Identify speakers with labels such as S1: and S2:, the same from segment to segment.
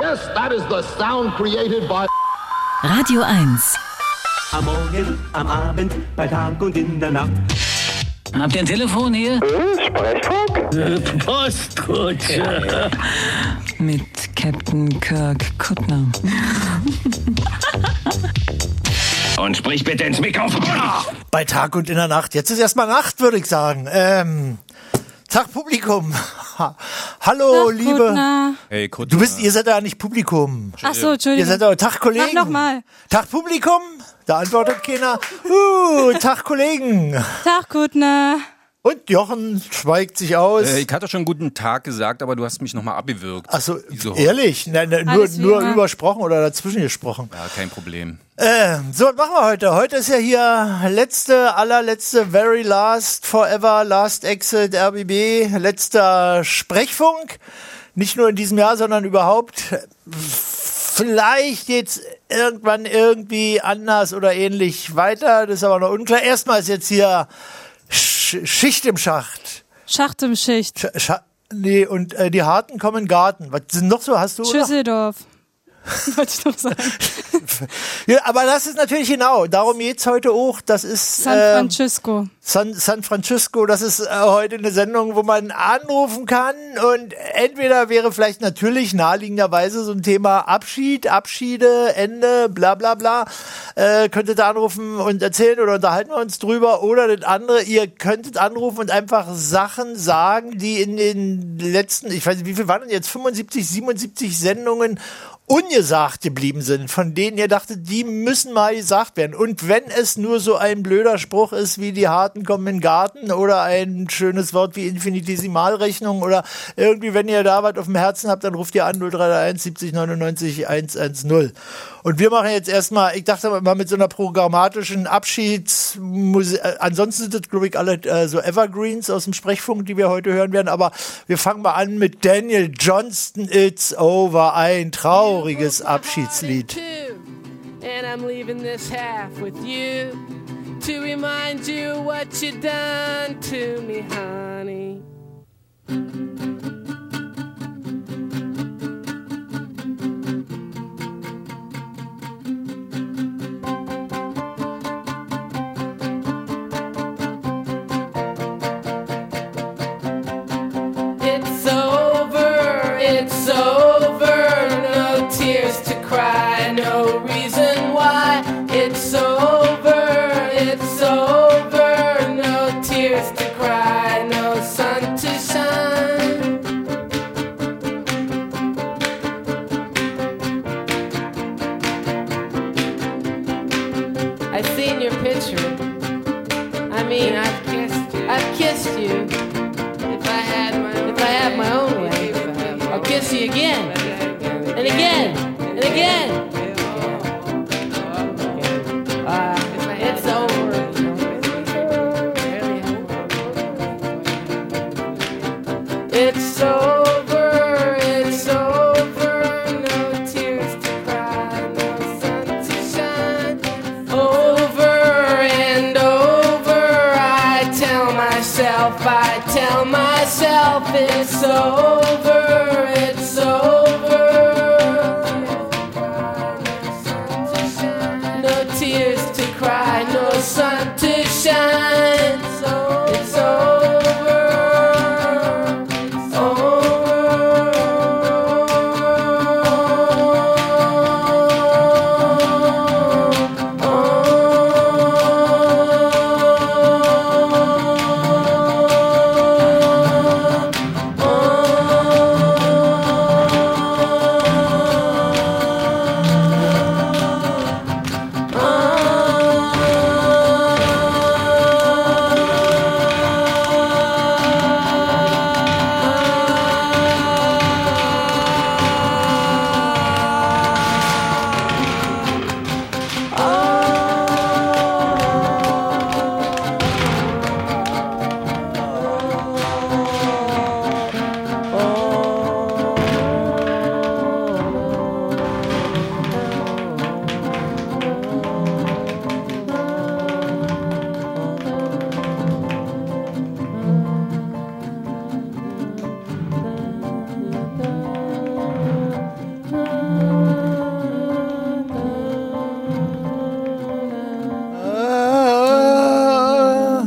S1: Yes, that is the sound created by.
S2: Radio 1.
S3: Am Morgen, am Abend, bei Tag und in der Nacht.
S2: Habt ihr ein Telefon hier?
S4: Sprechfunk?
S2: Mit Captain Kirk Kuttner.
S4: Und sprich bitte ins Mikrofon.
S5: Bei Tag und in der Nacht. Jetzt ist erstmal Nacht, würde ich sagen. Ähm, Tag Publikum. Hallo, liebe.
S6: Na,
S7: Hey, Kuttner.
S5: Du bist, ihr seid ja nicht Publikum.
S6: ach so,
S5: Ihr
S6: Entschuldigung.
S5: seid aber Tag Kollegen.
S6: Mach noch mal.
S5: Tag Publikum. Da antwortet keiner. Uh, Tag Kollegen.
S6: Tag, Kuttner.
S5: Und Jochen schweigt sich aus.
S7: Äh, ich hatte schon guten Tag gesagt, aber du hast mich nochmal abgewürgt.
S5: Ach so,
S7: Wieso?
S5: ehrlich? Nein, nein, nur,
S6: Alles wie
S5: nur
S6: immer.
S5: übersprochen oder dazwischen gesprochen.
S7: Ja, kein Problem.
S5: Ähm, so, was machen wir heute? Heute ist ja hier letzte, allerletzte, very last, forever, last exit, RBB, letzter Sprechfunk. Nicht nur in diesem Jahr, sondern überhaupt. Vielleicht jetzt irgendwann irgendwie anders oder ähnlich weiter. Das ist aber noch unklar. Erstmal ist jetzt hier Sch Schicht im Schacht.
S6: Schacht im Schicht.
S5: Sch Scha nee, und äh, die Harten kommen in den Garten. Was sind noch so? Hast du noch
S6: Schüsseldorf. Wollte ich noch sagen.
S5: Ja, aber das ist natürlich genau, darum geht's heute auch. Das ist
S6: San
S5: äh,
S6: Francisco.
S5: San, San Francisco, das ist äh, heute eine Sendung, wo man anrufen kann und entweder wäre vielleicht natürlich naheliegenderweise so ein Thema Abschied, Abschiede, Ende, bla bla bla. Äh, könntet ihr anrufen und erzählen oder unterhalten wir uns drüber oder das andere, ihr könntet anrufen und einfach Sachen sagen, die in den letzten, ich weiß nicht, wie viel waren denn jetzt, 75, 77 Sendungen ungesagt geblieben sind, von denen ihr dachtet, die müssen mal gesagt werden. Und wenn es nur so ein blöder Spruch ist wie die Harten kommen in den Garten oder ein schönes Wort wie Infinitesimalrechnung oder irgendwie, wenn ihr da was auf dem Herzen habt, dann ruft ihr an 0331 70 99 110. Und wir machen jetzt erstmal, ich dachte mal mit so einer programmatischen Abschiedsmusik, äh, ansonsten sind das glaube ich alle äh, so Evergreens aus dem Sprechfunk, die wir heute hören werden, aber wir fangen mal an mit Daniel Johnston, It's Over, ein trauriges Abschiedslied.
S8: And I'm leaving this half with you to remind you what you done to me, honey. It's over, it's over. No tears to cry, no reason why. It's over, it's over. No tears to cry, no sun to shine. I've seen your picture. I mean, I've kissed you. I've kissed you. If I had my own, if I had my own way, I'll kiss you again and again and again. Uh, it's over. It's over, it's over, no tears to cry, no sun to shine. Over and over, I tell myself, I tell myself it's over, it's over. No tears to cry, no sun to shine. It's over. Oh
S5: ah.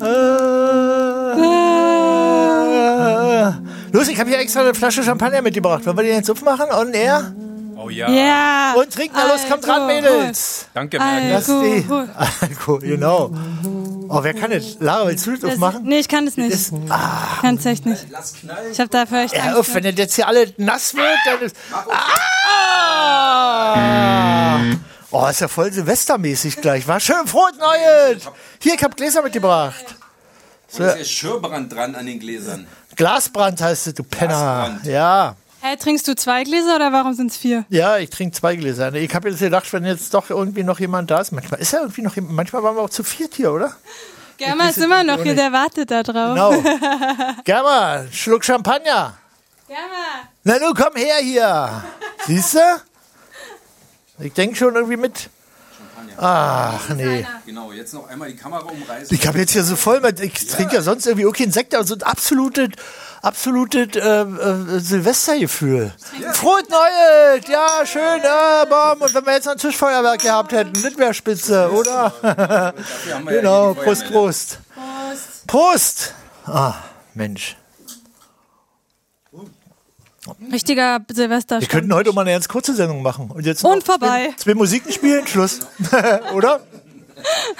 S5: Ah. Los, ich habe hier extra eine Flasche Champagner mitgebracht. Wollen wir den jetzt aufmachen? On air?
S8: Oh ja.
S6: Ja.
S5: Und trinken na los, kommt ran, Mädels.
S8: Danke, Merkel.
S5: Das ist die.
S6: Alkohol.
S5: Alkohol, genau. Oh, wer kann das? Lara, willst du das
S6: Das,
S5: aufmachen?
S6: nee, ich kann es nicht. Kann's echt nicht. Ich habe dafür echt
S5: Ja,
S6: Angst. ne?
S5: auf, wenn das jetzt hier alle nass wird, dann ist. Ah! Oh, ist ja voll silvestermäßig gleich. War schön frohes Neues. Hier, ich hab Gläser mitgebracht.
S7: Da ist ja Schürbrand dran an den Gläsern.
S5: Glasbrand heißt es, du Penner.
S7: Glasbrand.
S5: Ja.
S6: Hey, trinkst du zwei Gläser oder warum sind es vier?
S5: Ja, ich trinke zwei Gläser. Ich habe jetzt gedacht, wenn jetzt doch irgendwie noch jemand da ist. Manchmal ist ja irgendwie noch jemand. Manchmal waren wir auch zu viert hier, oder?
S6: Germa ist immer noch hier, der wartet da drauf.
S5: Genau. Germa, Schluck Champagner.
S6: Germa.
S5: Na nun, komm her hier. Siehst du? Ich denke schon irgendwie mit. Ach nee.
S7: Genau, jetzt noch einmal die Kamera umreißen.
S5: Ich habe jetzt hier so voll mit. Ich trinke ja sonst irgendwie okay einen Sekt, aber so ein absolutes, absolutes äh, äh, Silvestergefühl. Frohes Neues! Ja, schön, äh, Baum. Und wenn wir jetzt noch ein Tischfeuerwerk gehabt hätten, das wäre spitze, oder?
S7: Dafür haben wir
S5: genau,
S7: ja hier die
S5: Prost,
S7: Feuermelder.
S5: Prost. Prost! Ah, Mensch.
S6: Richtiger Silvester.
S5: Wir könnten heute mal eine ganz kurze Sendung machen. Und, jetzt
S6: Und
S5: noch
S6: vorbei.
S5: Zwei, zwei Musiken spielen, Schluss. Oder?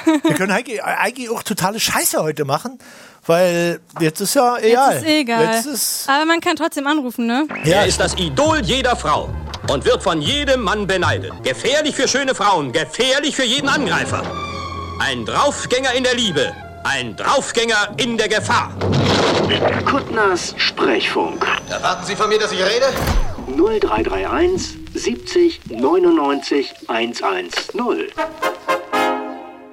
S5: Wir können eigentlich, eigentlich auch totale Scheiße heute machen, weil jetzt ist ja egal.
S6: Jetzt ist eh egal.
S5: Jetzt ist,
S6: Aber man kann trotzdem anrufen, ne?
S5: Ja.
S9: Er ist das Idol jeder Frau und wird von jedem Mann beneidet. Gefährlich für schöne Frauen, gefährlich für jeden Angreifer. Ein Draufgänger in der Liebe, ein Draufgänger in der Gefahr.
S10: Kuttners Sprechfunk
S11: Erwarten Sie von mir, dass ich rede?
S10: 0331 70 99 110.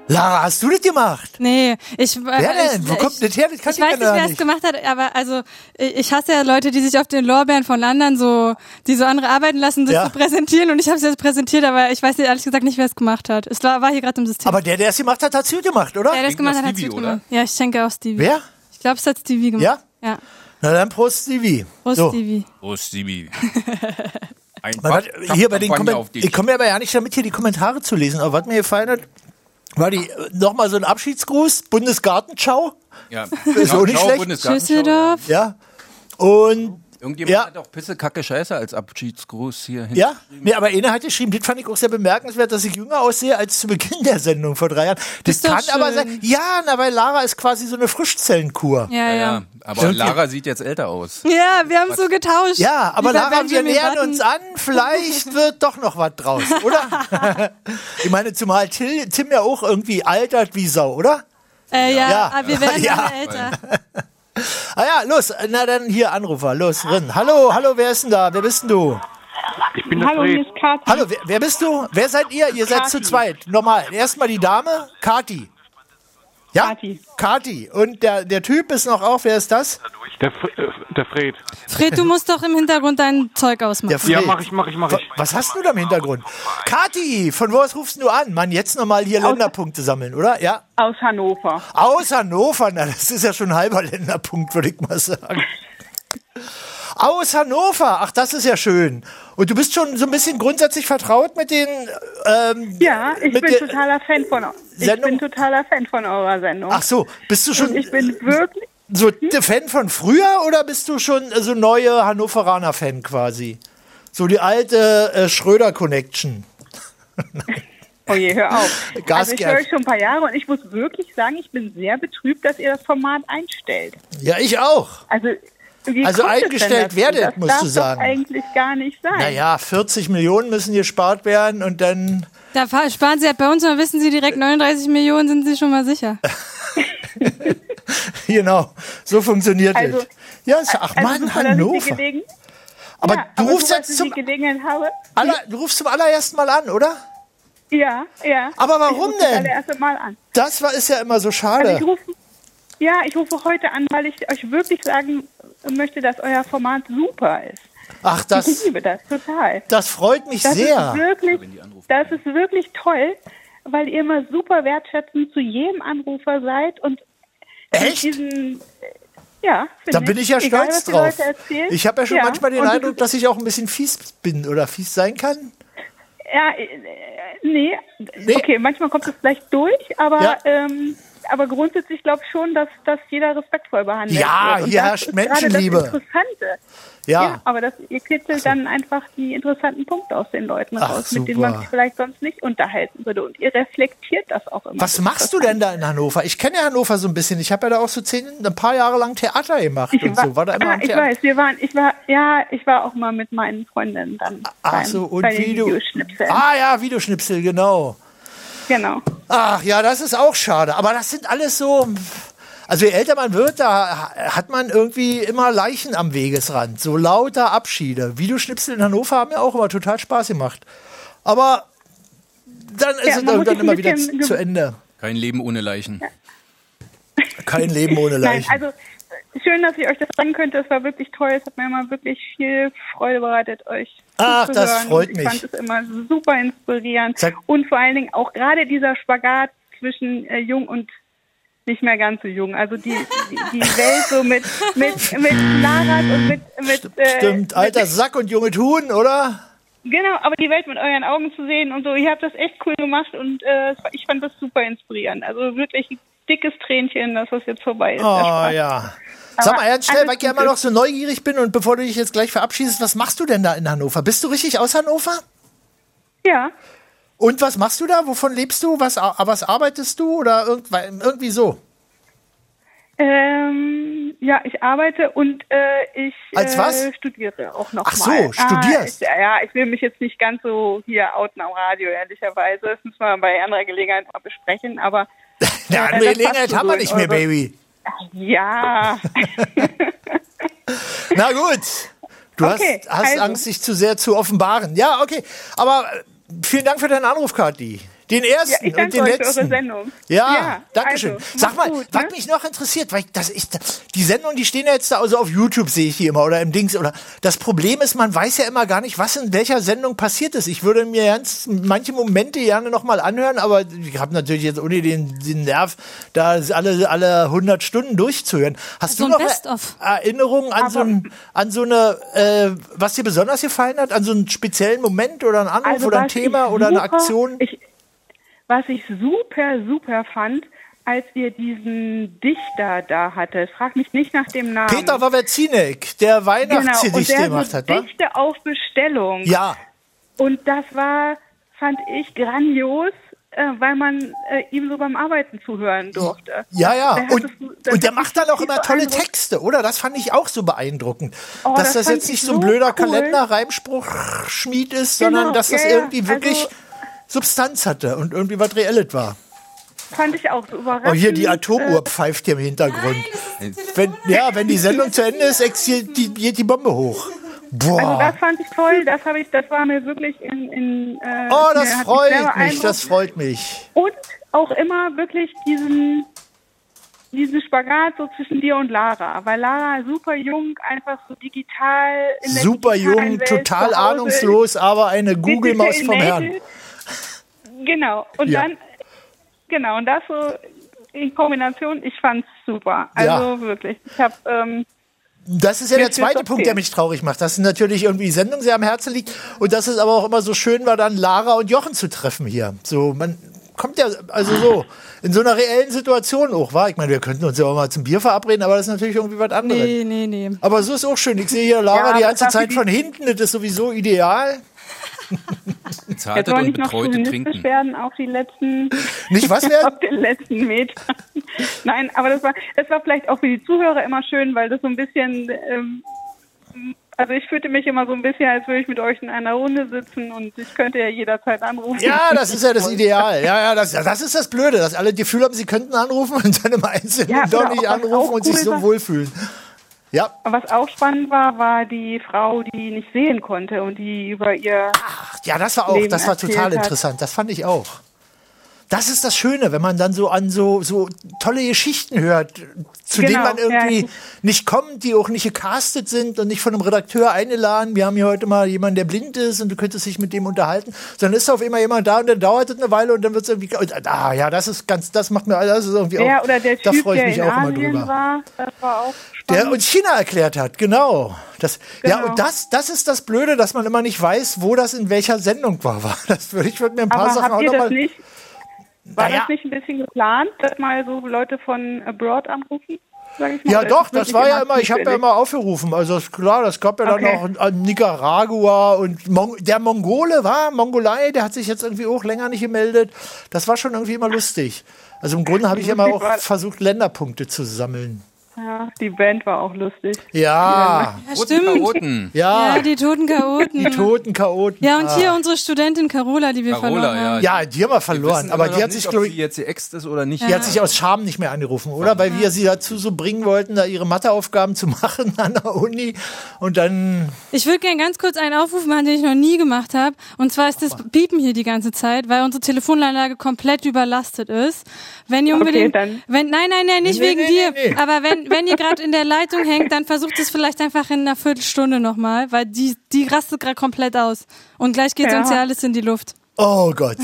S5: Lara, hast du das gemacht?
S6: Nee, ich.
S5: Wer denn? Wo kommt das her? Das kann ich
S6: ich weiß nicht,
S5: gar
S6: wer es
S5: nicht.
S6: gemacht hat, aber also ich ich hasse ja Leute, die sich auf den Lorbeeren von anderen so, die so andere arbeiten lassen, das
S5: Ja.
S6: zu präsentieren. Und ich habe es jetzt präsentiert, aber ich weiß ehrlich gesagt nicht, wer es gemacht hat. Es war, war hier gerade im System.
S5: Aber der, der es gemacht hat, hat es gut gemacht, oder?
S6: Wer das gemacht hat,
S8: nach
S6: hat
S8: Stevie,
S6: gemacht. Ja, ich schenke auch Stevie.
S5: Wer?
S6: Ich glaube, es hat Stevie gemacht.
S5: Ja?
S6: Ja.
S5: Na dann Prost, Stevie.
S6: Prost,
S5: So.
S6: Stevie.
S8: Prost, Sibi. Ein
S5: Man hat,
S8: Back-
S5: hier bei den
S8: Champagner
S5: Kommentaren.
S8: auf dich.
S5: Ich komme mir aber ja nicht damit, hier die Kommentare zu lesen. Aber was mir gefallen hat, war die nochmal so ein Abschiedsgruß, Bundesgartenschau.
S8: Ja.
S5: Ist auch nicht schlecht.
S6: Düsseldorf.
S5: Ja. Und
S8: Irgendjemand
S5: Ja.
S8: hat auch Pisse, Kacke, Scheiße als Abschiedsgruß hier hin.
S5: ja, nee, aber einer hat geschrieben, das fand ich auch sehr bemerkenswert, dass ich jünger aussehe als zu Beginn der Sendung vor drei Jahren. Das
S6: Ist doch
S5: kann aber
S6: schön.
S5: sein. Ja, na, weil Lara ist quasi so eine Frischzellenkur. Ja,
S6: Ja, ja.
S8: Ja, aber
S5: Stimmt.
S8: Lara sieht jetzt älter aus.
S6: Ja, wir haben so getauscht.
S5: aber
S6: Wie bei
S5: Lara, wir
S6: Benjamin
S5: nähern
S6: Button.
S5: uns an, vielleicht wird doch noch was draus, oder? ich meine, zumal Till, Tim ja auch irgendwie altert wie Sau, oder?
S6: Äh, ja,
S5: Ja.
S6: aber wir werden
S5: Ja.
S6: alle älter.
S5: Ah ja, los, na dann hier Anrufer, los, rin. Hallo, hallo, wer ist denn da? Wer bist denn du?
S12: Hallo, hier ist Kathi.
S5: Hallo, wer, wer bist du? Wer seid ihr? Ihr seid zu
S12: Kati.
S5: zweit. Normal. Erstmal die Dame, Kati. Ja? Kati. Kati. Und der, der Typ ist noch auf. Wer ist das?
S12: Der, F- äh, der Fred.
S6: Fred, du musst doch im Hintergrund dein Zeug ausmachen.
S5: Der Fred.
S12: Ja, mach ich, mach ich, mach
S5: Wa-
S12: ich.
S5: Was hast du da im Hintergrund? Kati, von wo aus rufst du an? Mann, jetzt nochmal hier Länderpunkte sammeln, oder? Ja.
S12: Aus Hannover.
S5: Aus Hannover, na, das ist ja schon ein halber Länderpunkt, würde ich mal sagen. Aus Hannover, ach, das ist ja schön. Und du bist schon so ein bisschen grundsätzlich vertraut mit den. Ähm,
S12: Ja, ich
S5: mit
S12: bin
S5: der-
S12: totaler Fan von eu- Ich
S5: Sendung- Ah,
S12: bin totaler Fan von eurer Sendung.
S5: Ach so, bist du schon
S12: Und ich bin wirklich.
S5: so der Fan von früher oder bist du schon äh, so neue Hannoveraner-Fan quasi? So die alte äh, Schröder-Connection.
S12: Oh je, hör auf.
S5: Gas
S12: also ich
S5: gern.
S12: höre euch schon ein paar Jahre und ich muss wirklich sagen, ich bin sehr betrübt, dass ihr das Format einstellt.
S5: Ja, ich auch.
S12: Also, wie
S5: Also
S12: kommt es denn
S5: eingestellt
S12: dazu?
S5: werdet,
S12: das
S5: musst
S12: darf
S5: du sagen.
S12: Doch eigentlich gar nicht sein.
S5: Naja, 40 Millionen müssen gespart werden und dann.
S6: Da fa- sparen sie halt bei uns, dann wissen sie
S5: Äh.
S6: direkt, 39 Millionen sind sie schon mal sicher.
S5: Genau, so funktioniert
S12: Also-
S5: es. Ja, ist, ach
S12: also
S5: Mann,
S12: super, dass ich die
S5: Hannover.
S12: Gelegen-
S5: Aber
S12: ja,
S5: du
S12: aber
S5: rufst
S12: super, dass
S5: jetzt
S12: ich
S5: zum,
S12: die Gelegenheit habe.
S5: aller, du rufst zum allerersten Mal an, oder?
S12: Ja, ja.
S5: Aber warum
S12: ich rufe
S5: denn?
S12: Das allererste Mal an.
S5: Das war, ist ja immer so
S12: Also
S5: schade.
S12: ich rufe, ja, ich rufe heute an, weil ich euch wirklich sagen möchte, dass euer Format super ist.
S5: Ach,
S12: Ich
S5: das,
S12: liebe das total.
S5: das freut mich
S12: Das ist
S5: sehr.
S12: wirklich, das ist wirklich toll, weil ihr immer super wertschätzend zu jedem Anrufer seid und
S5: Echt?
S12: diesen ja,
S5: Da
S12: finde
S5: bin ich ja
S12: egal,
S5: stolz
S12: was die
S5: drauf.
S12: Leute erzählen.
S5: Ich habe ja schon manchmal den
S12: und das
S5: Eindruck,
S12: ist-
S5: dass ich auch ein bisschen fies bin oder fies sein kann.
S12: ja, äh, nee,
S5: Nee.
S12: okay, manchmal kommt es vielleicht durch, aber
S5: Ja.
S12: ähm, aber grundsätzlich glaube ich schon, dass, dass jeder respektvoll behandelt
S5: Ja,
S12: wird. Und
S5: hier
S12: das
S5: herrscht
S12: ist gerade
S5: Menschenliebe.
S12: Das Interessante.
S5: Ja.
S12: aber das, ihr kitzelt dann einfach die interessanten Punkte aus den Leuten
S5: Ach,
S12: raus, mit denen man
S5: super.
S12: sich vielleicht sonst nicht unterhalten würde. Und ihr reflektiert das auch immer.
S5: Was machst du denn da in Hannover? Ich kenne ja Hannover so ein bisschen. Ich habe ja da auch so zehn, ein paar Jahre lang Theater gemacht und so. War da immer
S12: ah,
S5: am
S12: ich
S5: Theater?
S12: weiß, wir waren, ich war, ja, ich war auch mal mit meinen Freundinnen dann.
S5: Ach
S12: beim-
S5: so, und
S12: bei den
S5: Video.
S12: Videoschnipseln.
S5: Ah ja, Videoschnipsel, genau.
S12: Genau.
S5: Ach ja, das ist auch schade. Aber das sind alles so. Also je älter man wird, da hat man irgendwie immer Leichen am Wegesrand. So lauter Abschiede. Videoschnipsel in Hannover haben mir auch immer total Spaß gemacht. Aber dann ist
S12: Ja,
S5: es
S12: man muss
S5: dann
S12: sich
S5: immer
S12: ein
S5: wieder
S12: bisschen
S5: zu
S12: ge-
S5: zu Ende.
S7: Kein Leben ohne Leichen.
S5: Kein Leben ohne
S12: Nein,
S5: Leichen.
S12: also schön, dass ich euch das sagen könnte. Es war wirklich toll. Es hat mir immer wirklich viel Freude bereitet, euch
S5: Ach,
S12: zuzuhören.
S5: das freut
S12: Und ich
S5: mich.
S12: fand es immer super inspirierend.
S5: Sag-
S12: und vor allen Dingen auch gerade dieser Spagat zwischen äh, jung und nicht mehr ganz so jung. Also die, die, die Welt so mit, mit, mit Larat und mit, mit äh,
S5: Stimmt, alter Sack und junge Huhn, oder?
S12: Genau, aber die Welt mit euren Augen zu sehen und so, ihr habt das echt cool gemacht und äh, es war- ich fand das super inspirierend. Also wirklich ein dickes Tränchen, dass das jetzt vorbei ist. Der
S5: Oh
S12: Spaß.
S5: ja. Sag mal,
S12: Aber
S5: Ernst, schnell,
S12: alles
S5: weil ich ja
S12: Gute.
S5: immer noch so neugierig bin und bevor du dich jetzt gleich verabschiedest, was machst du denn da in Hannover? Bist du richtig aus Hannover?
S12: Ja.
S5: Und was machst du da? Wovon lebst du? Was, a- was arbeitest du? Oder irgendwann- irgendwie so?
S12: Ähm, ja, ich arbeite und äh, ich
S5: Als was?
S12: Äh, studiere auch noch
S5: Ach so,
S12: mal.
S5: studierst.
S12: Ah, ich, ja, ich will mich jetzt nicht ganz so hier outen am Radio, ehrlicherweise. Das müssen wir bei anderer Gelegenheit mal besprechen, aber...
S5: Eine
S12: äh,
S5: andere
S12: das passt
S5: Gelegenheit
S12: so
S5: haben wir
S12: in
S5: nicht mehr,
S12: eure-
S5: Baby.
S12: Ja,
S5: Na gut. Du
S12: Okay,
S5: hast, hast
S12: also.
S5: Angst, dich zu sehr zu offenbaren. Ja, okay. Aber äh, vielen Dank für deinen Anruf, Kathi. Den
S12: ja
S5: ersten
S12: ich danke
S5: und den
S12: euch
S5: letzten.
S12: für eure Sendung.
S5: Ja, danke schön.
S12: also,
S5: Sag mal,
S12: macht's gut,
S5: was
S12: ne?
S5: mich noch interessiert, weil ich, das ich, die Sendungen, die stehen ja jetzt da, also auf YouTube sehe ich die immer oder im Dings oder. Das Problem ist, man weiß ja immer gar nicht, was in welcher Sendung passiert ist. Ich würde mir ganz manche Momente gerne nochmal anhören, aber ich habe natürlich jetzt ohne den, den Nerv, da alle, alle 100 Stunden durchzuhören. Hast du
S2: So ein
S5: noch
S2: Best-of.
S5: Erinnerungen an so, ein, an so eine, äh, was dir besonders gefallen hat, an so einen speziellen Moment oder einen Anruf
S12: Also,
S5: oder ein
S12: was ich
S5: Thema oder eine
S12: super-
S5: Aktion?
S12: Ich, was ich super, super fand, als ihr diesen Dichter da hattet. Frag mich nicht nach dem Namen.
S5: Peter Wawerzinek, der
S12: Genau, und
S5: Weihnachtsgedichte
S12: der
S5: gemacht
S12: so
S5: hat, wa?
S12: Dichte auf Bestellung.
S5: Ja.
S12: Und das war, fand ich, grandios, äh, weil man äh, ihm so beim Arbeiten zuhören
S5: Mhm.
S12: durfte.
S5: Ja, ja.
S12: ne? Der hat
S5: Und,
S12: es- das
S5: und der
S12: hat
S5: macht
S12: mich
S5: dann auch immer tolle
S12: beeindruckt.
S5: Texte, oder? Das fand ich auch so beeindruckend.
S12: Oh,
S5: dass
S12: das
S5: das
S12: fand
S5: jetzt
S12: ich
S5: nicht so ein
S12: so
S5: blöder
S12: cool.
S5: Kalender-Reimspruch-Schmied ist, sondern
S12: Genau,
S5: dass das
S12: ja, ja.
S5: irgendwie wirklich
S12: Also-
S5: Substanz hatte und irgendwie was Reelles war.
S12: Fand ich auch so überraschend.
S5: Oh, hier die
S12: äh,
S5: Atomuhr pfeift hier im Hintergrund. wenn, ja, wenn die Sendung zu Ende ist, explodiert die, geht die Bombe hoch. Boah.
S12: Also das fand ich toll, das habe ich, das war mir wirklich in, in äh,
S5: oh,
S12: mir-
S5: das
S12: hat mich sehr
S5: freut mich,
S12: beeindruckt.
S5: das freut mich.
S12: Und auch immer wirklich diesen, diesen Spagat so zwischen dir und Lara. Weil Lara super jung, einfach so digital. In der
S5: Super
S12: digitalen
S5: jung,
S12: Welt
S5: total
S12: zu Hause.
S5: ahnungslos, aber eine Google-Maus vom
S12: Digital
S5: Herrn.
S12: native. Genau. Und
S5: Ja.
S12: dann, genau, und das so in Kombination, ich fand's super. Also
S5: Ja.
S12: wirklich. Ich habe ähm,
S5: Das ist ja
S12: Mir
S5: der zweite
S12: fehlt das
S5: Punkt, der
S12: Ziel.
S5: mich traurig macht, dass natürlich irgendwie die Sendung sehr am Herzen liegt und dass es aber auch immer so schön war, dann Lara und Jochen zu treffen hier. So, man kommt ja, also so, in so einer reellen Situation auch, war. Ich meine, wir könnten uns ja auch mal zum Bier verabreden, aber das ist natürlich irgendwie was anderes.
S2: Nee, nee, nee.
S5: Aber so ist auch schön. Ich sehe hier Lara
S2: Ja,
S5: die
S2: aber
S5: ganze
S2: das darf
S5: Zeit
S2: ich-
S5: von hinten, das ist sowieso ideal.
S12: jetzt
S7: Zartet
S12: wollen
S7: und
S12: nicht noch
S7: betreute
S12: chauvinistisch
S7: Trinken.
S12: werden auf die letzten
S5: Nicht was werden?
S12: auf den letzten Metern. Nein, aber das war das war vielleicht auch für die Zuhörer immer schön, weil das so ein bisschen ähm, also ich fühlte mich immer so ein bisschen, als würde ich mit euch in einer Runde sitzen und ich könnte ja jederzeit anrufen.
S5: Ja, das ist ja das Ideal. Ja, ja, das, das ist das Blöde, dass alle Gefühl haben, sie könnten anrufen und dann im Einzelnen
S12: Ja,
S5: doch
S12: oder
S5: nicht
S12: auch-
S5: anrufen
S12: auch
S5: und sich
S12: cool
S5: so
S12: war-
S5: wohlfühlen. Ja.
S12: Was auch spannend war, war die Frau, die nicht sehen konnte und die über ihr
S5: Ja, das war auch,
S12: Leben
S5: das war
S12: erzählt
S5: total
S12: hat.
S5: interessant. Das fand ich auch. Das ist das Schöne, wenn man dann so an so, so tolle Geschichten hört, zu denen
S12: Genau,
S5: man irgendwie
S12: ja.
S5: nicht kommt, die auch nicht gecastet sind und nicht von einem Redakteur eingeladen. Wir haben hier heute mal jemanden, der blind ist und du könntest dich mit dem unterhalten. Sondern ist auf immer jemand da und dann dauert es eine Weile und dann wird es irgendwie. Und, ah ja, das ist ganz, das macht mir das ist irgendwie
S12: ja,
S5: auch.
S12: oder der
S5: da
S12: Typ,
S5: freue ich
S12: der
S5: mich
S12: in
S5: auch
S12: Asien
S5: immer drüber.
S12: war, das war auch
S5: Der uns China erklärt hat, genau. Das, Ja,
S12: Genau.
S5: und das, das ist das Blöde, dass man immer nicht weiß, wo das in welcher Sendung war. war. Das würde ich würde mir ein paar
S12: Aber
S5: Sachen
S12: habt
S5: auch
S12: ihr das
S5: nochmal.
S12: nicht?
S9: War das nicht ein bisschen geplant, dass mal so Leute von abroad anrufen? Sag ich mal?
S5: Ja,
S9: Oder
S5: doch,
S9: ist wirklich
S5: das war ja immer, ich habe ja
S9: zufällig?
S5: immer aufgerufen. Also ist klar, das gab ja dann
S9: Okay.
S5: auch in- an Nicaragua und Mon der Mongole war, Mongolei, der hat sich jetzt irgendwie auch länger nicht gemeldet. Das war schon irgendwie immer lustig. Also im Grunde habe ich immer
S9: Lustig
S5: auch
S9: war-
S5: versucht, Länderpunkte zu sammeln.
S9: Ja, die Band war auch lustig.
S5: Ja.
S6: Ja, stimmt.
S5: Ja.
S6: Ja, die toten Chaoten.
S5: Die toten Chaoten.
S6: Ja, und
S5: Ah.
S6: hier unsere Studentin Carola, die wir verloren haben.
S5: Ja, die haben wir verloren.
S7: wissen
S5: aber
S7: immer
S5: die
S7: noch
S5: hat sich,
S7: nicht,
S5: glaube
S7: ob sie jetzt ext ist oder nicht.
S5: Die hat sich aus Scham nicht mehr angerufen, oder? Weil wir sie dazu so bringen wollten, da ihre Matheaufgaben zu machen an der Uni. Und dann,
S6: Ich würde gerne ganz kurz einen Aufruf machen, den ich noch nie gemacht habe. Und zwar ist das Piepen hier die ganze Zeit, weil unsere Telefonanlage komplett überlastet ist. Wenn ihr
S9: Okay,
S6: unbedingt,
S9: dann.
S6: wenn nein, nein, nein, nicht
S9: Nee,
S6: wegen
S9: nee,
S6: dir,
S9: nee, nee.
S6: aber wenn wenn ihr gerade in der Leitung hängt, dann versucht es vielleicht einfach in einer Viertelstunde nochmal, weil die die rastet gerade komplett aus und gleich geht
S5: Ja.
S6: uns ja alles in die Luft.
S5: oh Gott.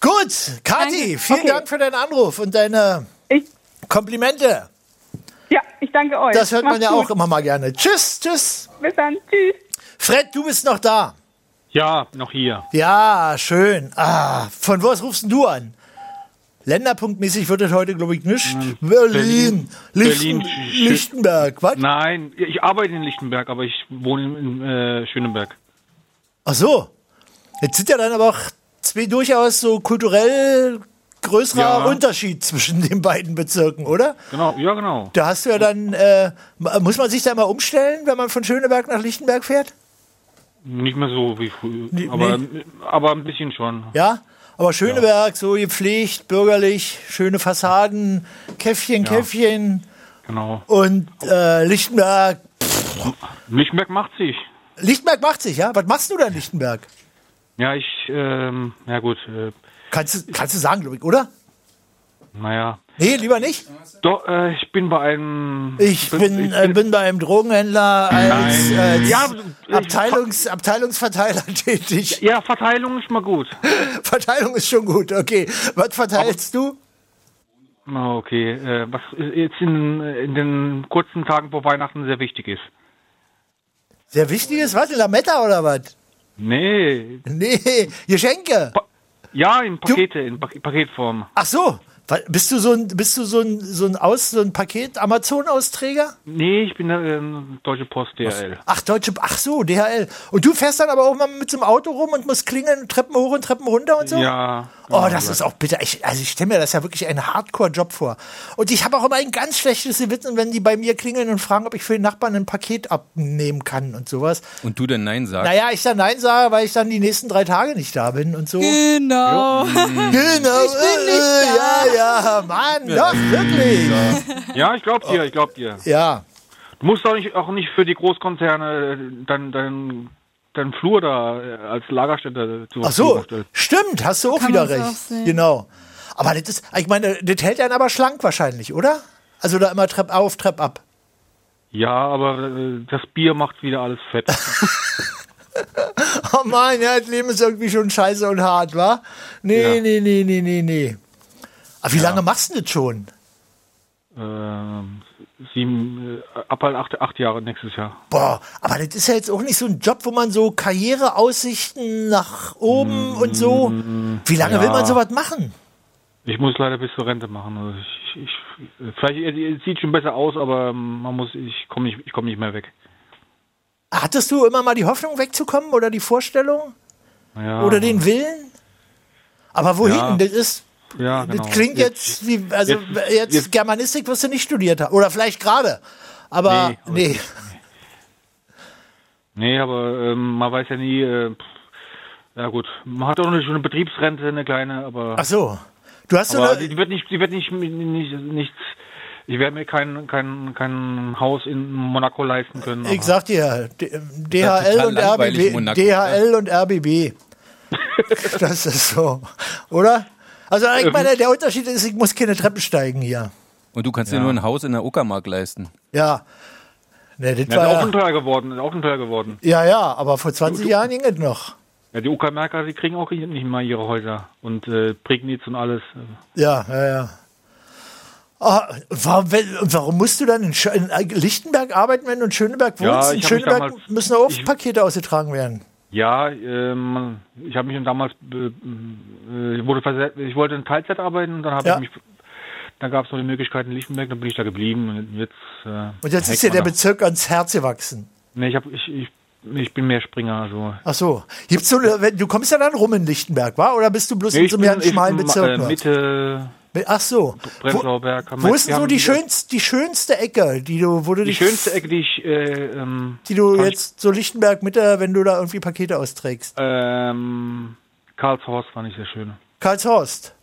S5: Gut, Kathi,
S9: Danke.
S5: vielen
S9: Okay.
S5: Dank für deinen Anruf und deine Komplimente.
S9: Ja, ich danke euch.
S5: Das hört man
S9: Macht's
S5: ja
S9: gut.
S5: auch immer mal gerne. Tschüss, tschüss.
S9: Bis dann, tschüss.
S5: Fred, du bist noch da.
S13: Ja, noch hier.
S5: Ja, schön. Ah, von wo aus rufst denn du an? Länderpunktmäßig wird es heute, glaube ich, nicht. Berlin, Lichten,
S13: Sch-
S5: Lichtenberg, was?
S13: Nein, ich arbeite in Lichtenberg, aber ich wohne in äh, Schöneberg.
S5: Ach so. Jetzt sind ja dann aber auch zwei durchaus so kulturell größerer
S13: Ja.
S5: Unterschied zwischen den beiden Bezirken, oder?
S13: Genau, ja, genau.
S5: Da hast du ja dann, äh, muss man sich da mal umstellen, wenn man von Schöneberg nach Lichtenberg fährt?
S13: Nicht mehr so wie früher, aber, aber ein bisschen schon.
S5: Ja? Aber Schöneberg, so gepflegt, bürgerlich, schöne Fassaden, Käffchen,
S13: Ja.
S5: Käffchen
S13: Genau.
S5: und äh, Lichtenberg. Pff,
S13: Lichtenberg macht sich.
S5: Lichtenberg macht sich, ja? Was machst du da in Lichtenberg?
S13: Ja, ich, ähm, ja gut, äh,
S5: Kannst, du- kannst du sagen, glaube ich, oder?
S13: naja.
S5: Nee, lieber nicht.
S13: Doch, äh, ich bin bei einem.
S5: Ich bin, äh, bin bei einem Drogenhändler als,
S13: Nein.
S5: als
S13: Ja,
S5: Abteilungs, Abteilungsverteiler tätig.
S13: Ja, Verteilung ist mal gut.
S5: Verteilung ist schon gut, okay. Was verteilst du?
S13: Ah, Okay, äh, was jetzt in, in den kurzen Tagen vor Weihnachten sehr wichtig ist.
S5: Sehr wichtiges, was? Lametta oder was?
S13: Nee.
S5: Nee, Geschenke.
S13: ja, in Pakete, in pa Paketform.
S5: Ach so, wa- bist du so ein, bist du so ein, so ein Aus, so ein Paket, Amazon-Austräger?
S13: Nee, ich bin ähm, Deutsche Post DRL.
S5: Ach, deutsche, ach so, DHL. Und du fährst dann aber auch mal mit so einem Auto rum und musst klingeln, Treppen hoch und Treppen runter und so?
S13: Ja.
S5: Oh, das ist auch bitter. Ich, also ich stelle mir das ja wirklich einen Hardcore-Job vor. Und ich habe auch immer ein ganz schlechtes Gewissen, wenn die bei mir klingeln und fragen, ob ich für den Nachbarn ein Paket abnehmen kann und sowas.
S7: Und du denn Nein sagst?
S5: Naja, ich dann nein sage, weil ich dann die nächsten drei Tage nicht da bin und so.
S6: Genau.
S5: Genau. äh, äh, Ja, ja, Mann, doch, wirklich.
S13: Ja, ich glaub dir, ich glaub dir.
S5: Ja.
S13: Du musst auch nicht, auch nicht für die Großkonzerne äh, dein, dein, dein Flur da äh, als Lagerstätte zur
S5: Ach so,
S13: Verfügung stellen.
S5: stimmt, hast du auch
S13: Kann
S5: wieder
S13: man's
S5: recht.
S13: auch sehen.
S5: Genau. Aber das ist, ich meine, das hält einen aber schlank wahrscheinlich, oder? Also da immer Trepp auf, Trepp ab.
S13: Ja, aber äh, das Bier macht wieder alles fett.
S5: Oh Mann, ja, das Leben ist irgendwie schon scheiße und hart, wa? Nee,
S13: Ja.
S5: nee, nee, nee, nee, nee. Aber wie lange machst du das schon?
S13: ähm, sieben, äh, ab halt acht, acht Jahre nächstes Jahr.
S5: Boah, aber das ist ja jetzt auch nicht so ein Job, wo man so Karriereaussichten nach oben und so.
S13: Hm.
S5: Wie lange
S13: Mm, ja.
S5: will man sowas machen?
S13: Ich muss leider bis zur Rente machen. Also ich, ich, ich, vielleicht äh, es sieht schon besser aus, aber ähm, man muss, ich komme nicht, ich komme nicht mehr weg.
S5: Hattest du immer mal die Hoffnung wegzukommen oder die Vorstellung
S13: Ja.
S5: oder den Willen? Aber wohin?
S13: Ja.
S5: Das ist,
S13: Ja, genau.
S5: das klingt jetzt, wie, also
S13: jetzt-
S5: jetzt, Germanistik wirst du nicht studiert haben oder vielleicht gerade. Aber
S13: Nee, aber
S5: nee.
S13: Nee, aber ähm, man weiß ja nie. Äh, pff, ja gut, man hat auch noch schon eine Betriebsrente, eine kleine, aber.
S5: Ach so. Du hast so
S13: aber
S5: eine-
S13: die wird nicht, die wird nicht, nicht, nichts. Ich werde mir kein, kein, kein Haus in Monaco leisten können.
S5: Ich
S13: aber-
S5: sag dir, D-
S13: Das ist
S5: DHL
S13: total
S5: und
S13: langweilig,
S5: RBB.
S13: Monaco, ne?
S5: DHL und RBB. das ist so, oder? Also ich
S7: Ähm.
S5: meine, der Unterschied ist, ich muss keine Treppen steigen hier.
S7: Und du kannst dir nur ein Haus in der Uckermark leisten.
S5: Ja. Ne, das
S13: Ja, ist auch
S5: war
S13: ein Teil geworden, ist auch ein Teil geworden.
S5: ja, ja, ja, aber vor 20 Jahren ging es noch.
S13: Ja, die Uckermärker, die kriegen auch nicht mal ihre Häuser und äh, Prignitz und alles.
S5: Ja, ja, ja. Ah, warum, wenn- warum musst du dann in, Schö- in Lichtenberg arbeiten, wenn du in Schöneberg
S13: Ja,
S5: wohnst?
S13: ich
S5: in
S13: hab mich
S5: Schöneberg
S13: damals-
S5: müssen auch Pakete ausgetragen werden.
S13: Ja, ähm, ich habe mich dann damals, be- äh, ich, wurde versetzt, ich wollte in Teilzeit arbeiten und dann habe
S5: Ja.
S13: ich mich, dann gab es noch die Möglichkeit in Lichtenberg, dann bin ich da geblieben und jetzt. Äh,
S5: Und jetzt ist dir der Bezirk ans Herz gewachsen.
S13: Nee, ich, hab, ich, ich, ich bin mehr Springer, also.
S5: Ach so. Gibt's so, eine- wenn- du kommst ja dann rum in Lichtenberg, wa? Oder bist du bloß
S13: Nee,
S5: in
S13: ich
S5: so
S13: bin-
S5: einem
S13: ich
S5: schmalen
S13: bin,
S5: Bezirk?
S13: äh,
S5: nur?
S13: Mitte,
S5: Ach so.
S13: Bremsauberg. haben
S5: Wo
S13: wir-
S5: ist
S13: wir
S5: denn so
S13: haben
S5: die,
S13: die-
S5: schönste, die schönste Ecke, die du, wo du
S13: Die
S5: dich,
S13: schönste Ecke, die ich, äh, ähm,
S5: die du
S13: fand-
S5: jetzt so Lichtenberg mit, der- wenn du da irgendwie Pakete austrägst?
S13: Ähm, Karlshorst fand ich sehr schön.
S5: Karlshorst.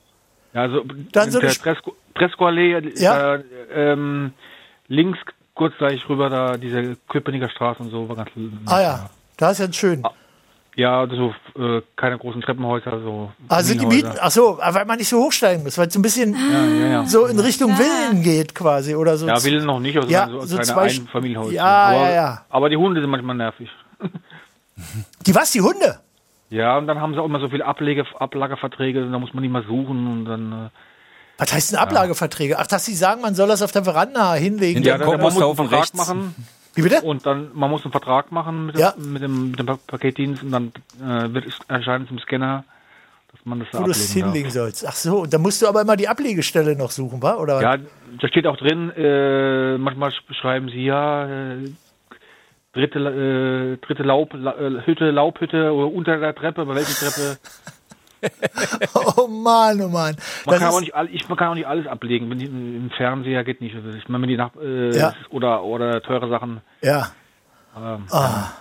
S13: Ja, also
S5: so
S13: der
S5: eine Sp-
S13: Presko, Preskoallee,
S5: Ja.
S13: da, ähm, links kurz gleich rüber da diese Köpenicker Straße und so war ganz
S5: Ah ja, da ist ja schön.
S13: Ah. ja, so äh, keine großen Treppenhäuser, so
S5: Ah, sind die Mieten?
S13: Mietenhäuser.
S5: Ach so, weil man nicht so hochsteigen muss, weil es so ein bisschen
S13: Ah. ja, ja.
S5: so in Richtung Villen geht quasi oder so.
S13: Ja, will noch nicht, also
S5: Ja,
S13: so,
S5: so
S13: kleine
S5: zwei Sch-
S13: Einfamilienhäuser.
S5: Ja,
S13: aber,
S5: ja, ja.
S13: aber die Hunde sind manchmal nervig.
S5: Die was, die Hunde?
S13: Ja, und dann haben sie auch immer so viele Ablege, Ablagerverträge, da muss man nicht mal suchen und dann äh,
S5: Was heißt denn Ablageverträge? Ach, dass sie sagen, man soll das auf der Veranda hinlegen.
S13: dann- dann muss man einen Vertrag machen.
S5: Wie bitte?
S13: Und dann, man muss einen Vertrag machen mit, dem, mit, dem, mit dem Pa- Paketdienst und dann äh, wird es erscheint es im Scanner, dass man das da
S5: Wo du es
S13: ablegen
S5: hinlegen sollst. Ach so, und dann musst du aber immer die Ablegestelle noch suchen, wa? Oder
S13: darf.
S5: was?
S13: Ja, da steht auch drin, äh, manchmal sch- schreiben sie ja, äh, dritte, äh, dritte Laub, La, äh, Hütte, Laubhütte oder unter der Treppe, bei welcher Treppe.
S5: Oh Mann, oh Mann.
S13: Man
S5: Das
S13: kann,
S5: ist-
S13: auch nicht, all- ich, man kann auch nicht alles ablegen. Wenn die, Im Fernseher geht nicht. Also Ich meine, wenn die Nach äh,
S5: Ja.
S13: oder, oder teure Sachen.
S5: Ja.
S13: Ähm,
S5: Ah.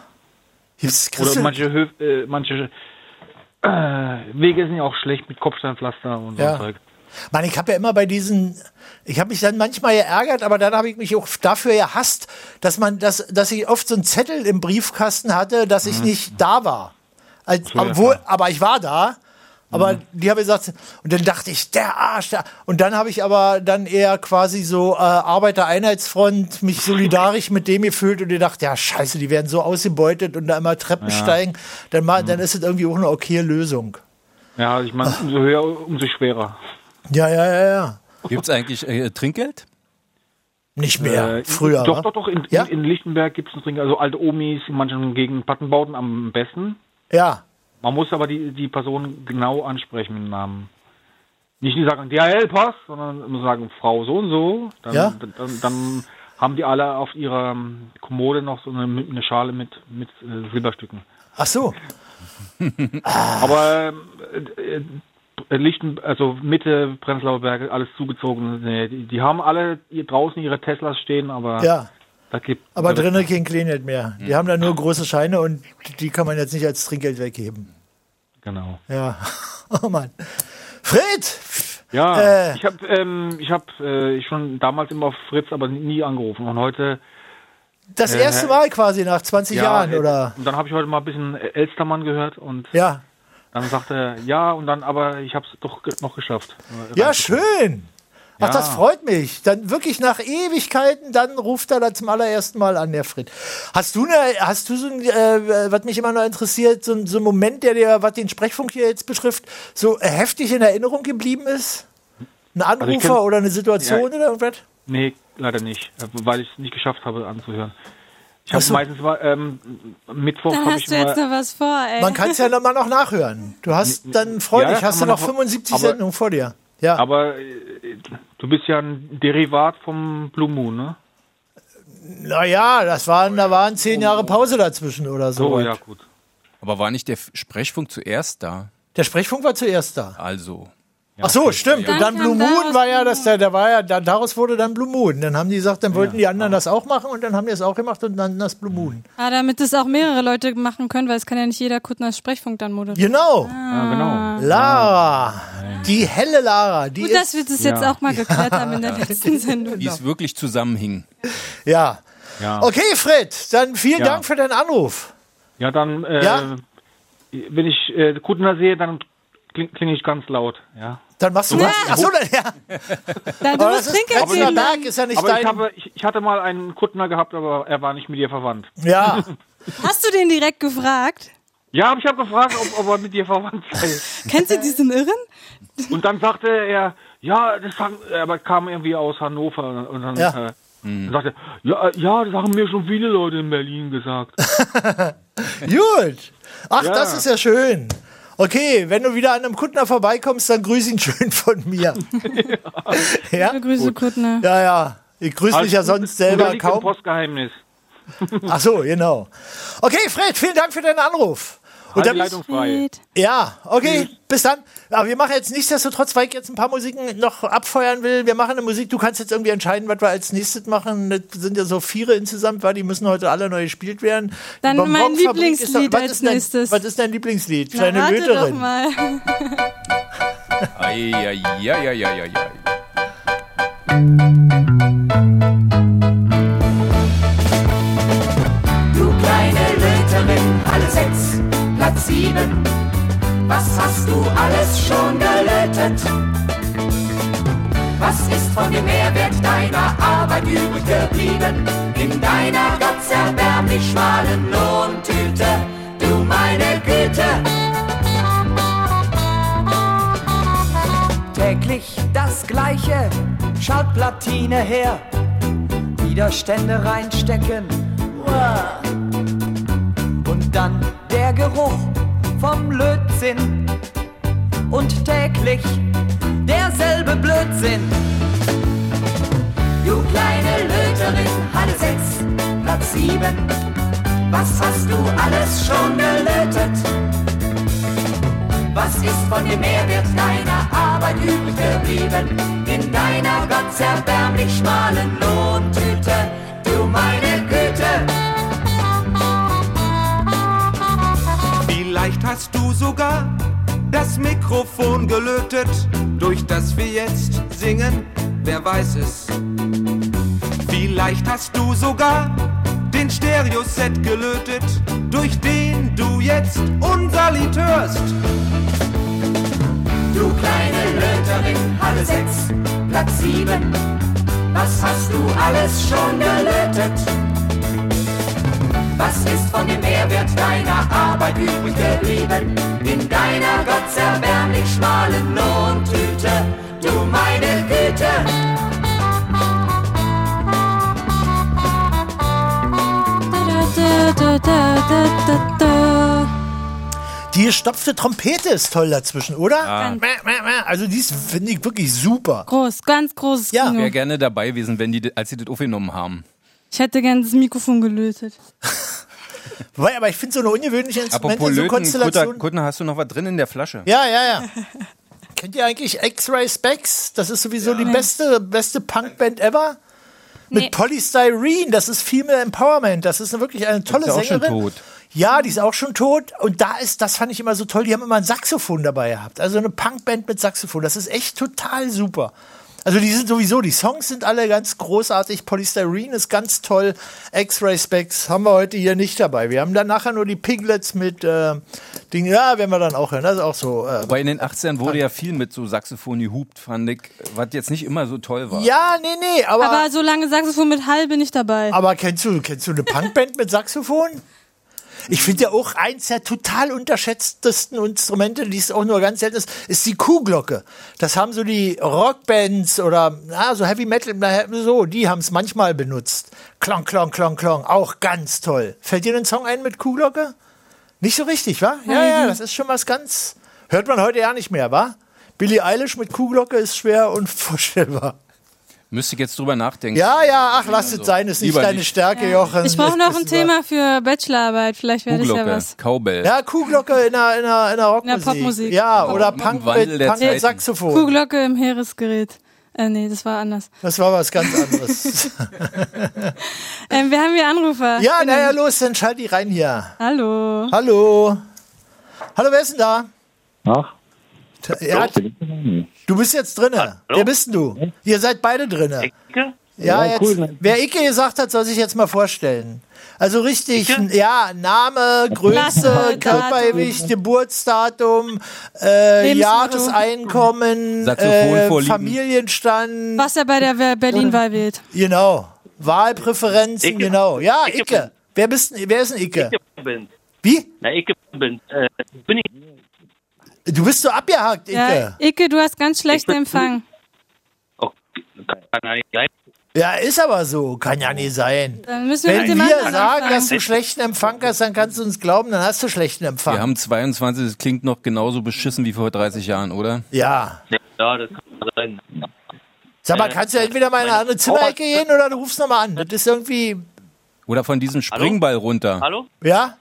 S5: Gibt's, kriegst
S13: Oder
S5: du-
S13: manche, Höf, äh, manche äh, Wege sind ja auch schlecht mit Kopfsteinpflaster und so
S5: Ja.
S13: ein Zeug.
S5: Mann, ich habe ja immer bei diesen, ich habe mich dann manchmal geärgert, aber dann habe ich mich auch dafür gehasst, dass man, dass, dass ich oft so einen Zettel im Briefkasten hatte, dass ich nicht da war. Als,
S13: Mhm. Ach so, ja,
S5: obwohl,
S13: klar. Mhm.
S5: aber ich war da. Aber die habe ich gesagt, und dann dachte ich, der Arsch, der, und dann habe ich aber dann eher quasi so äh, Arbeitereinheitsfront, mich solidarisch mit dem gefühlt und gedacht, ja scheiße, die werden so ausgebeutet und da immer Treppen
S13: Ja. Mhm.
S5: steigen, dann, mal, dann ist es irgendwie auch eine okaye Lösung.
S13: Ja, ich meine, umso höher, umso schwerer.
S5: Ja, ja, ja, ja.
S7: Gibt es eigentlich äh, Trinkgeld?
S5: Nicht ne?
S13: Äh, Doch, doch, doch. In,
S7: Ja?
S13: in, in Lichtenberg gibt es ein Trinken. Also alte Omis in manchen Gegenden, Plattenbauten am besten.
S5: Ja.
S13: Man muss aber die, die Person genau ansprechen mit dem Namen. Nicht nur sagen, DHL-Pass, sondern muss sagen, Frau so und so. Dann,
S5: Ja.
S13: dann, dann, dann haben die alle auf ihrer ähm, Kommode noch so eine, eine Schale mit, mit äh, Silberstücken.
S5: Ach so.
S13: Aber äh, äh, Lichten, also Mitte Prenzlauer Berge, alles zugezogen. Nee, die, die haben alle hier draußen ihre Teslas stehen, aber
S5: Ja.
S13: da gibt also
S5: Aber
S13: da- Hm.
S5: drinnen kein Kleingeld mehr. Die haben da nur große Scheine und die kann man jetzt nicht als Trinkgeld weggeben.
S13: Genau.
S5: Ja. Oh Mann. Fred!
S13: Ja,
S5: Äh.
S13: ich habe ähm, ich hab, äh, schon damals immer auf Fritz, aber nie angerufen. Und heute.
S5: Das
S13: äh,
S5: erste Mal quasi nach 20
S13: ja,
S5: Jahren,
S13: äh,
S5: oder?
S13: Und dann habe ich heute mal ein bisschen Elstermann gehört und
S5: Ja.
S13: dann sagte er, ja, und dann, aber ich habe es doch ge- noch geschafft. Äh,
S5: Ja, schön. Ach,
S13: Ja.
S5: das freut mich. Dann wirklich nach Ewigkeiten, dann ruft er da zum allerersten Mal an, der Fred. Hast du, ne, hast du so ein, äh, was mich immer noch interessiert, so, ein- so ein Moment, der dir, was den Sprechfunk hier jetzt betrifft, so heftig in Erinnerung geblieben ist? Ein
S13: Also ich
S5: Anrufer
S13: kenn-
S5: oder eine Situation
S13: Ja.
S5: oder irgendwas?
S13: Nee, leider nicht, äh, weil ich es nicht geschafft habe anzuhören. Ich
S5: Ach
S13: habe
S5: so.
S13: meistens mal, ähm, Mittwoch
S6: Da
S13: habe ich
S6: hast du jetzt
S13: immer-
S6: noch was vor, ey.
S5: Man kann es ja noch mal noch nachhören. Du hast dann freudig,
S13: Ja,
S5: hast du
S13: kann man
S5: noch
S13: noch-
S5: 75
S13: aber-
S5: Sendungen vor dir. Ja.
S13: Aber äh, du bist ja ein Derivat vom Blue Moon, ne?
S5: Naja, das waren, da waren zehn Jahre Pause dazwischen oder so.
S13: Oh, gut.
S7: Aber war nicht der F- Sprechfunk zuerst da?
S5: Der Sprechfunk war zuerst da.
S7: Also.
S5: Ach so, stimmt. Und dann Blue Moon war ja, das, da, da war ja, da, daraus wurde dann Blue Moon. Dann haben die gesagt, dann wollten die anderen das auch machen und dann haben die es auch gemacht und dann das Blue Moon.
S6: Ah, damit das auch mehrere Leute machen können, weil es kann ja nicht jeder Kuttners Sprechfunk dann moderieren.
S5: Genau.
S13: genau.
S5: Lara. Die helle Lara. Die
S6: Gut,
S5: ist,
S6: dass wir das jetzt auch mal geklärt haben in der letzten Sendung.
S7: Wie es wirklich zusammenhing.
S5: Ja.
S13: Ja.
S5: Okay, Fred, dann vielen
S13: Ja.
S5: Dank für deinen Anruf.
S13: Ja, dann, äh,
S5: Ja?
S13: wenn ich äh, Kutner sehe, dann klinge kling ich ganz laut, ja.
S5: Dann machst du was? Ach so, dann, ja.
S6: Dann,
S5: Aber das ist Prenzlauer Berg ist ja nicht
S13: aber
S5: dein.
S13: ich, habe, ich, ich hatte mal einen Kuttner gehabt, aber er war nicht mit dir verwandt.
S5: ja.
S6: Hast du den direkt gefragt?
S13: Ja, aber ich habe gefragt, ob, ob er mit dir verwandt sei.
S6: Kennst du diesen Irren?
S13: Und dann sagte er, ja, das fang, aber kam irgendwie aus Hannover und dann
S5: Ja.
S13: äh, Dann sagt er, ja, äh, ja, das haben mir schon viele Leute in Berlin gesagt.
S5: Gut. Ach,
S13: Ja.
S5: das ist ja schön. Okay, wenn du wieder an einem Kuttner vorbeikommst, dann grüß ihn schön von mir. ja.
S6: Grüße, Kuttner.
S5: Ja, ja. Ich
S13: Also Halt.
S5: grüße dich ja sonst selber
S13: unterliegt dem
S5: kaum.
S13: Postgeheimnis.
S5: Ach so, genau. Okay, Fred, vielen Dank für deinen Anruf.
S13: Halt die Leitung frei. Fred.
S5: Ja, okay, bis dann. Aber wir machen jetzt nichtsdestotrotz, weil ich jetzt ein paar Musiken noch abfeuern will. Wir machen eine Musik, du kannst jetzt irgendwie entscheiden, was wir als nächstes machen. Das sind ja so vier insgesamt, weil die müssen heute alle neu gespielt werden.
S6: Dann
S5: Die Bonbonfabrik
S6: mein
S5: ist doch-
S6: Lieblingslied
S5: was
S6: als
S5: ist dein-
S6: nächstes.
S5: Was ist dein Lieblingslied?
S6: Na,
S5: Kleine
S6: rate doch
S5: Löterin.
S6: mal.
S7: Eieieiei.
S10: Du kleine Löterin, Halle 6, Platz 7. Was hast du alles schon gelötet? Was ist von dem Mehrwert deiner Arbeit übrig geblieben? In deiner gottserbärmlich schmalen Lohntüte, du meine Güte!
S14: Täglich das Gleiche, Schaltplatine her, Widerstände reinstecken. Uah. Und dann der Geruch vom Lötzinn und täglich derselbe Blödsinn.
S10: Du kleine Löterin, Halle 6, Platz 7. Was hast du alles schon gelötet? Was ist von dem Mehrwert deiner Arbeit übrig geblieben? In deiner gottserbärmlich schmalen Lohntüte, du meine Güte!
S15: Vielleicht hast du sogar das Mikrofon gelötet, durch das wir jetzt singen, wer weiß es. Vielleicht hast du sogar den Stereoset gelötet, durch den du jetzt unser Lied hörst.
S10: Du kleine Löterin, Halle 6, Platz 7. Was hast du alles schon gelötet? Was ist von dem Mehrwert deiner Arbeit übrig geblieben? In deiner gottserbärmlich schmalen Lohntüte, du meine Güte!
S6: Da, da, da, da, da, da.
S5: Die gestopfte Trompete ist toll dazwischen, oder?
S7: Ja.
S5: Mäh, mäh, mäh. Also die ist, finde ich wirklich super.
S6: Groß, ganz großes
S7: Ich
S6: Kino.
S7: wäre gerne dabei gewesen, wenn die, als sie das aufgenommen haben.
S6: Ich hätte gern das Mikrofon gelötet.
S5: Wobei, aber ich finde so eine ungewöhnliche Instrumente,
S7: Apropos
S5: so
S7: Löten, Kutter,
S5: Konstellation.
S7: Kutter, hast du noch was drin in der Flasche?
S5: Ja, ja, ja. Kennt ihr eigentlich X-Ray Specs? Das ist sowieso die beste, beste Punkband ever. Mit Polystyrene, das ist Female Empowerment. Das ist wirklich eine tolle
S7: ist ja auch schon
S5: Sängerin.
S7: tot.
S5: Ja, die ist auch schon tot. Und da ist, das fand ich immer so toll, die haben immer ein Saxophon dabei gehabt. Also eine Punkband mit Saxophon. Das ist echt total super. Also die sind sowieso, die Songs sind alle ganz großartig. Polystyrene ist ganz toll. X-Ray Specs haben wir heute hier nicht dabei. Wir haben dann nachher nur die Piglets mit äh, Dingen. Ja, werden wir dann auch hören. Das ist auch so. Äh,
S7: Wobei in den 80ern wurde ja viel mit so Saxophon gehupt, fand ich, was jetzt nicht immer so toll war.
S5: Ja, nee, nee, aber.
S6: Aber solange Saxophon mit Hall bin ich dabei.
S5: Aber kennst du, kennst du eine Punkband mit Saxophon? Ich finde ja auch eins der total unterschätztesten Instrumente, die es auch nur ganz selten ist, ist die Kuhglocke. Das haben so die Rockbands oder na, so Heavy Metal, na, so, die haben es manchmal benutzt. Klong, klong, klong, klong, auch ganz toll. Fällt dir ein Song ein mit Kuhglocke? Nicht so richtig, wa? Ja, ja, das ist schon was ganz, hört man heute ja nicht mehr, wa? Billie Eilish mit Kuhglocke ist schwer unvorstellbar.
S7: Müsste ich jetzt drüber nachdenken.
S5: Ja, ja, ach, lass es sein, ist nicht
S7: Lieber
S5: deine
S7: nicht.
S5: Stärke, Jochen.
S6: Ich brauche noch ein
S5: Ist wahr.
S6: Thema für Bachelorarbeit, vielleicht wäre das ja
S7: Kuhglocke,
S6: was.
S7: Cowbell.
S5: Ja, Kuhglocke in der, in der, in der Rockmusik.
S6: In der Popmusik.
S5: Ja,
S6: Ja,
S5: oder
S6: im
S5: Punk
S7: Wandel
S5: mit,
S7: der
S5: Punk mit
S7: Zeiten.
S5: Saxophon.
S6: Kuhglocke im Heeresgerät. Äh, nee, das war anders.
S5: Das war was ganz anderes.
S6: Ähm, wir haben hier Anrufer. Ähm,
S5: ja, naja, los, dann schalt die rein hier.
S6: Hallo.
S5: Hallo. Hallo, wer ist denn da?
S16: Ach.
S5: T- Ja, du bist jetzt drinne. Wer bist denn du? Ihr seid beide drinne. Ja,
S16: Ja,
S5: jetzt,
S16: cool, ne?
S5: wer Icke gesagt hat, soll sich jetzt mal vorstellen. Also richtig, ja, Name, Größe,
S16: Datum.
S5: Körpergewicht, Geburtsdatum, äh,
S6: Lebensmotto.
S5: Jahreseinkommen,
S7: Saxophon
S5: äh,
S7: vorliegen.
S5: Familienstand.
S6: Was er bei der Wer- Berlin-Wahl wählt.
S5: Genau. Wahlpräferenzen, genau. Ja, Icke. Wer bist denn, wer ist denn Icke?
S17: bin.
S5: Wie?
S17: Na, ich bin, äh, bin ich.
S5: Du bist so abgehakt, Icke.
S6: Ja, Icke, du hast ganz schlechten Empfang.
S17: Kann ja nicht sein.
S5: Ja, ist aber so. Kann ja nicht sein.
S6: Dann müssen wir
S5: Wenn
S6: mit dem
S5: wir
S6: anderen
S5: sagen, dass du
S6: anfangen.
S5: schlechten Empfang hast, dann kannst du uns glauben, dann hast du schlechten Empfang.
S7: Wir haben 22, das klingt noch genauso beschissen wie vor 30 Jahren, oder?
S5: Ja.
S17: Ja, das kann sein.
S5: Sag mal, kannst du entweder mal in eine andere Zimmerecke gehen oder du rufst nochmal an. Das ist irgendwie.
S7: Oder von diesem Springball runter.
S17: Hallo?
S5: Ja?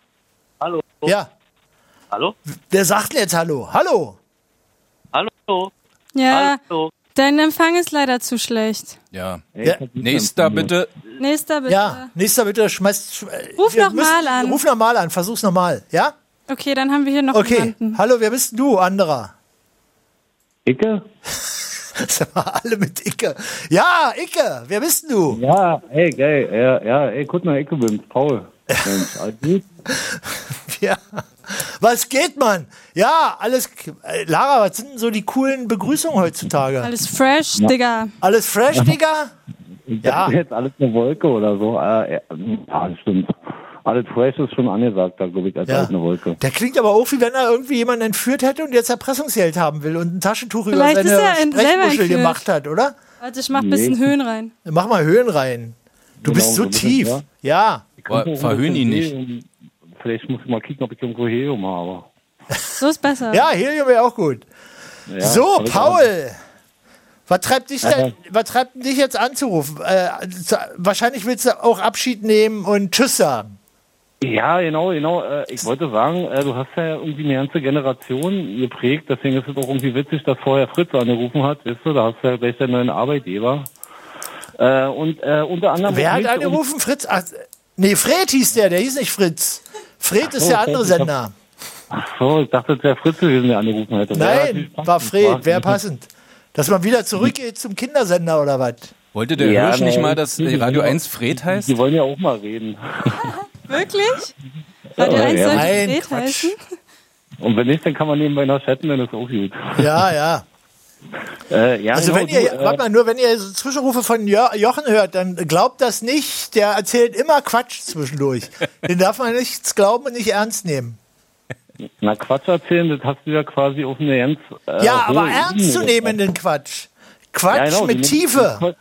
S17: Hallo?
S5: Ja.
S17: Hallo?
S5: Wer sagt denn jetzt Hallo? Hallo?
S17: Hallo?
S6: Ja, dein Empfang ist leider zu schlecht.
S7: Ja.
S5: Ja.
S7: Nächster bitte.
S6: Nächster bitte.
S5: Ja, nächster bitte schmeißt.
S6: Ruf
S5: wir
S6: noch
S5: müssen-
S6: mal an.
S5: Ruf nochmal an, versuch's nochmal, ja?
S6: Okay, dann haben wir hier noch
S5: okay.
S6: jemanden.
S5: Hallo, wer bist denn du, anderer?
S16: Icke?
S5: Sag mal, alle mit Icke. Ja, Icke, wer bist denn du?
S16: Ja, ey, geil. Ja, ja ey, guck mal, Ecke bin Paul. Mensch, alles gut?
S5: Ja. Was geht, Mann? Ja, alles. k- äh, Lara, was sind denn so die coolen Begrüßungen heutzutage?
S6: Alles fresh,
S16: Ja.
S6: Digga.
S5: Alles fresh, Digga?
S16: Ich
S5: Ja.
S16: dachte jetzt alles eine Wolke oder so. Äh, ja, ja, das stimmt. Alles Fresh ist schon angesagt, da glaube ich, als
S5: Ja.
S16: alles eine Wolke.
S5: Der klingt aber auch, wie wenn er irgendwie jemanden entführt hätte und jetzt Erpressungsgeld haben will und ein Taschentuch
S6: Vielleicht
S5: über
S6: ist
S5: seine
S6: er in- selber
S5: Sprechmuschel
S6: entführt.
S5: gemacht hat, oder?
S6: Warte, ich mach ein bisschen
S5: Nee.
S6: Höhen rein.
S5: Mach mal Höhen rein.
S16: Genau,
S5: Du bist so tief.
S16: ja.
S5: Ja.
S16: Könnte auch ein bisschen Helium- Vielleicht muss ich mal kicken, ob ich irgendwo Helium habe.
S6: So ist besser.
S5: Ja, Helium wäre auch gut.
S16: Ja,
S5: so,
S16: hab ich
S5: Paul. Was treibt, dich
S16: Ja.
S5: denn, was treibt denn dich jetzt anzurufen? Äh, zu, wahrscheinlich willst du auch Abschied nehmen und Tschüss sagen.
S16: Ja, genau, genau. Äh, Ich wollte sagen, äh, du hast ja irgendwie eine ganze Generation geprägt, deswegen ist es auch irgendwie witzig, dass vorher Fritz angerufen hat, weißt du, da hast du ja gleich deinen neuen Arbeitgeber. Äh, und äh, unter anderem.
S5: Wer hat
S16: mich und-
S5: angerufen? Fritz? Ach, nee, Fred hieß der, der hieß nicht Fritz. Fred ist
S16: so,
S5: der andere
S16: Fred, ich hab-
S5: Sender.
S16: Ach so, ich dachte, es wäre Fritz gewesen, der angerufen hätte. Wäre
S5: Nein,
S16: natürlich passend,
S5: war Fred,
S16: war-
S5: wäre passend. Dass man wieder zurückgeht zum Kindersender oder was?
S7: Wollte der
S16: Ja,
S7: Hirsch nicht
S16: nein.
S7: mal, dass äh, Radio 1 Fred heißt?
S16: Die wollen ja auch mal reden.
S6: Wirklich? Radio
S16: Ja,
S6: 1
S16: ja.
S6: sollte
S16: Nein,
S6: Fred heißen?
S16: Und wenn nicht, dann kann man nebenbei noch chatten, dann ist auch gut.
S5: Ja, ja.
S16: Äh, ja
S5: also wenn
S16: genau,
S5: ihr,
S16: du, äh,
S5: warte mal, nur wenn ihr so Zwischenrufe von jo Jochen hört, dann glaubt das nicht. Der erzählt immer Quatsch zwischendurch. Den darf man nichts glauben und nicht ernst nehmen.
S16: äh, Na, Quatsch erzählen, das hast du ja quasi auf eine ganz. Äh,
S5: ja, aber
S16: hohe
S5: ernst zu
S16: Ebene
S5: nehmenden Quatsch. Quatsch
S16: genau,
S5: mit
S16: die nehmen-
S5: Tiefe.
S16: die quatsch-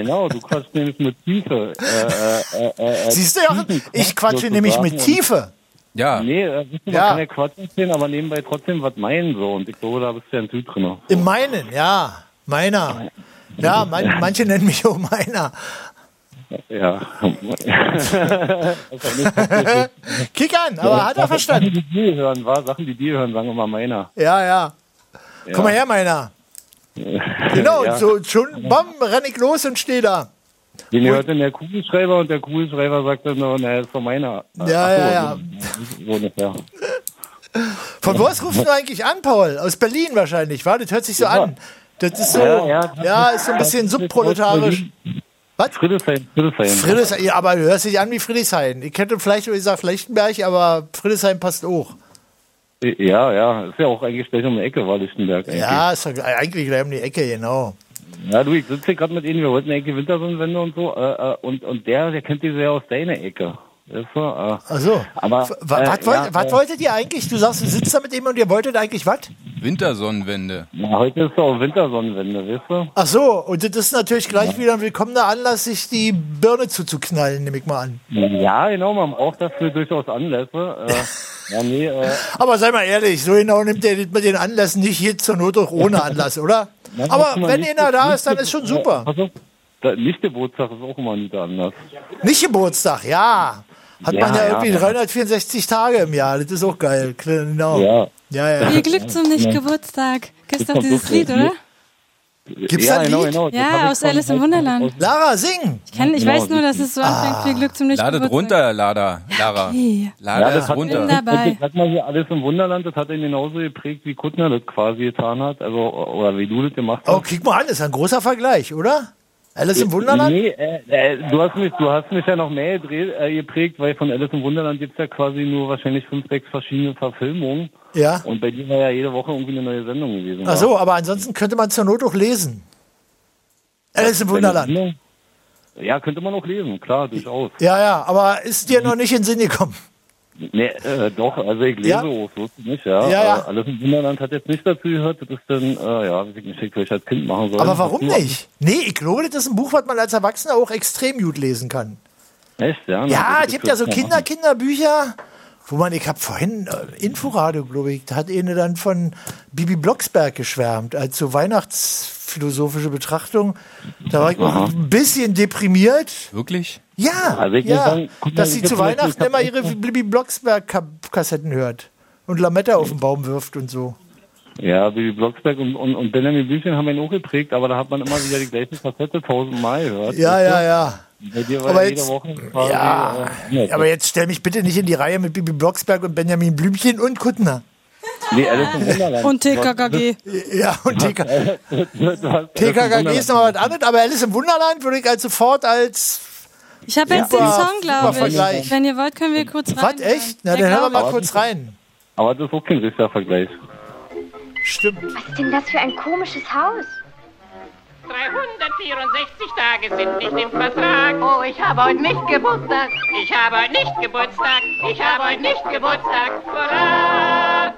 S16: Genau, du quatschst nämlich mit Tiefe. Äh, äh, äh, äh,
S5: Siehst du, Jochen?
S16: Tiefen-
S5: Ich quatsche
S16: sozusagen
S5: nämlich mit
S16: und-
S5: Tiefe.
S7: Ja.
S16: Nee, äh, wisst ihr, man
S5: Ja.
S16: kann ja Quatsch erzählen, aber nebenbei trotzdem was meinen so. Und ich glaube, da bist du ja ein Typ drin.
S5: Im Meinen, ja. Meiner. Ja, man, manche nennen mich auch meiner.
S16: Ja. Also nicht, was wir-
S5: Kick an, aber hat er verstanden.
S16: Sachen, die dir hören, war Sachen, die dir hören, sagen immer meiner.
S5: Ja, ja.
S16: Ja.
S5: Komm mal her, meiner. Genau, so schon, bam, renn ich los und stehe da.
S16: Den hört dann der Kugelschreiber und der Kugelschreiber sagt dann, nur, na, ist von meiner.
S5: Ja, ja, ja.
S16: So ungefähr.
S5: Von wo aus rufst du eigentlich an, Paul? Aus Berlin wahrscheinlich, wa? Das hört sich so an. Das ist so,
S16: Ja,
S5: ja,
S16: ja.
S5: ist so ein bisschen subproletarisch. Was?
S16: Friedrichshain, Friedrichshain.
S5: Friedrichshain, ja, aber du hörst dich an wie Friedrichshain. Ich hätte vielleicht gesagt Flechtenberg, aber Friedrichshain passt auch.
S16: Ja, ja, ist ja auch eigentlich gleich um die Ecke, war Lichtenberg. Eigentlich.
S5: Ja, ist doch eigentlich gleich um die Ecke, genau.
S16: Ja, du, ich sitze hier gerade mit Ihnen, wir wollten Ecke Winterson-Sende und so, äh, äh, und, und der, der kennt diese ja aus deiner Ecke. Weißt du, äh,
S5: Ach so.
S16: aber.
S5: Wa- wa- was,
S16: äh,
S5: wollt,
S16: ja,
S5: was
S16: äh,
S5: wolltet ihr eigentlich? Du sagst, du sitzt da mit ihm und ihr wolltet eigentlich was?
S7: Wintersonnenwende.
S16: na, heute ist doch Wintersonnenwende, weißt du?
S5: Ach so, und das ist natürlich gleich wieder ein willkommener Anlass, sich die Birne zuzuknallen, nehme ich mal an.
S16: Ja, genau, man braucht dafür durchaus Anlässe. Äh, ja, nee, äh,
S5: Aber sei mal ehrlich, so genau nimmt er das mit den Anlässen nicht hier zur Not auch ohne Anlass, oder?
S16: Nein,
S5: Aber
S16: guck mal,
S5: wenn
S16: nicht-
S5: einer da
S16: nicht-
S5: ist, dann ist schon super.
S16: Also, da, nicht Geburtstag ist auch immer ein guter Anlass.
S5: Nicht Geburtstag, ja. Hat man ja
S16: Ja, ja.
S5: irgendwie 364 Tage im Jahr, das ist auch geil. Genau.
S16: Ja.
S5: Ja, ja.
S6: Viel Glück zum Nicht-Geburtstag. Gibt's doch dieses Lied, oder?
S5: Gibt's da ein
S16: genau,
S5: Lied?
S6: Ja, aus Alice im Wunderland.
S5: Lara, sing! Ah.
S6: Ich, kenn, ich
S7: Genau,
S6: weiß nur, dass es so anfängt. Viel Glück zum
S7: Ladet
S6: Nicht-Geburtstag.
S7: runter, Lada. Lara.
S6: okay.
S7: Lada
S16: das
S7: es
S16: hat-
S7: runter.
S6: Bin dabei.
S16: Ich sag mal hier, alles im Wunderland, das hat ihn genauso geprägt, wie Kuttner das quasi getan hat, also, oder wie du das gemacht hast.
S5: Oh, kick mal an, ist ein großer Vergleich, oder? Alice im Wunderland?
S16: Nee, äh, äh, du, hast mich, du hast mich ja noch mehr gedreht, äh, geprägt, weil von Alice im Wunderland gibt's ja quasi nur wahrscheinlich fünf, sechs verschiedene Verfilmungen.
S5: Ja.
S16: Und bei dir war ja jede Woche irgendwie eine neue Sendung gewesen.
S5: Ach so, aber ansonsten könnte man zur Not auch lesen. Alice im Wunderland.
S16: Ja, könnte man auch lesen, klar, durchaus.
S5: Ja, ja, aber ist dir noch nicht in den Sinn gekommen.
S16: Nee, äh, doch, also ich lese
S5: Ja.
S16: auch, so ist es nicht, ja.
S5: Ja, ja.
S16: Äh, Alles im Wunderland hat jetzt nichts dazu gehört, das ist dann, äh, ja, weiß ich nicht, was ich als Kind machen soll.
S5: Aber warum
S16: Nur-
S5: nicht? Nee, ich glaube, das ist ein Buch, was man als Erwachsener auch extrem gut lesen kann.
S16: Echt, ja? ne,
S5: Ja, es gibt ja so Kinder, Kinderbücher, wo man, ich habe vorhin äh, Inforadio, glaube ich, da hat eine dann von Bibi Blocksberg geschwärmt, als so weihnachtsphilosophische Betrachtung. Da war ich
S16: Aha.
S5: ein bisschen deprimiert.
S7: Wirklich?
S5: Ja,
S16: Also ich muss
S5: ja
S16: sagen, guck mal,
S5: dass
S16: ich
S5: sie
S16: hab
S5: zu
S16: zum Beispiel-
S5: Weihnachten
S16: ich hab
S5: immer
S16: echt
S5: ihre Bibi Blocksberg-Kassetten hört und Lametta auf den Baum wirft und so.
S16: Ja, Bibi Blocksberg und, und, und Benjamin Blümchen haben ihn auch geprägt, aber da hat man immer wieder die gleiche Facette tausendmal gehört.
S5: Ja,
S16: weißt
S5: ja,
S16: du?
S5: ja.
S16: Bei dir war
S5: Aber
S16: jede
S5: jetzt-
S16: Woche quasi,
S5: ja,
S16: äh,
S5: Aber jetzt stell mich bitte nicht in die Reihe mit Bibi Blocksberg und Benjamin Blümchen und Kuttner.
S16: Nee, alles im Wunderland.
S6: Äh, Und TKKG.
S5: Ja, und TKKG. TKKG ist
S16: noch
S5: nochmal was anderes, aber Alice im Wunderland würde ich als sofort als.
S6: Ich habe
S5: Ja.
S6: jetzt den
S5: Super-
S6: Song, glaube ich.
S5: super Vergleich.
S6: Wenn ihr wollt, können wir kurz rein.
S5: Was, echt? Na, dann hören wir mal kurz rein.
S16: Aber das ist auch kein richtiger Vergleich.
S5: Stimmt.
S18: Was ist denn das für ein komisches Haus?
S19: 364 Tage sind nicht im Vertrag. Oh, ich habe heute nicht Geburtstag. Ich habe heute nicht Geburtstag. Ich habe heute nicht Geburtstag. Hurra!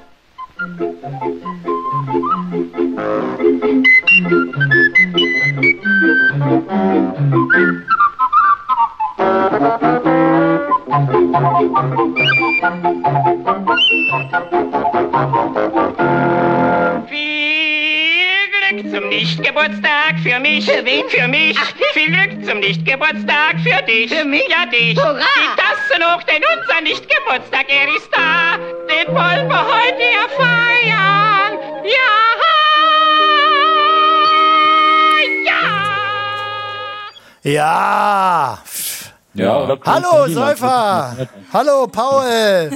S19: Viel Glück zum Nichtgeburtstag für mich. Für wen? Für mich. Viel Glück zum Nichtgeburtstag für dich. Für mich? Ja, dich.
S10: Hurra!
S19: Die Tassen hoch, denn unser Nichtgeburtstag, er ist da. Den wollen wir heute ja feiern. Ja! Ja!
S5: Ja.
S16: Ja, oder-
S5: Hallo, Säufer. Hallo, Paul.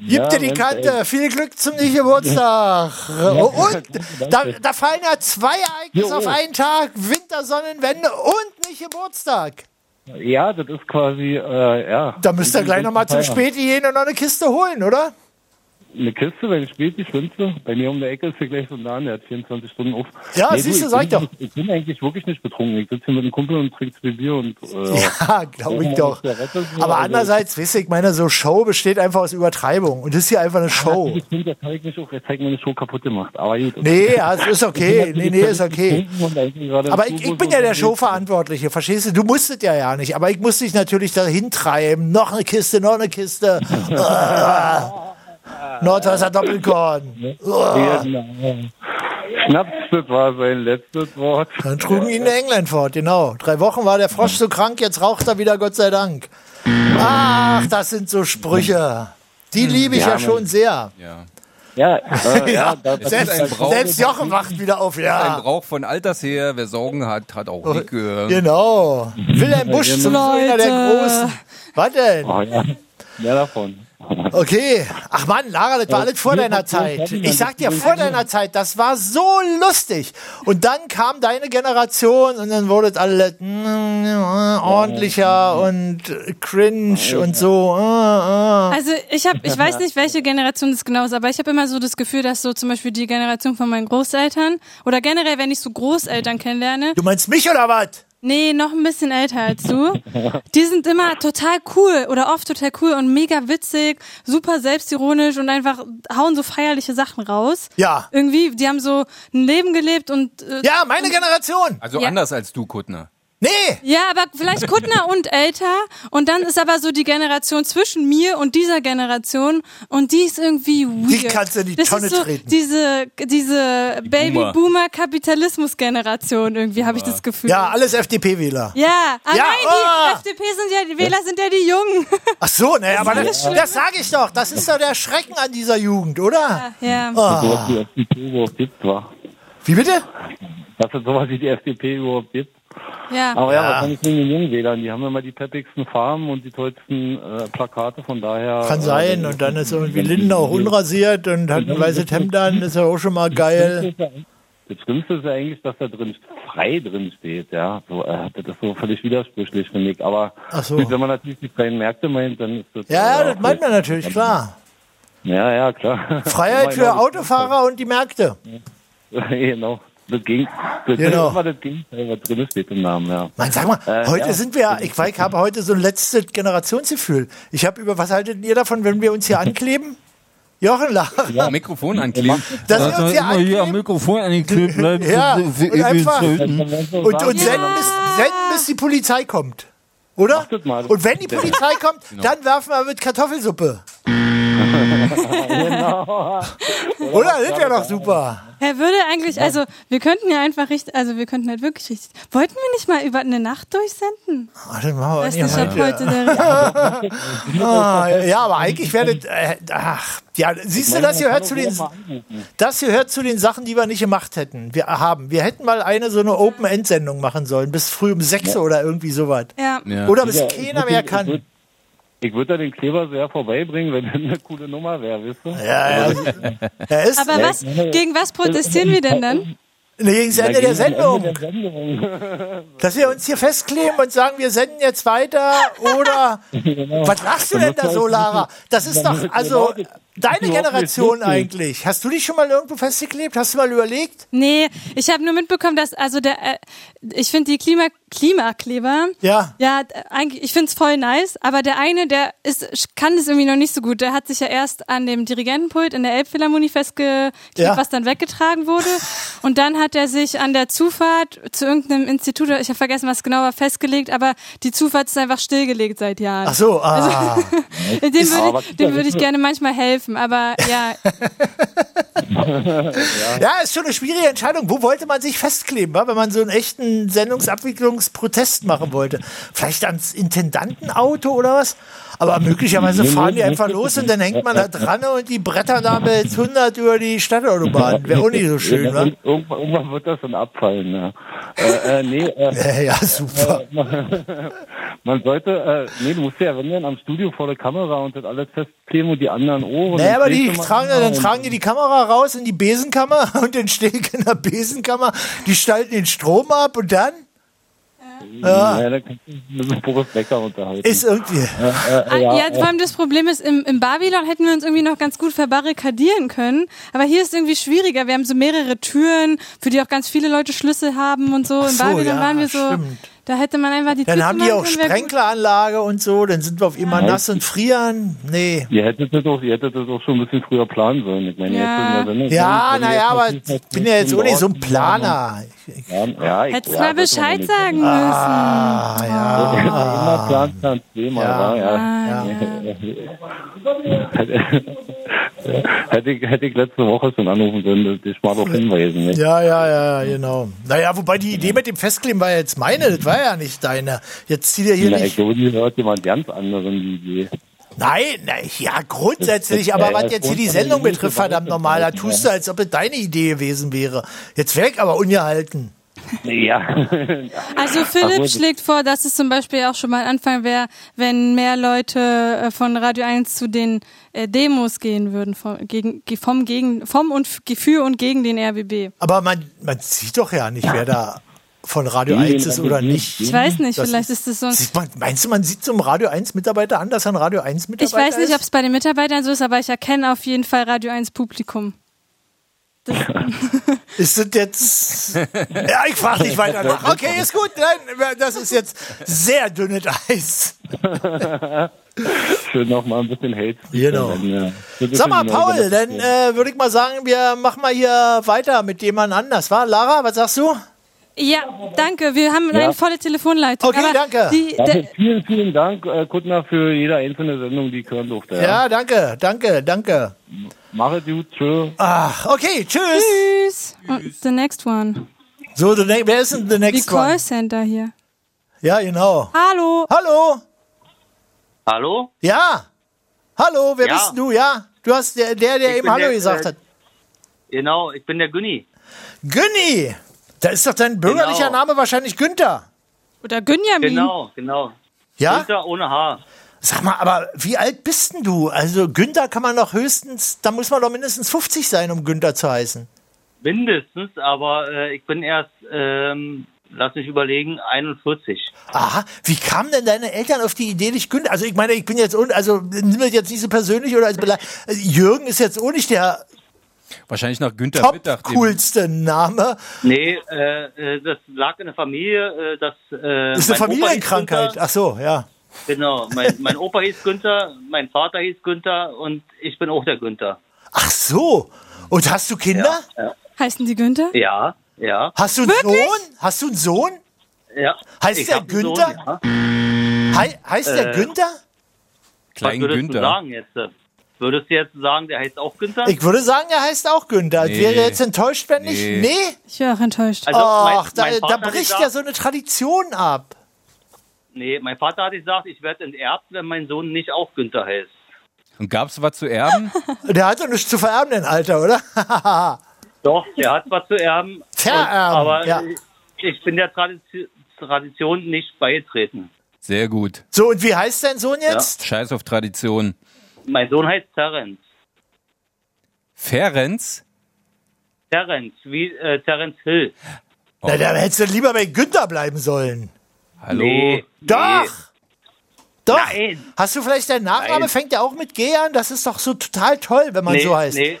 S5: Gib
S16: Ja,
S5: dir die
S16: Mensch,
S5: Kante.
S16: ey.
S5: Viel Glück zum Nicht-Geburtstag. Und da, da fallen ja zwei Ereignisse
S16: Jo.
S5: auf einen Tag: Winter, Sonnenwende und Nicht-Geburtstag.
S16: Ja, das ist quasi, äh, ja.
S5: Da müsst ihr gleich nochmal zum
S16: Ja.
S5: Späti gehen und noch eine Kiste holen, oder?
S16: Eine Kiste, wenn ich spät die schwimmst Bei mir um der Ecke ist hier gleich so ein Laden, der hat 24 Stunden auf.
S5: Ja, siehst du,
S16: ich
S5: sag
S16: bin
S5: ich doch.
S16: nicht- Ich bin eigentlich wirklich nicht betrunken. Ich sitze hier mit einem Kumpel und trinke zwei Bier und. Äh,
S5: Ja, glaube ich doch.
S16: Zigarette so,
S5: Aber
S16: also-
S5: andererseits, weißt du, ich meine, so Show besteht einfach aus Übertreibung. Und das ist hier einfach eine Show.
S16: Ich finde, das habe ich mich auch, jetzt zeigt meine Show kaputt gemacht. Aber gut.
S5: Nee, ja, es ist okay. Nee,
S16: Ich bin
S5: nee,
S16: natürlich
S5: ist okay.
S16: betrunken und eigentlich gerade
S5: Aber
S16: im
S5: ich,
S16: Tourbus
S5: ich bin ja
S16: und
S5: der
S16: so.
S5: Showverantwortliche, verstehst du? Du musstet ja ja nicht, aber ich musste dich natürlich dahin treiben. Noch eine Kiste, noch eine Kiste. Ah. Nordhäuser Doppelkorn. Ah.
S16: Genau. Schnaps, das war sein letztes Wort.
S5: Dann trugen ihn in England fort, genau. Drei Wochen war der
S16: Hm.
S5: Frosch so krank, jetzt raucht er wieder, Gott sei Dank. Ach, das sind so Sprüche. Die liebe ich
S16: Hm. Ja,
S5: ja
S16: Mann.
S5: schon sehr.
S7: Ja.
S16: Ja, äh, ja, da- das
S5: selbst,
S16: ist ein Brauch.
S5: selbst Jochen wacht wieder auf,
S7: Ein
S5: ja.
S7: Brauch von Alters her, wer Sorgen hat, hat auch nicht gehört.
S5: Genau. Wilhelm Busch zum einer der
S6: Leute.
S5: Großen. Was denn?
S16: Oh, ja. Mehr davon.
S5: Okay. Ach Mann, Lara, das war
S16: Ja,
S5: alles vor
S16: wir
S5: deiner
S16: hatten
S5: Zeit.
S16: schon-
S5: Ich sag dir, vor deiner Zeit, das war so lustig. Und dann kam deine Generation und dann wurde das alles mm, ordentlicher und cringe und so. Also
S6: Also ich habe, ich weiß nicht, welche Generation das genau ist, aber ich habe immer so das Gefühl, dass so zum Beispiel die Generation von meinen Großeltern oder generell, wenn ich so Großeltern kennenlerne,
S5: Du meinst mich oder was?
S6: nee, noch ein bisschen älter als du, die sind immer total cool oder oft total cool und mega witzig, super selbstironisch und einfach hauen so feierliche Sachen raus.
S5: Ja.
S6: Irgendwie, die haben so ein Leben gelebt und äh,
S5: Ja, meine Generation.
S7: Also
S6: Ja.
S7: anders als du, Kuttner.
S5: Nee!
S6: Ja, aber vielleicht Kuttner und älter. Und dann ist aber so die Generation zwischen mir und dieser Generation. Und die ist irgendwie weird.
S5: Die kannst du in die
S6: das
S5: Tonne
S6: ist so
S5: treten.
S6: Diese, diese Baby-Boomer-Kapitalismus-Generation irgendwie, habe ich das Gefühl.
S5: Ja, alles FDP-Wähler.
S6: Hm. Ja, ah,
S5: Ja,
S6: nein,
S5: oh.
S6: die FDP sind ja, die Wähler sind ja die Jungen.
S5: Ach so, ne, aber das,
S6: alles schlimm.
S5: das sage ich doch. Das ist doch der Schrecken an dieser Jugend, oder?
S6: ja.
S16: Dass
S5: Ah.
S16: sowas wie die FDP überhaupt gibt, war.
S5: Wie bitte?
S16: Dass es sowas wie die FDP überhaupt gibt.
S6: Ja.
S16: Aber ja,
S5: Ja.
S16: was kann ich mit den Jungwählern? Die haben immer die peppigsten Farben und die tollsten äh, Plakate, von daher.
S5: Kann
S16: äh,
S5: sein. Und dann ist irgendwie Linden auch unrasiert und hat ein weißes Hemd an. Ist ja auch schon mal geil.
S16: Das Schlimmste ist ja eigentlich, dass da drin frei drin steht, ja. So, äh, das ist so völlig widersprüchlich, finde ich. Aber
S5: Ach so.
S16: gut, wenn man natürlich die freien Märkte meint, dann ist das.
S5: Ja,
S16: äh,
S5: ja, das meint man natürlich, klar.
S16: Ja, ja, klar.
S5: Freiheit
S16: Ja,
S5: für Autofahrer und die Märkte.
S16: genau. das ging, das
S5: Genau.
S16: ist immer das Gegenteil, was drin steht im Namen, ja.
S5: Man, sag mal,
S16: Äh,
S5: heute
S16: ja.
S5: sind wir, ich, ich habe heute so ein letztes Generationsgefühl. Ich habe über, was haltet ihr davon, wenn wir uns hier ankleben? Jochen lacht.
S7: Ja, Mikrofon ankleben.
S5: Dass wir uns hier
S13: immer hier am Mikrofon angeklebt bleiben.
S5: Ja,
S13: ne? so- so-
S5: und einfach.
S13: so-
S5: Und, und senden, bis, senden, bis die Polizei kommt. Oder? Und wenn die Polizei kommt,
S13: Genau.
S5: dann werfen wir mit Kartoffelsuppe.
S16: genau.
S5: Oder? Das wäre doch super.
S6: Er würde eigentlich, also wir könnten ja einfach richtig, also wir könnten halt wirklich richtig. Wollten wir nicht mal über eine Nacht durchsenden?
S5: Ach, das machen wir
S6: Das
S5: nicht
S6: ist ab
S5: heute.
S6: heute der-
S5: ah, ja, aber eigentlich wäre das. Äh, ach, ja, siehst du,
S16: meine,
S5: das
S16: man
S5: gehört
S16: kann
S5: zu
S16: auch
S5: den.
S16: immer anrufen.
S5: Das gehört zu den Sachen, die wir nicht gemacht hätten. Wir haben. Wir hätten mal eine so eine Open-End-Sendung machen sollen, bis früh um 6
S16: Ja.
S5: oder irgendwie sowas.
S6: Ja.
S5: Oder bis
S16: ich
S5: keiner
S16: würd
S5: mehr
S16: den- Ich
S5: kann.
S16: würd- ich würde da den Kleber sehr vorbeibringen, wenn das eine coole Nummer wäre, weißt du?
S5: Ja, ja. Er ist-
S6: Aber was, gegen was protestieren wir denn dann?
S5: Nee, gegen das
S6: Ja,
S5: Ende
S6: gegen
S5: der
S6: das Ende
S5: Sendung. Dass wir uns hier festkleben und sagen, wir senden jetzt weiter oder.
S16: Genau.
S5: Was lachst du denn da so, Lara? Das ist doch, also, deine Generation eigentlich. Hast du dich schon mal irgendwo festgeklebt? Hast du mal überlegt?
S6: Nee, ich habe nur mitbekommen, dass also der äh, ich finde die Klima Klimakleber
S5: Ja.
S6: ja d- eigentlich ich finde es voll nice, aber der eine, der ist kann das irgendwie noch nicht so gut. Der hat sich ja erst an dem Dirigentenpult in der Elbphilharmonie festgeklebt,
S5: Ja.
S6: was dann weggetragen wurde und dann hat er sich an der Zufahrt zu irgendeinem Institut, ich habe vergessen, was genau war, festgelegt, aber die Zufahrt ist einfach stillgelegt seit Jahren. Also,
S5: Ach so, ah.
S6: dem würde ich, dem würd ich gerne manchmal helfen, aber ja,
S5: Ja, ist schon eine schwierige Entscheidung. Wo wollte man sich festkleben, wa? wenn man so einen echten Sendungsabwicklungsprotest machen wollte? Vielleicht ans Intendantenauto oder was? Aber möglicherweise
S16: Nee,
S5: fahren die
S16: nee,
S5: einfach
S16: nee.
S5: los und dann hängt man da dran und die brettern damit 100 über die Stadtautobahn. Wäre auch nicht so schön, ne? wa?
S16: Ir- Irgendwann, irgendwann wird das dann abfallen. Ja, äh, äh, nee, äh,
S5: ja super.
S16: man sollte, äh, nee, du musst ja, wenn dann am Studio vor der Kamera und das alles festkleben und die anderen Ohren.
S5: Naja,
S16: und
S5: aber die
S16: Bildschirme
S5: tragen, ja-
S16: an-
S5: dann tragen die die Kamera raus in die Besenkammer und dann stehen in der Besenkammer, die schalten den Strom ab und dann
S16: äh, Ja, dann kannst du dich mit Boris Becker unterhalten.
S5: ist irgendwie...
S16: Äh,
S6: Ah,
S16: äh,
S6: ja,
S16: ja,
S6: vor allem das Problem ist, im, im Babylon hätten wir uns irgendwie noch ganz gut verbarrikadieren können. Aber hier ist irgendwie schwieriger. Wir haben so mehrere Türen, für die auch ganz viele Leute Schlüssel haben und so.
S5: Ach
S6: In
S5: so,
S6: Babylon
S5: ja,
S6: waren wir so.
S5: stimmt.
S6: Da hätte man einfach die
S5: Dann
S6: Tüte
S5: haben die
S6: machen
S5: auch
S6: können, wär gut.
S5: Sprenkleranlage und so, dann sind wir auf immer nass und frieren. Nee.
S16: Ihr hättet das auch, ihr hättet das auch schon ein bisschen früher planen sollen. Ich meine,
S5: Ja.
S16: jetzt in der Sendung-
S5: Ja,
S16: wenn
S5: naja,
S16: ihr ne? jetzt
S5: aber
S16: natürlich
S5: ich
S16: noch
S5: bin ja jetzt auch nicht so ein
S16: Ort-
S5: Planer.
S16: Ja, ja, ich,
S6: Hättest
S16: ja,
S6: mal
S16: das war
S6: Bescheid
S16: nicht-
S6: sagen
S5: Ah, ja.
S16: Immer Plan, Plan, zweimal,
S5: Ja.
S16: ja.
S5: Ah,
S16: ja.
S6: Ah,
S16: hätte, ich, hätte ich letzte Woche schon anrufen können, das mal darauf hinweisen. Ne?
S5: Ja, ja, ja, genau. Naja, wobei die Idee mit dem Festkleben war ja jetzt meine, das war ja nicht deine. Jetzt zieh dir hier
S16: Na, ich
S5: nicht.
S16: glaube, hier hört jemand ganz anderen die Idee.
S5: Nein, nein, ja, grundsätzlich, aber was jetzt hier die Sendung betrifft, verdammt normal, da tust du, als ob es deine Idee gewesen wäre. Jetzt wäre ich aber ungehalten.
S16: Ja.
S6: Also Philipp schlägt vor, dass es zum Beispiel auch schon mal ein Anfang wäre, wenn mehr Leute äh, von Radio 1 zu den äh, Demos gehen würden vom, gegen, ge- vom, gegen, vom und f- für und gegen den RBB.
S5: Aber man, man sieht doch ja nicht, wer da von Radio 1 ist oder nicht.
S6: Ich weiß nicht,
S5: Mhm. Das
S6: vielleicht ist es so ein
S5: Sieht man, meinst du, man sieht so einem Radio 1 Mitarbeiter an, dass er ein Radio 1
S6: Ich
S5: Mitarbeiter
S6: weiß nicht, ob
S5: ist?
S6: es bei den Mitarbeitern so ist, aber ich erkenne auf jeden Fall Radio 1 Publikum.
S5: Ist das jetzt. ja, ich frage nicht weiter nach. Okay, ist gut. Nein, das ist jetzt sehr dünnes Eis.
S16: Schön noch mal ein bisschen Hate.
S5: Genau.
S16: Ja. Das ist
S5: Sag mal,
S16: eine
S5: Paul,
S16: Organisation.
S5: dann äh, würde ich mal sagen, wir machen mal hier weiter mit jemand anders, war? Lara, was sagst du?
S6: Ja, danke. Wir haben
S16: Ja.
S6: eine volle Telefonleitung.
S5: Okay,
S6: aber
S5: danke.
S6: Die,
S16: Dafür
S6: der,
S16: vielen, vielen Dank, äh, Kuttner, für jede einzelne Sendung, die ich hören durfte.
S5: Ja, danke, danke, danke.
S16: Mach es
S5: Hm.
S16: gut, tschö.
S5: Ach, okay, tschüss.
S6: Tschüss. Und the next one.
S5: So, the ne- wer ist denn the
S6: Die
S5: next one?
S6: Callcenter hier.
S5: Ja, genau.
S6: Hallo.
S5: Hallo.
S17: Hallo?
S5: Ja. Hallo, wer
S17: Ja.
S5: bist denn du? Ja. Du hast der, der, der
S17: Ich
S5: eben
S17: bin
S5: Hallo
S17: der,
S5: gesagt
S17: äh,
S5: hat.
S17: Genau, ich bin der Günni.
S5: Günni! Da ist doch dein bürgerlicher
S17: Genau.
S5: Name wahrscheinlich Günther.
S6: Oder Günjamin.
S17: Genau, genau.
S5: Ja?
S17: Günther ohne Haar.
S5: Sag mal, aber wie alt bist denn du? Also Günther kann man doch höchstens, da muss man doch mindestens 50 sein, um Günther zu heißen.
S17: Mindestens, aber äh, ich bin erst, ähm, lass mich überlegen, 41.
S5: Aha, wie kamen denn deine Eltern auf die Idee, dich Günther? Also ich meine, ich bin jetzt un, also nimm das jetzt nicht so persönlich oder als Bele- also Jürgen ist jetzt auch nicht der
S7: Wahrscheinlich nach Günther
S5: Top
S7: Mittag. dem-
S5: coolste Name.
S17: Nee, äh, äh, das lag in der Familie. Äh, das äh,
S5: Das ist eine
S17: mein Opa hieß
S5: Familienkrankheit.
S17: Günther.
S5: Ach so, ja.
S17: Genau, mein, mein Opa hieß Günther, mein Vater hieß Günther und ich bin auch der Günther.
S5: Ach so. Und hast du Kinder?
S17: Ja,
S6: Heißen die Günther?
S17: ja. ja.
S5: Hast du einen
S6: Wirklich?
S5: Sohn? Hast du einen Sohn?
S17: Ja.
S5: Heißt
S17: Ich
S5: der
S17: hab einen Sohn,
S5: Günther? Hei heißt der
S17: Äh,
S5: Günther?
S17: Was würdest du sagen jetzt? äh? Würdest du jetzt sagen, der heißt auch Günther?
S5: Ich würde sagen, er heißt auch Günther. Ich
S17: Nee.
S5: wäre jetzt enttäuscht, wenn nicht.
S17: Nee.
S5: Nee?
S6: Ich wäre auch enttäuscht.
S17: Also, mein-
S5: Ach, da,
S17: mein
S5: da
S17: Vater
S5: bricht
S17: gesagt-
S5: ja so eine Tradition ab.
S17: Nee, mein Vater hat gesagt, ich werde enterbt, wenn mein Sohn nicht auch Günther heißt.
S7: Und gab es was zu erben?
S5: Der hat doch nichts zu vererben, den Alter, oder?
S17: Doch, der hat was zu erben.
S5: Vererben,
S17: und, aber
S5: ja.
S17: ich- ich bin der Tradition, Tradition nicht beigetreten.
S7: Sehr gut.
S5: So, und wie heißt dein Sohn
S7: Ja. Scheiß auf Tradition.
S17: Mein Sohn heißt Terrenz.
S7: Ferenz?
S17: Terrenz, wie äh, Terrenz Hill.
S5: Na, dann hättest du lieber bei Günther bleiben sollen.
S17: Oh. Hallo? Nee,
S5: Doch!
S17: nee.
S5: Doch! Hast du vielleicht deinen Nachname?
S17: Nein.
S5: Fängt ja auch mit G an. Das ist doch so total toll, wenn man
S17: nee,
S5: so heißt.
S17: Nee.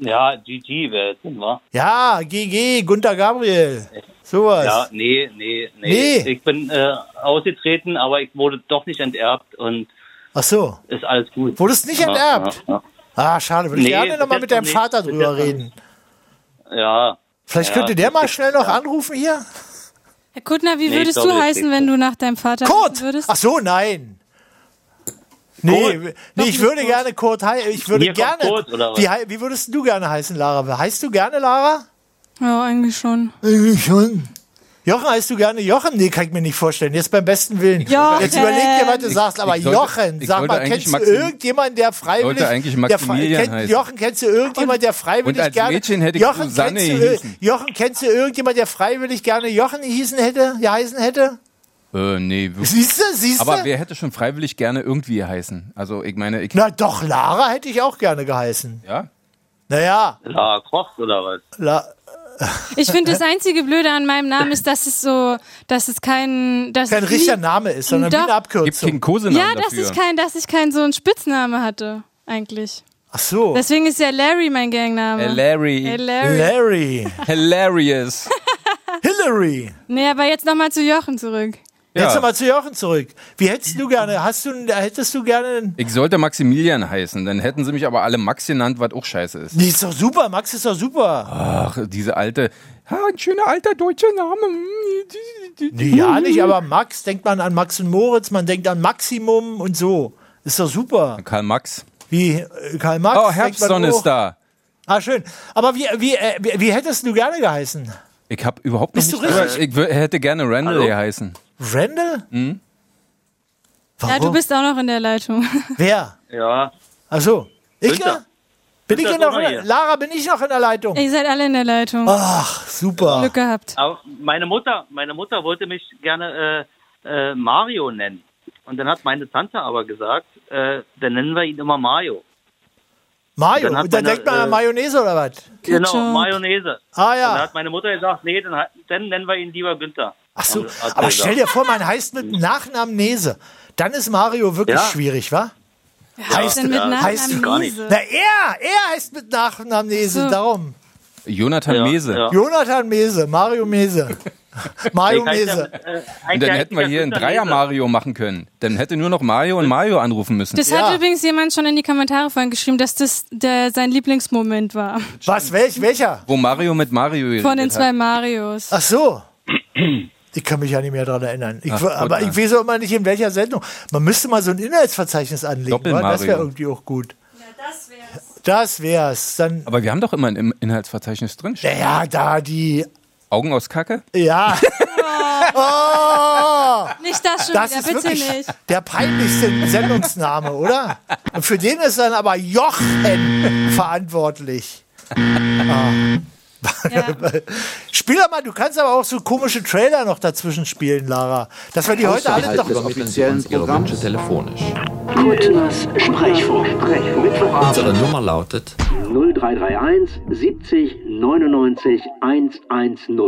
S17: Ja, GG wäre es, wa?
S5: Ja, GG, Günther Gabriel. Sowas.
S17: Ja, nee, nee, nee.
S5: Nee.
S17: Ich bin äh, ausgetreten, aber ich wurde doch nicht enterbt und
S5: Ach so.
S17: ist alles gut.
S5: Wurdest nicht enterbt?
S17: Ja, ja,
S5: Ah, schade. Würde ich
S17: Nee,
S5: gerne nochmal mit
S17: bis
S5: deinem
S17: jetzt noch
S5: Vater
S17: nicht. Bis
S5: drüber
S17: jetzt noch
S5: reden.
S17: ja. ja.
S5: Vielleicht
S17: ja,
S5: könnte der
S17: das
S5: mal
S17: ist-
S5: schnell noch anrufen hier.
S6: Herr Kuttner, wie
S5: Nee,
S6: würdest
S5: ich glaube,
S6: du
S5: das
S6: heißen,
S5: geht
S6: wenn du nach deinem Vater Kurt! würdest?
S5: Ach so, nein. Nee, nee ich würde gerne Kurt hei- Ich würde
S6: Hier kommt
S5: gerne.
S6: Kurt, oder was?
S5: wie, hei- wie würdest du gerne heißen, Lara? Heißt du gerne Lara?
S6: Ja, eigentlich schon.
S5: Eigentlich schon. Jochen heißt du gerne Jochen? Nee, kann ich mir nicht vorstellen. Jetzt beim besten Willen.
S6: Jochen.
S5: Jetzt überleg dir, was du
S7: Ich-
S5: sagst,
S7: ich
S5: aber
S7: sollte-
S5: Jochen,
S7: ich
S5: sag
S7: sollte
S5: mal,
S7: eigentlich
S5: kennst du
S7: Maxim-
S5: irgendjemand, der freiwillig.
S7: sollte eigentlich
S5: der fre-
S7: Maximilian
S5: kennt-
S7: heißen.
S5: Jochen, kennst du irgendjemand, der freiwillig
S7: und als
S5: gerne.
S7: Mädchen hätte ich
S5: Jochen,
S7: Susanne
S5: kennst du, ir-
S7: hießen.
S5: Jochen, kennst du irgendjemand, der freiwillig gerne Jochen hießen hätte, geheißen hätte?
S7: Äh, nee. wir-
S5: Siehst du, siehst du?
S7: Aber wer hätte schon freiwillig gerne irgendwie heißen? Also, ich meine, ich.
S5: Na doch, Lara hätte ich auch gerne geheißen.
S7: Ja?
S5: Naja.
S17: Lara Croft oder was?
S5: La
S6: Ich finde, das einzige Blöde an meinem Namen ist, dass es so, dass es kein, dass
S5: kein
S6: es
S5: richtiger
S6: nie-
S5: Name ist, sondern wie
S6: Doch.
S5: eine
S7: Gibt
S5: Abkürzung.
S7: keinen Kosenamen
S6: Ja, dass
S7: dafür.
S6: ich kein, dass ich keinen so einen Spitzname hatte, eigentlich.
S5: Ach so.
S6: Deswegen ist ja Larry mein Gangname.
S7: Äh, Larry.
S6: Äh, Larry.
S7: Hilarious.
S5: Hillary.
S6: Nee, aber jetzt nochmal zu Jochen zurück.
S5: Jetzt nochmal zu Jochen zurück. Wie hättest du gerne, hast du, hättest du gerne,
S7: Ich sollte Maximilian heißen, dann hätten sie mich aber alle Max genannt, was auch scheiße ist.
S5: die ist doch super, Max ist doch super.
S7: Ach, diese alte. Ha, ein schöner alter deutscher Name.
S5: Nee, ja nicht, aber Max, denkt man an Max und Moritz, man denkt an Maximum und so. Ist doch super.
S7: Karl Max.
S5: Wie äh, Karl Max.
S7: Oh,
S5: denkt man
S7: Herbstsonne
S5: auch.
S7: ist da.
S5: Ah, schön. Aber wie, wie, äh, wie, wie hättest du gerne geheißen?
S7: Ich habe überhaupt noch
S5: Bist du
S7: nicht
S5: richtig?
S7: Ich wür- hätte gerne Randall
S5: Hallo?
S7: geheißen.
S5: Randall?
S7: Hm?
S6: Ja, du bist auch noch in der Leitung.
S5: Wer?
S17: Ja.
S5: Achso. Ich? äh,
S6: Günther.
S5: Bin ich denn
S6: Günther ist
S5: noch
S6: auch
S5: in
S6: noch
S5: der,
S6: hier.
S5: Lara, bin ich noch in der Leitung?
S6: Ihr seid alle in der Leitung.
S5: Ach, super.
S6: Glück gehabt.
S17: Aber meine Mutter, meine Mutter wollte mich gerne äh, äh, Mario nennen. Und dann hat meine Tante aber gesagt, äh, dann nennen wir ihn immer Mario.
S5: Mayo.
S17: Dann hat
S5: Und dann
S17: meine,
S5: denkt man an
S17: äh,
S5: Mayonnaise oder was?
S17: Genau, Mayonnaise.
S5: Ah, ja.
S17: Und dann hat meine Mutter gesagt, nee, dann, hat- dann nennen wir ihn lieber Günther. Also,
S5: Ach
S17: so,
S5: Aber stell dir vor, man heißt mit Nachnamen Nese. Dann ist Mario wirklich
S17: Mhm. Ja.
S5: schwierig, wa? heißt
S17: denn mit Nachnamen
S5: Na,
S17: Gar nicht.
S5: er, er heißt mit Nachnamen Nese, darum.
S7: Jonathan
S17: Ja,
S7: Mese.
S17: ja.
S5: Jonathan Mese, Mario Mese. Mario Mese.
S7: Und dann hätten wir hier einen Dreier-Mario machen können. Dann hätte nur noch Mario und Mario anrufen müssen.
S6: Das hat übrigens jemand schon in die Kommentare vorhin geschrieben, dass das der, sein Lieblingsmoment war.
S5: Was, welch, welcher?
S7: Wo Mario mit Mario geredet
S6: Von den zwei
S7: hat.
S6: Marios.
S5: Ach so. Ich kann mich ja nicht mehr daran erinnern. Ich,
S7: Ach,
S5: w-
S7: gut,
S5: aber
S7: na.
S5: ich weiß auch immer nicht, in welcher Sendung. Man müsste mal so ein Inhaltsverzeichnis anlegen. wa? Das
S7: Doppel-Mario.
S5: wäre irgendwie auch gut. Das wär's. Dann,
S7: Aber wir haben doch immer ein Im- Inhaltsverzeichnis drin.
S5: naja, da die.
S7: Augen aus Kacke?
S5: Ja. Oh!
S6: Nicht das schon wieder, bitte
S5: wirklich
S6: nicht.
S5: Der peinlichste Sendungsname, oder? Und für den ist dann aber Jochen verantwortlich. Ah. Spiel doch mal, du kannst aber auch so komische Trailer noch dazwischen spielen, Lara. Dass wir die heute alle doch.
S13: offiziellen Programms. Ihre Wünsche telefonisch.
S20: Kuttners Sprechfunk.
S13: Unsere
S20: Mittwochabend
S13: Nummer lautet
S20: 0331 70 99 110.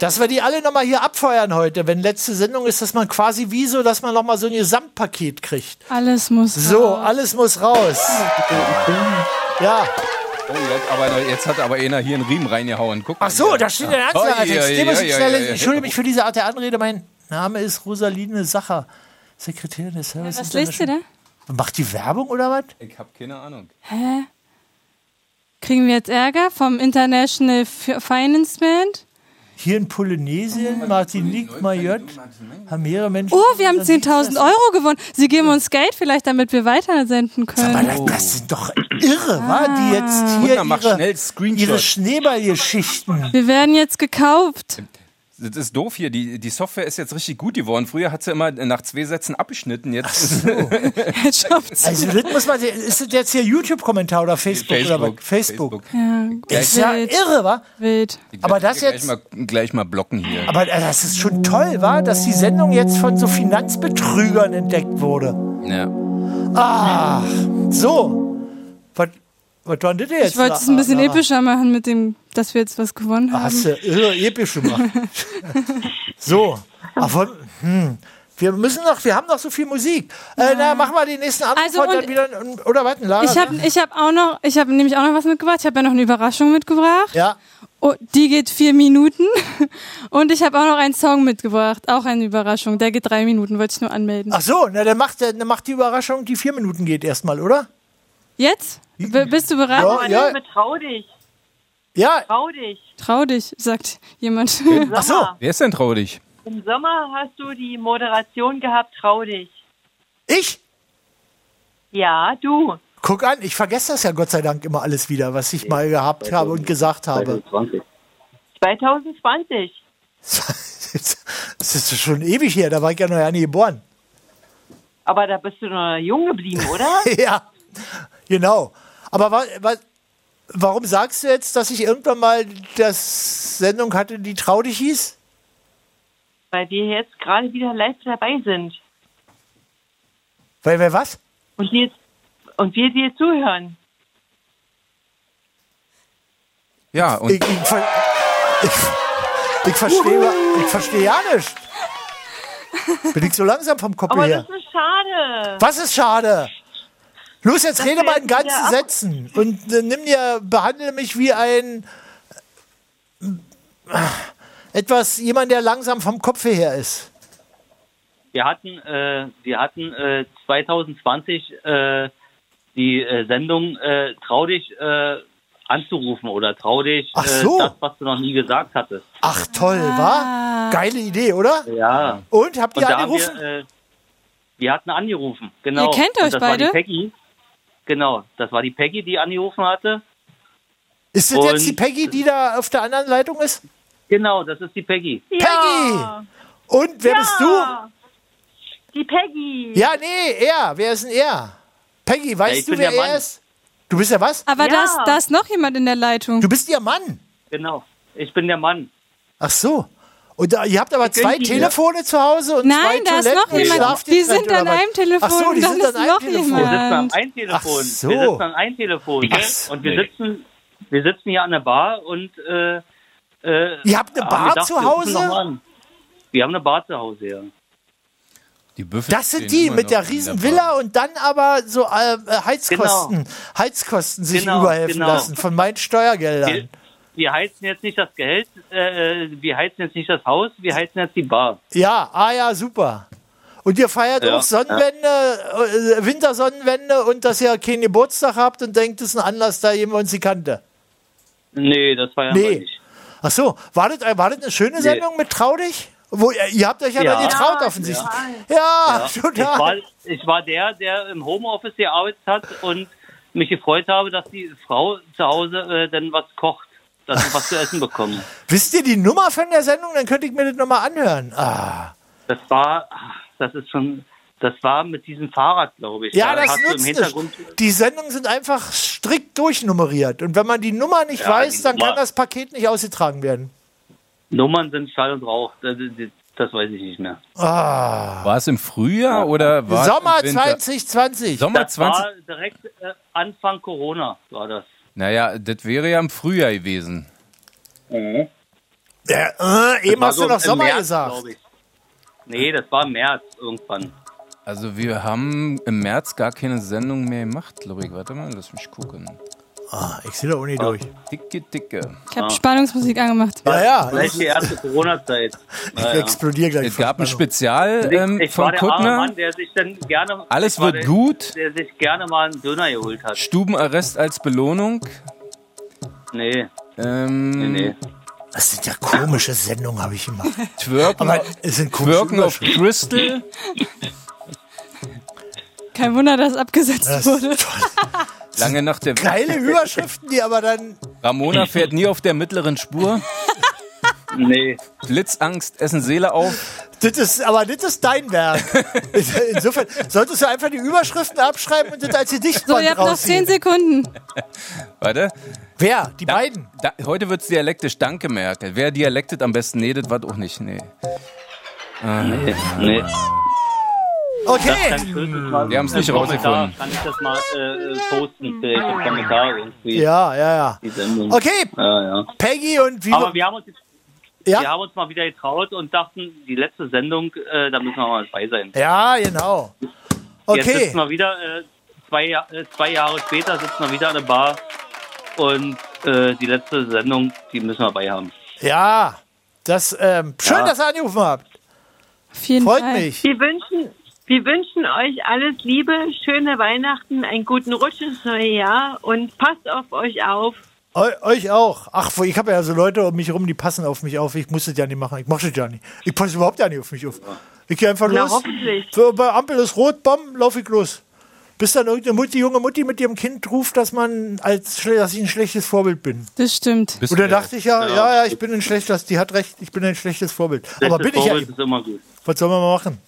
S5: Dass wir die alle nochmal hier abfeuern heute, wenn letzte Sendung ist, dass man quasi wie so, dass man nochmal so ein Gesamtpaket kriegt.
S6: Alles muss
S5: So, alles muss raus. Ja.
S7: Oh, jetzt, aber, jetzt hat aber einer hier einen Riemen reingehauen. Guck mal
S5: Ach so,
S7: hier.
S5: da steht der
S7: Oi,
S5: Ernst.
S7: oi,
S5: Ich
S7: oi, oi, oi, oi.
S5: entschuldige mich für diese Art der Anrede. Mein Name ist Rosaline Sacher, Sekretärin des Service.
S6: Was lest ihr da?
S5: da? Macht die Werbung oder was?
S7: Ich habe keine Ahnung.
S6: Hä? Kriegen wir jetzt Ärger vom International F- Finance Band?
S5: Hier in Polynesien, Martinique, Mayotte, haben mehrere Menschen.
S6: Oh, wir haben 10.000 Euro gewonnen. Sie geben uns Geld vielleicht, damit wir weitersenden können.
S5: Das- Das sind doch irre, wa?
S6: Ah.
S5: die jetzt hier
S7: Wunder, mach schnell
S5: ihre,
S7: Screenshot.
S5: ihre Schneeballgeschichten.
S6: Wir werden jetzt gekauft.
S7: Das ist doof hier. Die, die Software ist jetzt richtig gut geworden. Früher hat sie immer nach zwei Sätzen abgeschnitten. Jetzt
S5: Also, das muss man, ist das jetzt hier YouTube-Kommentar oder Facebook, oder was? Facebook.
S6: Ja,
S5: Ist ja
S6: wild.
S5: irre, wa?
S6: Wild.
S5: Aber das
S7: gleich
S5: jetzt.
S7: mal, gleich mal blocken hier.
S5: Aber äh, das ist schon toll, war, dass die Sendung jetzt von so Finanzbetrügern entdeckt wurde.
S7: ja.
S5: Ach, so. Was, was war denn das jetzt?
S6: Ich wollte es ein bisschen
S5: Na, na.
S6: epischer machen mit dem, dass wir jetzt was gewonnen haben.
S5: Hast du irre episch gemacht. so. Aber, hm. Wir müssen noch, wir haben noch so viel Musik. Äh, na, machen wir den nächsten Anruf
S6: Also
S5: heute
S6: und-
S5: wieder. Oder was? Lara,
S6: Ich habe
S5: ne?
S6: ich hab auch noch, ich habe nämlich auch noch was mitgebracht. Ich habe ja noch eine Überraschung mitgebracht.
S5: Ja.
S6: Oh, die geht vier Minuten. Und ich habe auch noch einen Song mitgebracht. Auch eine Überraschung. Der geht drei Minuten, wollte ich nur anmelden.
S5: Ach so, na, dann macht, der- dann macht die Überraschung, die vier Minuten geht erstmal, oder? Hm.
S6: Jetzt? B bist du bereit?
S5: Ja, ja.
S19: Trau dich.
S5: Ja.
S19: Trau dich.
S6: Trau dich, sagt jemand.
S19: Ach so.
S7: Wer ist denn traurig?
S19: Im Sommer hast du die Moderation gehabt, trau dich.
S5: Ich?
S19: Ja, du.
S5: Guck an, ich vergesse das ja Gott sei Dank immer alles wieder, was ich mal gehabt habe und gesagt habe.
S19: 2020.
S5: Das ist schon ewig her, da war ich ja noch gar nicht geboren.
S19: Aber da bist du noch jung geblieben, oder?
S5: ja, genau. Aber wa wa warum sagst du jetzt, dass ich irgendwann mal das Sendung hatte, die trau dich hieß?
S19: Weil wir jetzt gerade wieder live dabei sind.
S5: Weil wer was?
S19: Und wir, und wir dir zuhören.
S7: Ja, und
S5: Ich, ich, ver ich, ich verstehe ich verstehe ja nicht. Bin ich so langsam vom Kopf
S19: Aber
S5: her.
S19: das ist schade.
S5: Was ist schade? Los, jetzt
S19: Das
S5: rede mal in
S19: fällt wieder
S5: ganzen
S19: ab.
S5: Sätzen und äh, nimm dir, behandle mich wie ein äh, etwas, jemand, der langsam vom Kopf her ist.
S17: Wir hatten, äh, wir hatten äh, 2020 äh, die äh, Sendung äh, Trau dich äh, anzurufen oder Trau dich
S5: Ach so. Ah.
S17: äh, das, was du noch nie gesagt hattest.
S5: Ach toll, wa? Geile Idee, oder?
S17: Ja.
S5: Und habt ihr
S17: Und da haben
S5: angerufen?
S17: wir, äh, wir hatten angerufen, genau.
S6: Ihr kennt
S17: Und
S6: euch
S17: das
S6: beide?
S17: War die Peggy. Genau, das war die Peggy, die angerufen hatte.
S5: Ist das jetzt
S17: Und-
S5: die Peggy, die da auf der anderen Leitung ist?
S17: Genau, das ist die Peggy.
S5: Peggy! Und wer bist du?
S19: Die Peggy.
S5: Ja, nee, er. Wer ist denn er? Peggy,
S17: ich
S5: weißt du,
S17: bin
S5: wer
S17: der
S5: er
S17: Mann.
S5: ist? Du bist ja was?
S6: Aber
S5: Ja.
S6: da, ist, da ist noch jemand in der Leitung.
S5: Du bist ihr Mann.
S17: Genau, ich bin der Mann.
S5: Ach so. Und da, ihr habt aber
S17: Wir
S5: zwei
S17: können die-
S5: Telefone zu Hause und zwei
S6: Nein, da ist
S5: Toiletten
S6: noch
S5: und
S6: jemand.
S5: Schlafzimmer
S6: Die sind an
S5: oder was?
S6: einem Telefon.
S5: Ach so, die
S6: dann
S5: sind an
S6: ist
S5: einem
S6: noch
S5: Telefon.
S17: Wir sitzen am
S6: jemand.
S17: einen Telefon.
S5: Ach so.
S17: Wir sitzen am einen Telefon. ne?
S5: Ach,
S17: und wir sitzen, wir sitzen hier an der Bar und äh, äh,
S5: Ihr habt eine
S17: haben
S5: Bar
S17: gedacht,
S5: zu
S17: wir rufen
S5: Hause?
S17: noch mal an. Wir haben eine Bar zu Hause, ja.
S7: Die Büffel
S5: Das sind die mit der riesen Villa und dann aber so äh, äh, Heizkosten, Heizkosten sich
S17: Genau,
S5: überhelfen
S17: genau.
S5: lassen von meinen Steuergeldern.
S17: Wir, wir heizen jetzt nicht das Geld, äh, wir heizen jetzt nicht das Haus, wir heizen jetzt die Bar.
S5: Ja, ah ja, super. Und ihr feiert
S17: Ja,
S5: auch Sonnenwende, äh, Wintersonnenwende und dass ihr keinen Geburtstag habt und denkt, das ist ein Anlass, da geben wir uns die Kante.
S17: Nee, das feiern wir
S5: Nee.
S17: nicht.
S5: Ach so, war das, äh, war das eine schöne
S17: Nee.
S5: Sendung mit Traudig? Wo, äh, ihr, ihr habt euch ja,
S17: Ja.
S5: mal getraut
S17: Ja,
S5: offensichtlich. Ja,
S17: Ja. Ich, war,
S5: total.
S17: ich war der, der im Homeoffice gearbeitet hat und mich gefreut habe, dass die Frau zu Hause äh, dann was kocht, dass ich was zu essen bekomme.
S5: Wisst ihr die Nummer von der Sendung? Dann könnte ich mir das nochmal anhören. Ah.
S17: Das war, das ist schon, das war mit diesem Fahrrad, glaube ich.
S5: Ja,
S17: Da
S5: das
S17: hast du im
S5: nutzt
S17: Hintergrund.
S5: nicht. Die Sendungen sind einfach strikt durchnummeriert. Und wenn man die Nummer nicht
S17: Ja,
S5: weiß,
S17: die
S5: dann kann
S17: Nummer-
S5: das Paket nicht ausgetragen werden.
S17: Nummern sind Schall und Rauch, das, das- das weiß ich nicht mehr.
S5: Ah.
S7: War es im Frühjahr oder war
S5: Sommer
S7: es Äh, im Winter?
S5: 2020.
S7: Sommer
S17: Das war
S7: 20.
S17: direkt äh, Anfang Corona, war das.
S7: Naja, das wäre ja im Frühjahr gewesen.
S5: Äh, Mhm. eben
S17: Das war
S5: hast
S17: so
S5: du noch
S17: im
S5: Sommer
S17: März,
S5: gesagt.
S17: glaub ich. Nee, das war im März irgendwann.
S7: Also wir haben im März gar keine Sendung mehr gemacht, glaube ich. Warte mal, lass mich gucken.
S5: Ah, ich sehe da Uni durch.
S7: Dicke, dicke.
S6: Ich
S17: Ah.
S6: habe Spannungsmusik angemacht.
S17: Vielleicht die erste Corona-Zeit. Naja.
S5: gleich.
S7: Es gab ein Spezial
S17: Und
S7: ähm,
S17: ich, ich war
S7: von
S17: der arme
S7: Kuttner.
S17: Mann, der sich dann gerne.
S7: Alles
S17: ich war
S7: wird
S17: der,
S7: gut.
S17: Der sich gerne mal einen Döner geholt hat.
S7: Stubenarrest als Belohnung.
S17: Nee.
S7: Ähm,
S17: Nee, nee.
S5: Das sind ja komische Sendungen, habe ich gemacht.
S7: Twerken,
S5: Aber es sind komische
S7: Twerken auf
S5: Überschriften.
S7: Crystal.
S6: Kein Wunder, dass abgesetzt
S7: Das-
S6: wurde.
S7: Lange Nacht der
S5: Geile Überschriften, die aber dann.
S7: Ramona fährt nie auf der mittleren Spur.
S17: Nee.
S7: Blitzangst, essen Seele auf.
S5: Das ist, aber das ist dein Werk. Insofern solltest du einfach die Überschriften abschreiben und das als
S6: So,
S5: Gedichtband
S6: ihr habt noch 10
S5: rausziehen.
S6: Sekunden.
S7: Warte.
S5: Wer? Die beiden?
S7: Da, heute wird's dialektisch. Danke, Merkel. Wer dialektet am besten? Nee, das war auch nicht. Nee. Ah,
S17: nee. nee.
S5: Okay.
S7: Wir haben's nicht rausgefunden.
S17: Kann ich das mal äh, äh, posten, vielleicht im Kommentar irgendwie?
S5: Ja, ja, ja.
S17: Die Sendung.
S5: Okay.
S17: Ja, ja.
S5: Peggy und wie.
S17: Aber wir haben uns
S5: Ja?
S17: Wir haben uns mal wieder getraut und dachten, die letzte Sendung, äh, da müssen wir mal dabei sein.
S5: Ja, genau.
S17: Jetzt
S5: Okay.
S17: sitzen wir wieder, äh, zwei, Ja- äh, zwei Jahre später sitzen wir wieder an der Bar und äh, die letzte Sendung, die müssen wir dabei haben.
S5: Ja. Das, ähm, schön,
S17: Ja.
S5: dass ihr angerufen habt. Freut mich.
S21: Wir wünschen, wir wünschen euch alles Liebe, schöne Weihnachten, einen guten Rutsch ins neue Jahr und passt auf euch auf.
S5: Eu euch auch. Ach, ich habe ja so Leute um mich rum, die passen auf mich auf. Ich muss das ja nicht machen. Ich mache das ja nicht. Ich passe überhaupt ja nicht auf mich auf. Ich gehe einfach
S21: Na,
S5: los.
S21: hoffentlich.
S5: So, bei Ampel ist rot, bomb, laufe ich los. Bis dann irgendeine Mutti, junge Mutti mit ihrem Kind ruft, dass man als schle- dass ich ein schlechtes Vorbild bin.
S6: Das stimmt.
S5: Und da dachte ich ja,
S17: Ja.
S5: ja, ja, ich bin ein schlechtes, die hat recht, ich bin ein schlechtes Vorbild. Aber bin ich ja
S17: Vorbild
S5: eben.
S17: ist immer gut.
S5: Was soll man mal machen?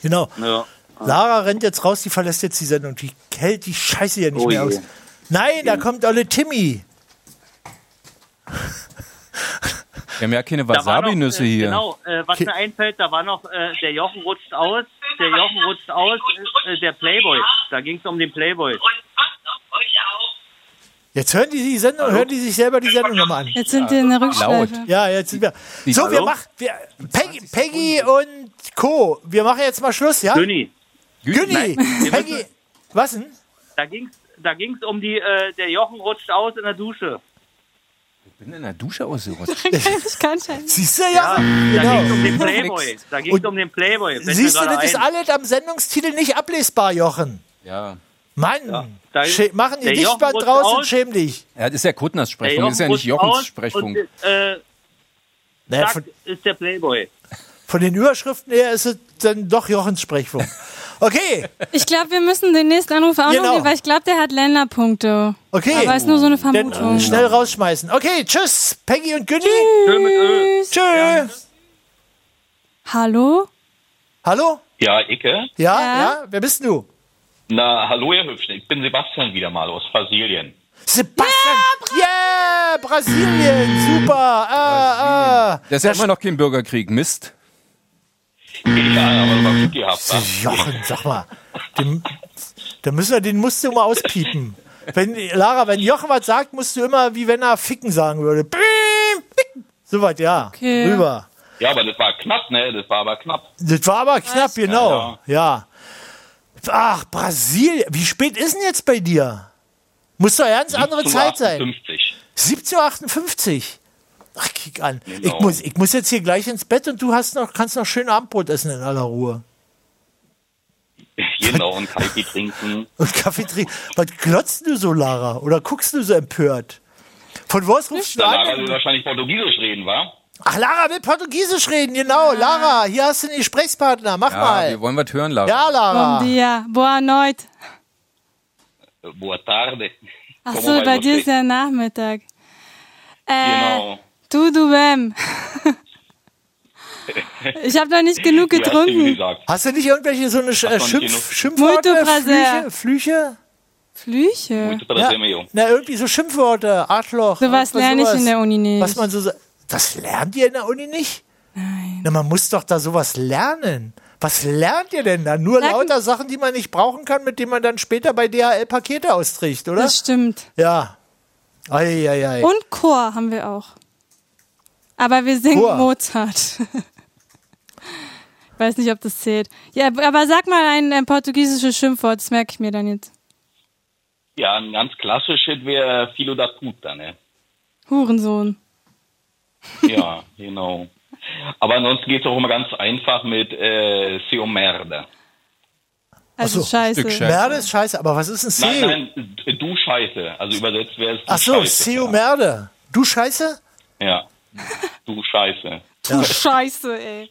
S5: Genau.
S17: Ja.
S5: Lara rennt jetzt raus, die verlässt jetzt die Sendung. Die hält die Scheiße ja nicht
S17: Oh
S5: mehr
S17: je.
S5: aus. Nein, da kommt alle Timmy.
S7: Wir haben ja keine
S17: Da war noch, äh,
S7: Wasabi-Nüsse hier.
S17: Genau, äh, was mir einfällt, da war noch, äh, der Jochen rutscht aus, der Jochen rutscht aus, äh, der Playboy. Da ging es um den Playboy.
S5: Jetzt hören die, die Sendung, hören die sich selber die Sendung nochmal an.
S6: Jetzt sind wir in der Rückschleife. Laut.
S5: Ja, jetzt sind wir.
S6: Die-
S5: So, wir
S6: Hallo?
S5: machen. Wir, Peggy, Peggy und Co. Wir machen jetzt mal Schluss, ja?
S17: Günni.
S5: Günni.
S17: Nein, wir
S5: Peggy. Was denn?
S17: Da ging's, da ging's um die, äh, der Jochen rutscht aus in der Dusche.
S7: Ich bin in der Dusche ausgerutscht.
S6: Ich kann schon.
S5: Siehst du ja?
S17: Da
S5: Genau.
S17: ging's um den Playboy. Da ging's
S5: Und
S17: um den Playboy. Fällt mir
S5: Siehst du,
S17: gerade
S5: das ist
S17: ein.
S5: alles am Sendungstitel nicht ablesbar, Jochen.
S7: Ja.
S5: Mann,
S17: Da-
S5: schä- machen die
S17: der Jochen
S5: Dichtband
S17: rutscht
S5: draus und
S17: aus.
S5: schäm dich.
S7: Ja, das ist ja Kuttners
S17: Der
S7: Sprechfunk, das ist ja nicht
S17: rutscht aus
S7: Jochens Sprechfunk.
S17: Und, äh,
S5: Naja,
S17: zack,
S5: von-
S17: ist der Playboy.
S5: Von den Überschriften her ist es dann doch Jochens Sprechwurf. Okay,
S6: Ich glaube, wir müssen den nächsten Anruf auch
S5: Genau.
S6: noch nehmen, weil ich glaube, der hat Länderpunkte.
S5: okay.
S6: Aber ist nur so eine
S5: Dann
S6: Vermutung.
S5: schnell rausschmeißen. Okay, tschüss, Peggy und Günni.
S6: Tschüss.
S5: Tschüss.
S6: Hallo?
S5: Hallo?
S22: Ja, Icke.
S5: Ja, ja, wer bist denn du?
S22: Na, hallo, ihr Hübschen. Ich bin Sebastian wieder mal aus Brasilien.
S5: Sebastian! Yeah, Brasilien! Super! Ah, ah.
S7: Das ist ja immer noch kein Bürgerkrieg, Mist.
S22: Ja, aber du hast Glück gehabt. wa?
S5: Jochen, sag mal. Den, da müssen wir, den musst du immer auspiepen. Wenn, Lara, wenn Jochen was sagt, musst du immer, wie wenn er Ficken sagen würde. Bim, ficken. So was, ja.
S22: Okay.
S5: Rüber.
S22: Ja, aber das war knapp, ne? Das war aber knapp.
S5: Das war aber knapp, genau. Ja. Ach, Brasilien. Wie spät ist denn jetzt bei dir? Muss doch eine ganz andere Zeit sein.
S22: 17:58.
S5: 17.58 Uhr. Ach, kick an.
S22: Genau.
S5: Ich, muss, ich muss jetzt hier gleich ins Bett und du hast noch, kannst noch schön Abendbrot essen in aller Ruhe.
S22: Genau, und Kaffee trinken.
S5: Und Kaffee trinken. Was glotzt du so, Lara? Oder guckst du so empört? Von wo aus rufst du
S22: Da Lara
S5: an?
S22: will wahrscheinlich Portugiesisch reden, wa?
S5: Ach, Lara will Portugiesisch reden, genau. Lara, hier hast du den Gesprächspartner. Mach
S7: Ja,
S5: mal.
S7: wir wollen was hören, Lara.
S5: Ja, Lara.
S6: Bom dia. Boa noite.
S22: Boa tarde.
S6: Ach
S22: Como
S6: so,
S22: vai
S6: bei dir
S22: você?
S6: ist ja Nachmittag. Äh,
S22: Genau.
S6: tudo bem. Ich habe noch nicht genug
S5: Wie hast du
S6: getrunken.
S22: gesagt?
S5: Hast du nicht irgendwelche so eine Sch äh,
S22: noch nicht
S5: Schimpf
S22: genug.
S5: Schimpfworte?
S6: Muito prazer.
S5: Flüche? Flüche?
S6: Flüche?
S5: Ja, na, irgendwie so Schimpfworte, Arschloch.
S6: So
S5: irgendwas
S6: was lerne ich
S5: sowas.
S6: in der Uni nicht.
S5: Was man so, sa- das lernt ihr in der Uni nicht? Nein. Na, man muss doch da sowas lernen. Was lernt ihr denn da? Nur lauter Sachen, die man nicht brauchen kann, mit denen man dann später bei DHL Pakete austrägt, oder?
S6: Das stimmt.
S5: Ja. Eieiei.
S6: Und Chor haben wir auch. Aber wir singen
S5: Hurra.
S6: Mozart. Weiß nicht, ob das zählt. Ja, aber sag mal ein, ein portugiesisches Schimpfwort, das merke ich mir dann jetzt.
S22: Ja, ein ganz klassisches wäre äh, Filo da Puta, ne?
S6: Hurensohn.
S22: Ja, genau. Aber ansonsten geht es auch immer ganz einfach mit äh, Seo Merda.
S6: Also
S5: Ach so,
S6: scheiße.
S5: Merde ist scheiße, aber was ist ein Seo?
S22: Nein, nein, du Scheiße. Also übersetzt wäre es du
S5: Ach so,
S22: Scheiße.
S5: Seo Merde. Du Scheiße?
S22: Ja, du Scheiße.
S6: Du Scheiße, ey.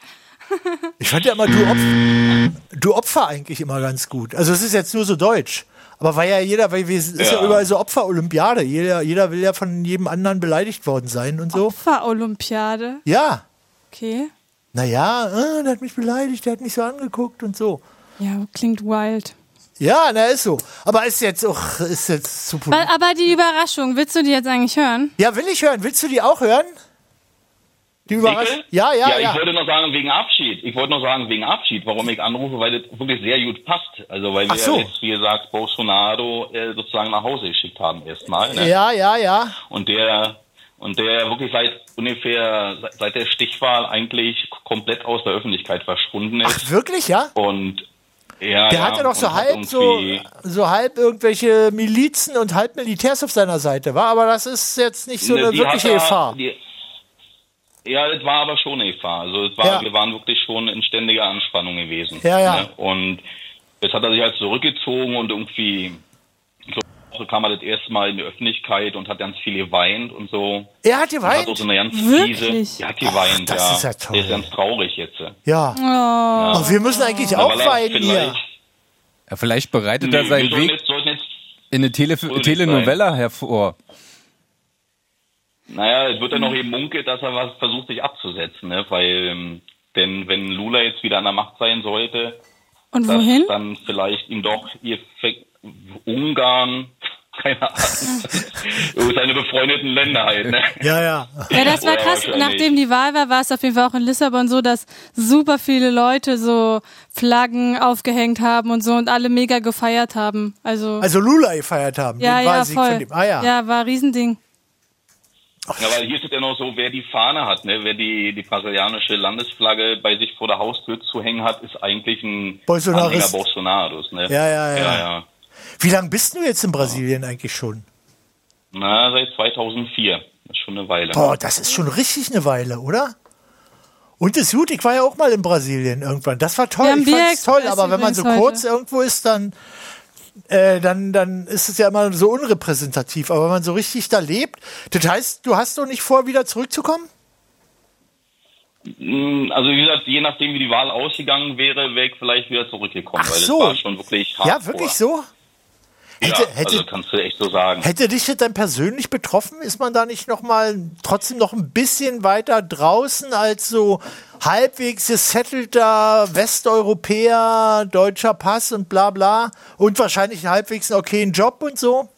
S5: Ich fand ja immer du Opfer, du Opfer eigentlich immer ganz gut. Also es ist jetzt nur so deutsch. Aber weil ja jeder, weil wir es ist ja,
S6: Ja.
S5: überall so Opfer-Olympiade. Jeder, jeder will ja von jedem anderen beleidigt worden sein und so.
S6: Opfer-Olympiade.
S5: Ja.
S6: Okay.
S5: Naja, äh, der hat mich beleidigt, der hat mich so angeguckt und so.
S6: Ja, klingt wild.
S5: Ja, na ist so. Aber ist jetzt auch, ist jetzt zu
S6: Weil- Aber die Überraschung, willst du die jetzt eigentlich hören?
S5: Ja, will ich hören. Willst du die auch hören? Die Überraschung.
S22: Nickel?
S5: Ja, ja,
S22: ja.
S5: ja.
S22: ich wollte noch sagen, wegen Abschied. Ich wollte noch sagen, wegen Abschied, warum ich anrufe, weil das wirklich sehr gut passt. Also, weil
S5: Ach
S22: wir
S5: so.
S22: jetzt, wie gesagt, Bolsonaro äh, sozusagen nach Hause geschickt haben, erstmal. Ne?
S5: Ja, ja, ja.
S22: Und der, und der wirklich seit ungefähr, seit- seit der Stichwahl eigentlich komplett aus der Öffentlichkeit verschwunden ist.
S5: Ach, wirklich, ja?
S22: Und, ja.
S5: Der hat ja doch so
S22: und hat
S5: halb so,
S22: irgendwie-
S5: so halb irgendwelche Milizen und halb Militärs auf seiner Seite, war. Aber das ist jetzt nicht so
S22: Ne,
S5: eine
S22: die hat
S5: wirkliche
S22: er-
S5: Gefahr.
S22: die- ja, das war aber schon eine Gefahr. Also es war,
S5: Ja.
S22: wir waren wirklich schon in ständiger Anspannung gewesen.
S5: Ja, ja.
S22: Ne? Und jetzt hat er sich halt zurückgezogen und irgendwie so so kam er das erste Mal in die Öffentlichkeit und hat ganz viel geweint und so.
S5: Er hat
S22: Und
S5: geweint?
S22: Hat auch so eine ganz
S5: Wirklich?
S22: fiese. Er hat geweint,
S5: das
S22: ja.
S5: ist ja toll.
S22: Der ist ganz traurig jetzt.
S5: Ja.
S6: Oh.
S5: Aber wir müssen eigentlich
S22: Na,
S5: auch
S22: weil er
S5: weinen hier.
S22: vielleicht-
S7: Ja, vielleicht bereitet er
S22: Nee,
S7: seinen
S22: wir sollten
S7: Weg
S22: jetzt- sollten jetzt
S7: in eine Tele
S22: Soll nicht
S7: Telenovella hervor.
S22: Naja, es wird
S6: Mhm.
S22: ja noch eben munkelt, dass er was versucht, sich abzusetzen, ne? Weil, ähm, denn wenn Lula jetzt wieder an der Macht sein sollte,
S6: Und
S22: dass
S6: wohin?
S22: dann vielleicht ihm doch ihr Fe- Ungarn, keine Ahnung, seine befreundeten Länder halt, ne?
S5: Ja, ja.
S6: Ja, das war
S22: Oder
S6: krass.
S22: wahrscheinlich-
S6: Nachdem die Wahl war, war es auf jeden Fall auch in Lissabon so, dass super viele Leute so Flaggen aufgehängt haben und so und alle mega gefeiert haben. Also,
S5: Also Lula gefeiert haben,
S6: ja,
S5: den
S6: ja,
S5: Wahlsieg
S6: voll.
S5: von dem. Ah ja.
S6: ja, war ein Riesending.
S22: Ja, weil hier ist es ja noch so, wer die Fahne hat, ne? Wer die, die brasilianische Landesflagge bei sich vor der Haustür zu hängen hat, ist eigentlich ein
S5: Bolsonarist.
S22: Anhänger Bolsonaros, ne?
S5: Ja, ja, ja.
S22: ja, ja.
S5: Wie lange bist du jetzt in Brasilien eigentlich schon?
S22: Na, seit 2004. Das ist schon eine Weile.
S5: Boah, das ist schon richtig eine Weile, oder? Und ist gut, ich war ja auch mal in Brasilien irgendwann. Das war toll,
S6: Wir haben
S5: ich fand's
S6: Bier-Express
S5: toll, aber wenn man so
S6: übrigens heute.
S5: kurz irgendwo ist, dann, äh, dann, dann ist es ja immer so unrepräsentativ. Aber wenn man so richtig da lebt, das heißt, du hast doch nicht vor, wieder zurückzukommen?
S22: Mm, Also wie gesagt, je nachdem wie die Wahl ausgegangen wäre, wäre ich vielleicht wieder zurückgekommen, weil
S5: so.
S22: das war schon wirklich hart.
S5: Ja, wirklich so?
S22: Hätte, ja,
S5: hätte-
S22: also kannst du echt so sagen.
S5: Hätte dich das dann persönlich betroffen? Ist man da nicht noch mal trotzdem noch ein bisschen weiter draußen als so halbwegs gesettelter Westeuropäer, deutscher Pass und bla bla und wahrscheinlich einen halbwegs einen okayen Job und so?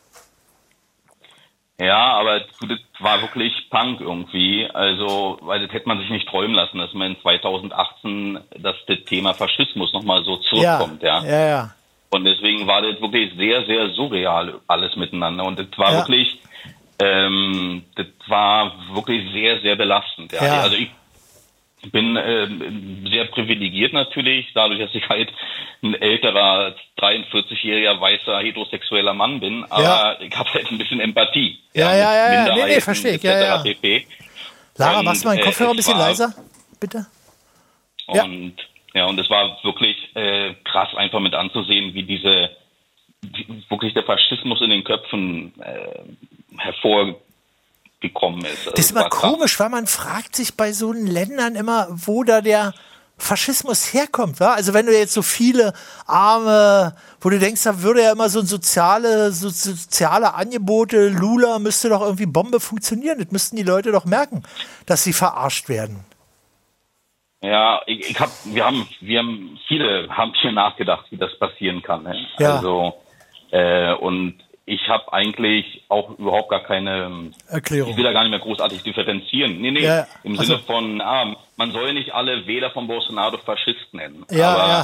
S22: Ja, aber du, das war wirklich Punk irgendwie. Also, weil das hätte man sich nicht träumen lassen, dass man in 2018, dass das Thema Faschismus nochmal so zurückkommt, ja.
S5: ja, ja.
S22: Und deswegen war das wirklich sehr, sehr surreal alles miteinander. Und das war
S5: Ja.
S22: wirklich, ähm, das war wirklich sehr, sehr belastend. Ja.
S5: Ja.
S22: Also ich bin ähm, sehr privilegiert natürlich, dadurch, dass ich halt ein älterer, 43-jähriger, weißer, heterosexueller Mann bin. Aber
S5: Ja.
S22: ich habe halt ein bisschen Empathie.
S5: Ja, ja, ja, ja. Nee, nee,
S22: Minderheiten,
S5: verstehe ich. Ja, ja.
S22: etc. pp.
S5: Lara,
S22: Und,
S5: machst du mal den
S22: äh,
S5: Kopfhörer ein
S22: es
S5: bisschen
S22: war-
S5: leiser, bitte? Ja.
S22: und ja, und es war wirklich äh, krass, einfach mit anzusehen, wie diese wie wirklich der Faschismus in den Köpfen äh, hervorgekommen ist. Also
S5: Das ist
S22: es
S5: immer
S22: war krass.
S5: komisch, weil man fragt sich bei so einen Ländern immer, wo da der Faschismus herkommt. Wa? Also wenn du jetzt so viele arme, wo du denkst, da würde ja immer so ein soziale, so soziale Angebote, Lula müsste doch irgendwie Bombe funktionieren. Das müssten die Leute doch merken, dass sie verarscht werden.
S22: Ja, ich, ich hab, wir haben, wir haben viele haben hier nachgedacht, wie das passieren kann. Ne?
S5: Ja.
S22: Also äh, und ich habe eigentlich auch überhaupt gar keine
S5: Erklärung.
S22: Ich will da gar nicht mehr großartig differenzieren. Nee, nee,
S5: Ja,
S22: im
S5: also-
S22: Sinne von, ah, man soll nicht alle Wähler von Bolsonaro Faschisten nennen.
S5: Ja,
S22: aber
S5: ja.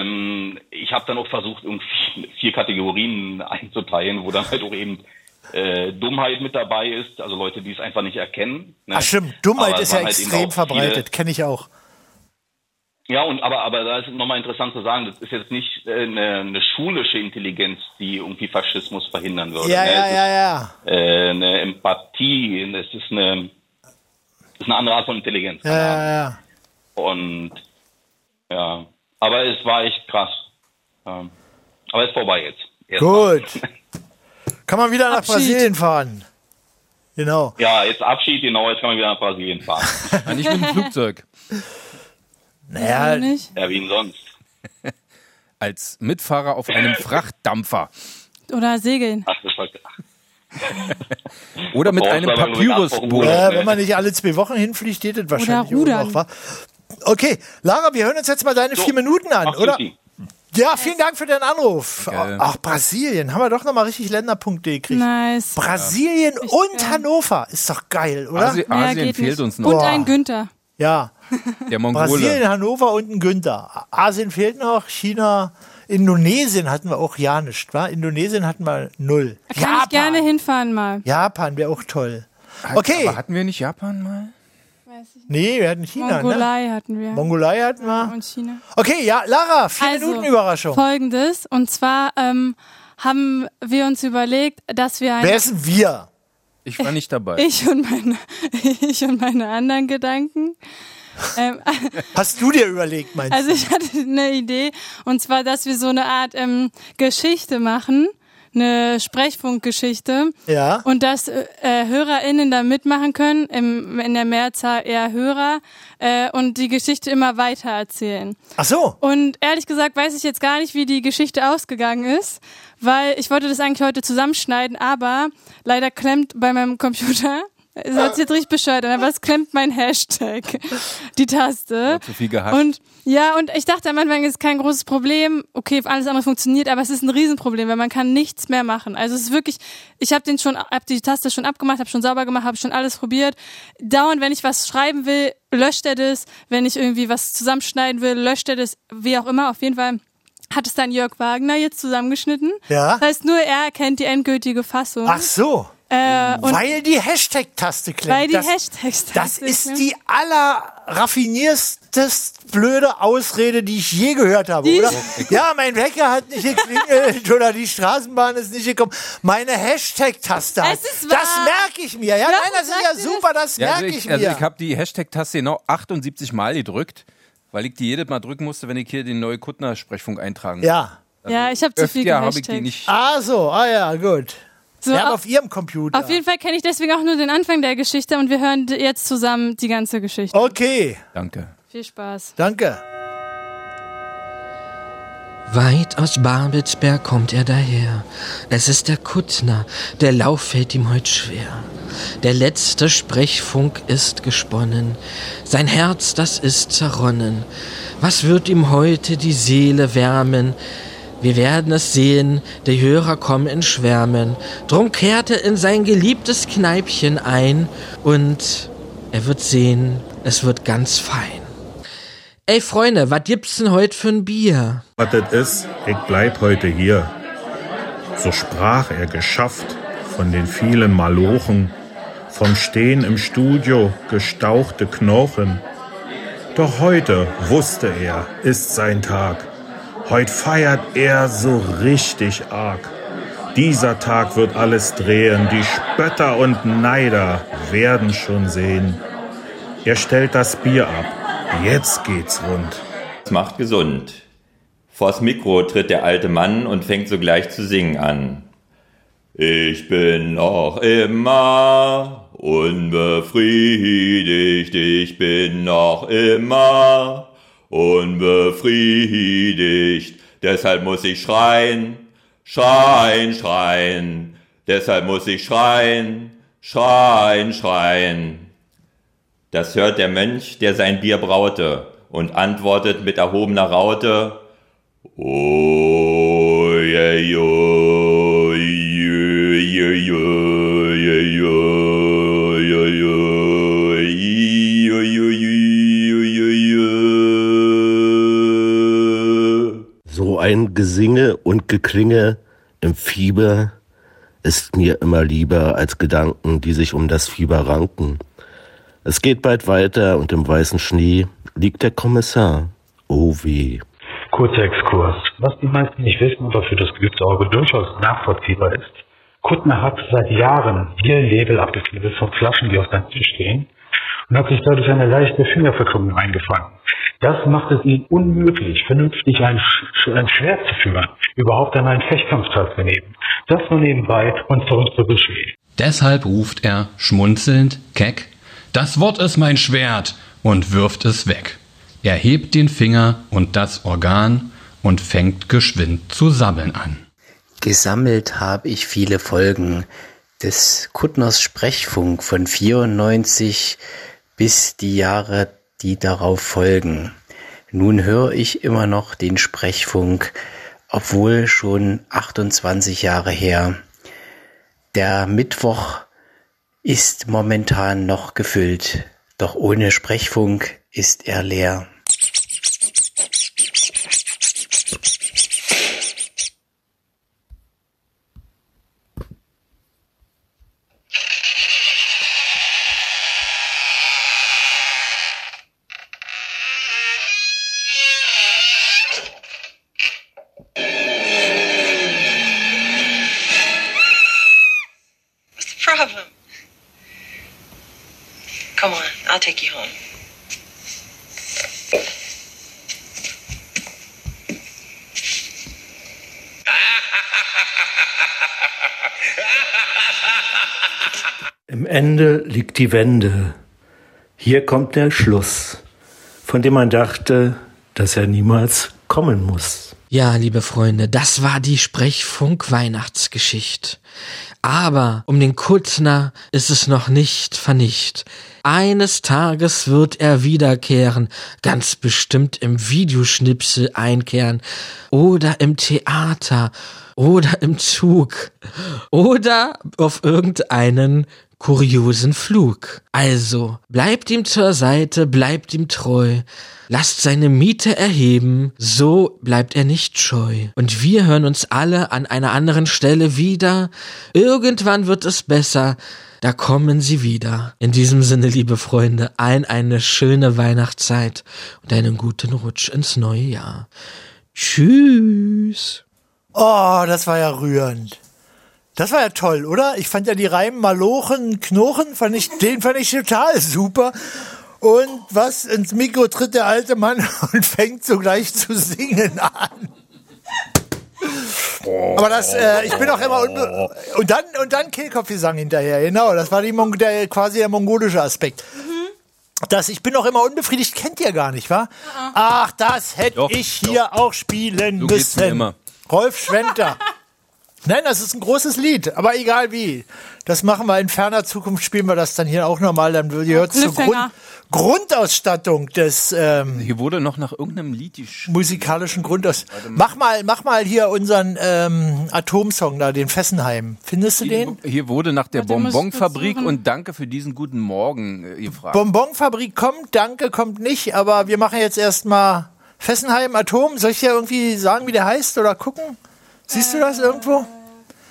S22: um Ähm, ich habe dann auch versucht, irgendwie vier Kategorien einzuteilen, wo dann halt auch eben äh, Dummheit mit dabei ist, also Leute, die es einfach nicht erkennen. ne?
S5: Ach stimmt, Dummheit
S22: Aber es
S5: ist ja
S22: waren halt eben auch
S5: extrem
S22: viele-
S5: verbreitet, kenne ich auch.
S22: Ja, und aber aber da ist es nochmal interessant zu sagen, das ist jetzt nicht äh, eine, eine schulische Intelligenz, die irgendwie Faschismus verhindern würde.
S5: Ja,
S22: ne?
S5: ja,
S22: Es
S5: ja, ja.
S22: Ist, äh, eine Empathie, es ist eine, es ist eine andere Art von Intelligenz.
S5: Ja, ja, ja.
S22: Und ja, aber es war echt krass. Ja. Aber es ist vorbei jetzt. Erstmal.
S5: Gut. Kann man wieder nach Brasilien fahren. Genau.
S22: Ja, jetzt Abschied, genau, jetzt kann man wieder nach Brasilien fahren.
S7: Nicht mit dem Flugzeug.
S5: Naja.
S22: Ja, wie denn sonst?
S7: Als Mitfahrer auf einem Frachtdampfer.
S6: Oder segeln.
S22: Ach, das war
S7: Oder mit
S5: Brauchst
S7: einem
S5: aber nur mit
S7: Papyrusboot.
S5: Äh, wenn man nicht alle zwei Wochen hinfliegt, geht das wahrscheinlich auch
S6: rudern.
S5: noch, wa? Okay, Lara, wir hören uns jetzt mal deine vier Minuten an, oder? Ja, vielen Dank für deinen Anruf. Ach, Brasilien. Haben wir doch nochmal richtig Länderpunkte gekriegt.
S6: Nice. ähm,
S5: Brasilien und Hannover. Ist doch geil, oder?
S7: Asi- Asien fehlt uns noch.
S6: Und
S5: Boah.
S6: ein Günther.
S5: Ja.
S7: Der Mongole.
S5: Brasilien, Hannover und ein Günther. A- Asien fehlt noch, China, Indonesien hatten wir auch ja nicht, wa? Indonesien hatten wir null.
S6: Kann ich gerne hinfahren mal.
S5: Japan wäre auch toll. Okay.
S7: Aber hatten wir nicht Japan mal?
S5: Nee, wir hatten China,
S6: Mongolei
S5: ne?
S6: hatten wir.
S5: Mongolei hatten wir.
S6: Und China. Also,
S5: Okay, ja, Lara, vier Minuten Überraschung.
S6: Folgendes, und zwar ähm, haben wir uns überlegt, dass wir ein
S5: Wer ist denn wir?
S7: Ich war nicht dabei.
S6: ich und meine ich und meine anderen Gedanken. Ähm,
S5: Hast du dir überlegt, meinst
S6: also ich hatte eine Idee und zwar, dass wir so eine Art ähm, Geschichte machen, eine Sprechfunkgeschichte.
S5: Ja.
S6: Und dass äh, äh, HörerInnen da mitmachen können, im, in der Mehrzahl eher Hörer, äh, und die Geschichte immer weiter erzählen.
S5: Ach so.
S6: Und ehrlich gesagt weiß ich jetzt gar nicht, wie die Geschichte ausgegangen ist, weil ich wollte das eigentlich heute zusammenschneiden, aber leider klemmt bei meinem Computer. Es hat jetzt richtig bescheuert, an, aber es klemmt mein Hashtag, die Taste.
S7: Zu viel gehasst.
S6: Und ja, und ich dachte am Anfang ist kein großes Problem. Okay, alles andere funktioniert, aber es ist ein Riesenproblem, weil man kann nichts mehr machen. Also es ist wirklich, ich habe den schon, hab die Taste schon abgemacht, habe schon sauber gemacht, habe schon alles probiert. Dauernd, wenn ich was schreiben will, löscht er das. Wenn ich irgendwie was zusammenschneiden will, löscht er das. Wie auch immer, auf jeden Fall hat es dann Jörg Wagner jetzt zusammengeschnitten.
S5: Ja.
S6: Das heißt, nur er kennt die endgültige Fassung.
S5: Ach so.
S6: Äh, und
S5: Weil die Hashtag-Taste klemmt.
S6: Weil die ne?
S5: Das-
S6: Hashtags.
S5: Das ist die allerraffiniertest blöde Ausrede, die ich je gehört habe, oder? Ja, mein Wecker hat nicht geklingelt oder die Straßenbahn ist nicht gekommen. Meine Hashtag-Taste hat. Das merke ich mir. Ja,
S10: Warum
S5: nein, das ist ja super, das
S7: Ja, also
S5: merke ich
S7: ich,
S5: mir.
S7: also ich habe die Hashtag-Taste genau 78 Mal gedrückt, weil ich die jedes Mal drücken musste, wenn ich hier den neue Kuttner-Sprechfunk eintragen
S5: Ja.
S6: Ja, ich hab zu viel
S7: öfter hab ich die
S6: gehashtagt.
S7: nicht.
S5: Ah so, ah ja, gut.
S6: So,
S5: ja, aber
S6: auf-
S5: auf Ihrem Computer.
S6: Auf jeden Fall kenne ich deswegen auch nur den Anfang der Geschichte und wir hören d- jetzt zusammen die ganze Geschichte.
S5: Okay.
S7: Danke.
S6: Viel Spaß.
S5: Danke.
S2: Weit aus Babelsberg kommt er daher. Es ist der Kuttner, der Lauf fällt ihm heute schwer. Der letzte Sprechfunk ist gesponnen, sein Herz, das ist zerronnen. Was wird ihm heute die Seele wärmen? Wir werden es sehen, die Hörer kommen in Schwärmen. Drum kehrt er in sein geliebtes Kneipchen ein und er wird sehen, es wird ganz fein. Ey Freunde, was gibt's denn heute für ein Bier?
S3: Was das ist, ich bleib heute hier. So sprach er geschafft von den vielen Malochen, vom Stehen im Studio gestauchte Knochen. Doch heute wusste er, ist sein Tag. Heut feiert er so richtig arg. Dieser Tag wird alles drehen, die Spötter und Neider werden schon sehen. Er stellt das Bier ab, jetzt geht's rund.
S23: Es macht gesund. Vors Mikro tritt der alte Mann und fängt sogleich zu singen an. Ich bin noch immer unbefriedigt, ich bin noch immer unbefriedigt. Deshalb muss ich schreien, schreien, schreien. Deshalb muss ich schreien, schreien, schreien. Das hört der Mönch, der sein Bier braute, und antwortet mit erhobener Raute, Oi, oi, oi, oi, oi, oi, oi, oi, oi, oi, oi, oi, oi, oi.
S24: So ein Gesinge und Geklinge im Fieber
S4: ist mir immer lieber als Gedanken, die sich um das Fieber ranken. Es geht bald weiter und im weißen Schnee liegt der Kommissar. Oh weh.
S8: Kurzer Exkurs. Was die meisten nicht wissen, aber für das geübte Auge durchaus nachvollziehbar ist, Kuttner hat seit Jahren viel Label abgeklebt von Flaschen, die auf seinem Tisch stehen und hat sich dadurch eine leichte Fingerverkrümmung eingefangen. Das macht es ihm unmöglich, vernünftig ein, Sch ein Schwert zu führen, überhaupt an einen Fechtkampf teilzunehmen. Das nur nebenbei und zurück zur Geschichte.
S25: Deshalb ruft er, schmunzelnd, keck, Das Wort ist mein Schwert und wirft es weg. Er hebt den Finger und das Organ und fängt geschwind zu sabbeln an.
S24: Gesammelt habe ich viele Folgen des Kuttners Sprechfunk von 94 bis die Jahre, die darauf folgen. Nun höre ich immer noch den Sprechfunk, obwohl schon 28 Jahre her. Der Mittwoch ist momentan noch gefüllt, doch ohne Sprechfunk ist er leer.
S26: What's the problem? Come on, I'll take you home.
S27: Im Ende liegt die Wende. Hier kommt der Schluss, von dem man dachte, dass er niemals kommen muss.
S2: Ja, liebe Freunde, das war die Sprechfunk-Weihnachtsgeschichte. Aber um den Kuttner ist es noch nicht vernicht. Eines Tages wird er wiederkehren, ganz bestimmt im Videoschnipsel einkehren oder im Theater oder im Zug oder auf irgendeinen kuriosen Flug. Also, bleibt ihm zur Seite, bleibt ihm treu, lasst seine Miete erheben, so bleibt er nicht scheu. Und wir hören uns alle an einer anderen Stelle wieder. Irgendwann wird es besser, da kommen sie wieder. In diesem Sinne, liebe Freunde, allen eine schöne Weihnachtszeit und einen guten Rutsch ins neue Jahr. Tschüss.
S5: Oh, das war ja rührend. Das war ja toll, oder? Ich fand ja die Reimen Malochen, Knochen, fand ich, den fand ich total super. Und was? Ins Mikro tritt der alte Mann und fängt sogleich zu singen an. Aber das, äh, ich bin auch immer unbe
S7: Oh.
S5: und dann und dann Kehlkopfgesang hinterher. Genau, das war die Mong der, quasi der mongolische Aspekt. Das, ich bin auch immer unbefriedigt, kennt ihr gar nicht, wa? Ach, das hätte
S7: Doch,
S5: ich hier auch spielen
S7: So geht's mir
S5: müssen.
S7: immer.
S5: Rolf Schwenter. Nein, das ist ein großes Lied, aber egal wie. Das machen wir in ferner Zukunft, spielen wir das dann hier auch nochmal, dann gehört zur Grund
S7: Cliffhanger.
S5: Grundausstattung des ähm,
S7: Hier wurde noch nach irgendeinem Lied die Sch
S5: musikalischen Grundaus. Mach mal, mach mal hier unseren ähm, Atomsong da, den Fessenheim. Findest du den?
S7: Hier wurde nach der
S5: Warte, muss ich kurz
S7: Bonbonfabrik
S5: suchen.
S7: und danke für diesen guten Morgen äh, gefragt.
S5: Bonbonfabrik kommt, danke, kommt nicht, aber wir machen jetzt erstmal Fessenheim Atom. Soll ich dir irgendwie sagen, wie der heißt oder gucken? Siehst du das irgendwo?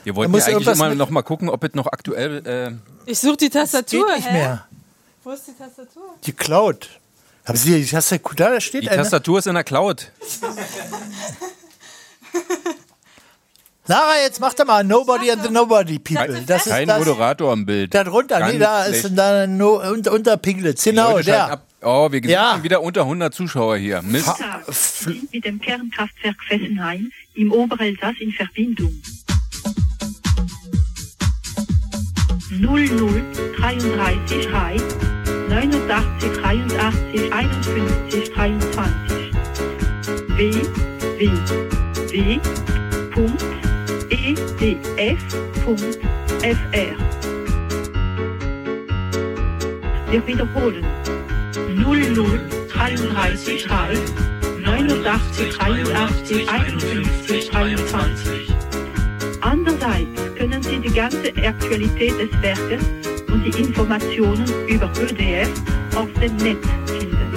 S7: Wir
S5: Da
S7: wollten
S5: muss
S7: ja eigentlich
S5: irgendwas
S7: immer
S5: mit-
S7: noch mal gucken, ob es noch aktuell. Äh,
S6: Ich suche die Tastatur.
S5: Geht nicht
S6: hä?
S5: mehr.
S6: Wo ist die Tastatur?
S5: Die Cloud. Haben Sie die Tastatur? Da da steht
S7: die
S5: eine.
S7: Tastatur ist in der Cloud.
S5: Lara, jetzt mach doch mal Nobody and the Nobody People. Das ist
S7: Kein
S5: das.
S7: Moderator im Bild.
S5: Da drunter, nee, da
S7: Ganz
S5: ist
S7: schlecht.
S5: da no, unter, unter Piglitz. Genau,
S7: Leute schalten
S5: der.
S7: ab. Oh, wir sind
S5: Ja.
S7: schon wieder unter 100 Zuschauer hier. Mist.
S28: mit dem Kernkraftwerk Fessenheim im Oberelsass in Verbindung. 0033 3 89 83 51 23 w w w Punkt edf Punkt fr Wir wiederholen 0033 3 89, 83, 51, 23. Andererseits können Sie die ganze Aktualität des Werkes und die Informationen über ÖDF auf dem Netz finden.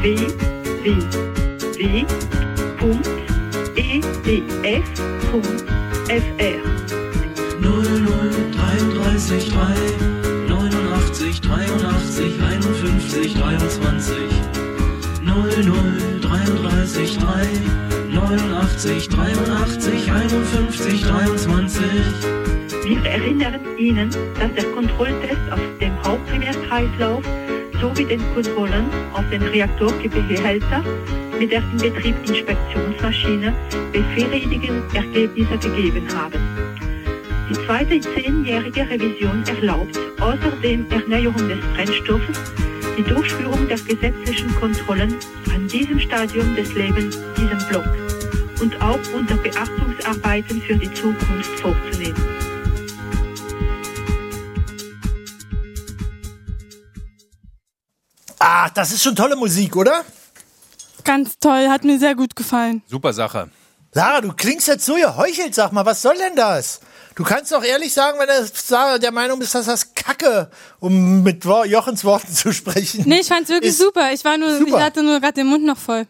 S28: www.edf.fr www.ddf.fr
S1: 33 3 89 83 51 23 00 33 3 89 83 51 23
S28: Wir erinnern Ihnen, dass der Kontrolltest auf dem Hauptprimärkreislauf sowie den Kontrollen auf den Reaktorgehälter mit der Inbetriebinspektionsmaschine befriedigende Ergebnisse gegeben haben. Die zweite zehnjährige Revision erlaubt außerdem Erneuerung des Brennstoffes, die Durchführung der gesetzlichen Kontrollen an diesem Stadium des Lebens, diesem Block und auch unter Beachtungsarbeiten für die Zukunft vorzunehmen.
S5: Ach, Ah, das ist schon tolle Musik, oder?
S6: Ganz toll, hat mir sehr gut gefallen.
S7: Super Sache.
S5: Lara, du klingst jetzt so geheuchelt, sag mal, was soll denn das? Du kannst doch ehrlich sagen, wenn du der Meinung bist, dass das Kacke, um mit Wo- Jochens Worten zu sprechen.
S6: Nee, ich fand's wirklich
S5: Ist
S6: super. Ich war nur,
S5: super.
S6: ich hatte nur gerade den Mund noch voll.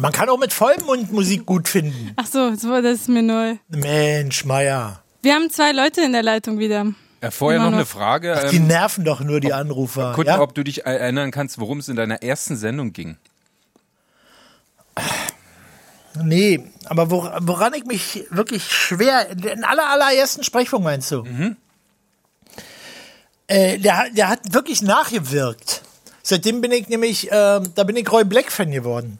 S5: Man kann auch mit vollem Mund Musik gut finden.
S6: Ach so, so, das ist mir neu.
S5: Mensch, Meier.
S6: Wir haben zwei Leute in der Leitung wieder.
S7: Äh, vorher
S6: Immer
S7: noch eine
S6: noch.
S7: Frage.
S5: Ach, die nerven doch nur die Anrufer.
S7: Gucken,
S5: Ja?
S7: ob du dich erinnern kannst, worum es in deiner ersten Sendung ging.
S5: Nee, aber wo- woran ich mich wirklich schwer, in aller allerersten Sprechung meinst du?
S7: Mhm.
S5: Äh, der, hat- der hat wirklich nachgewirkt. Seitdem bin ich nämlich, ähm, da bin ich Roy Black Fan geworden.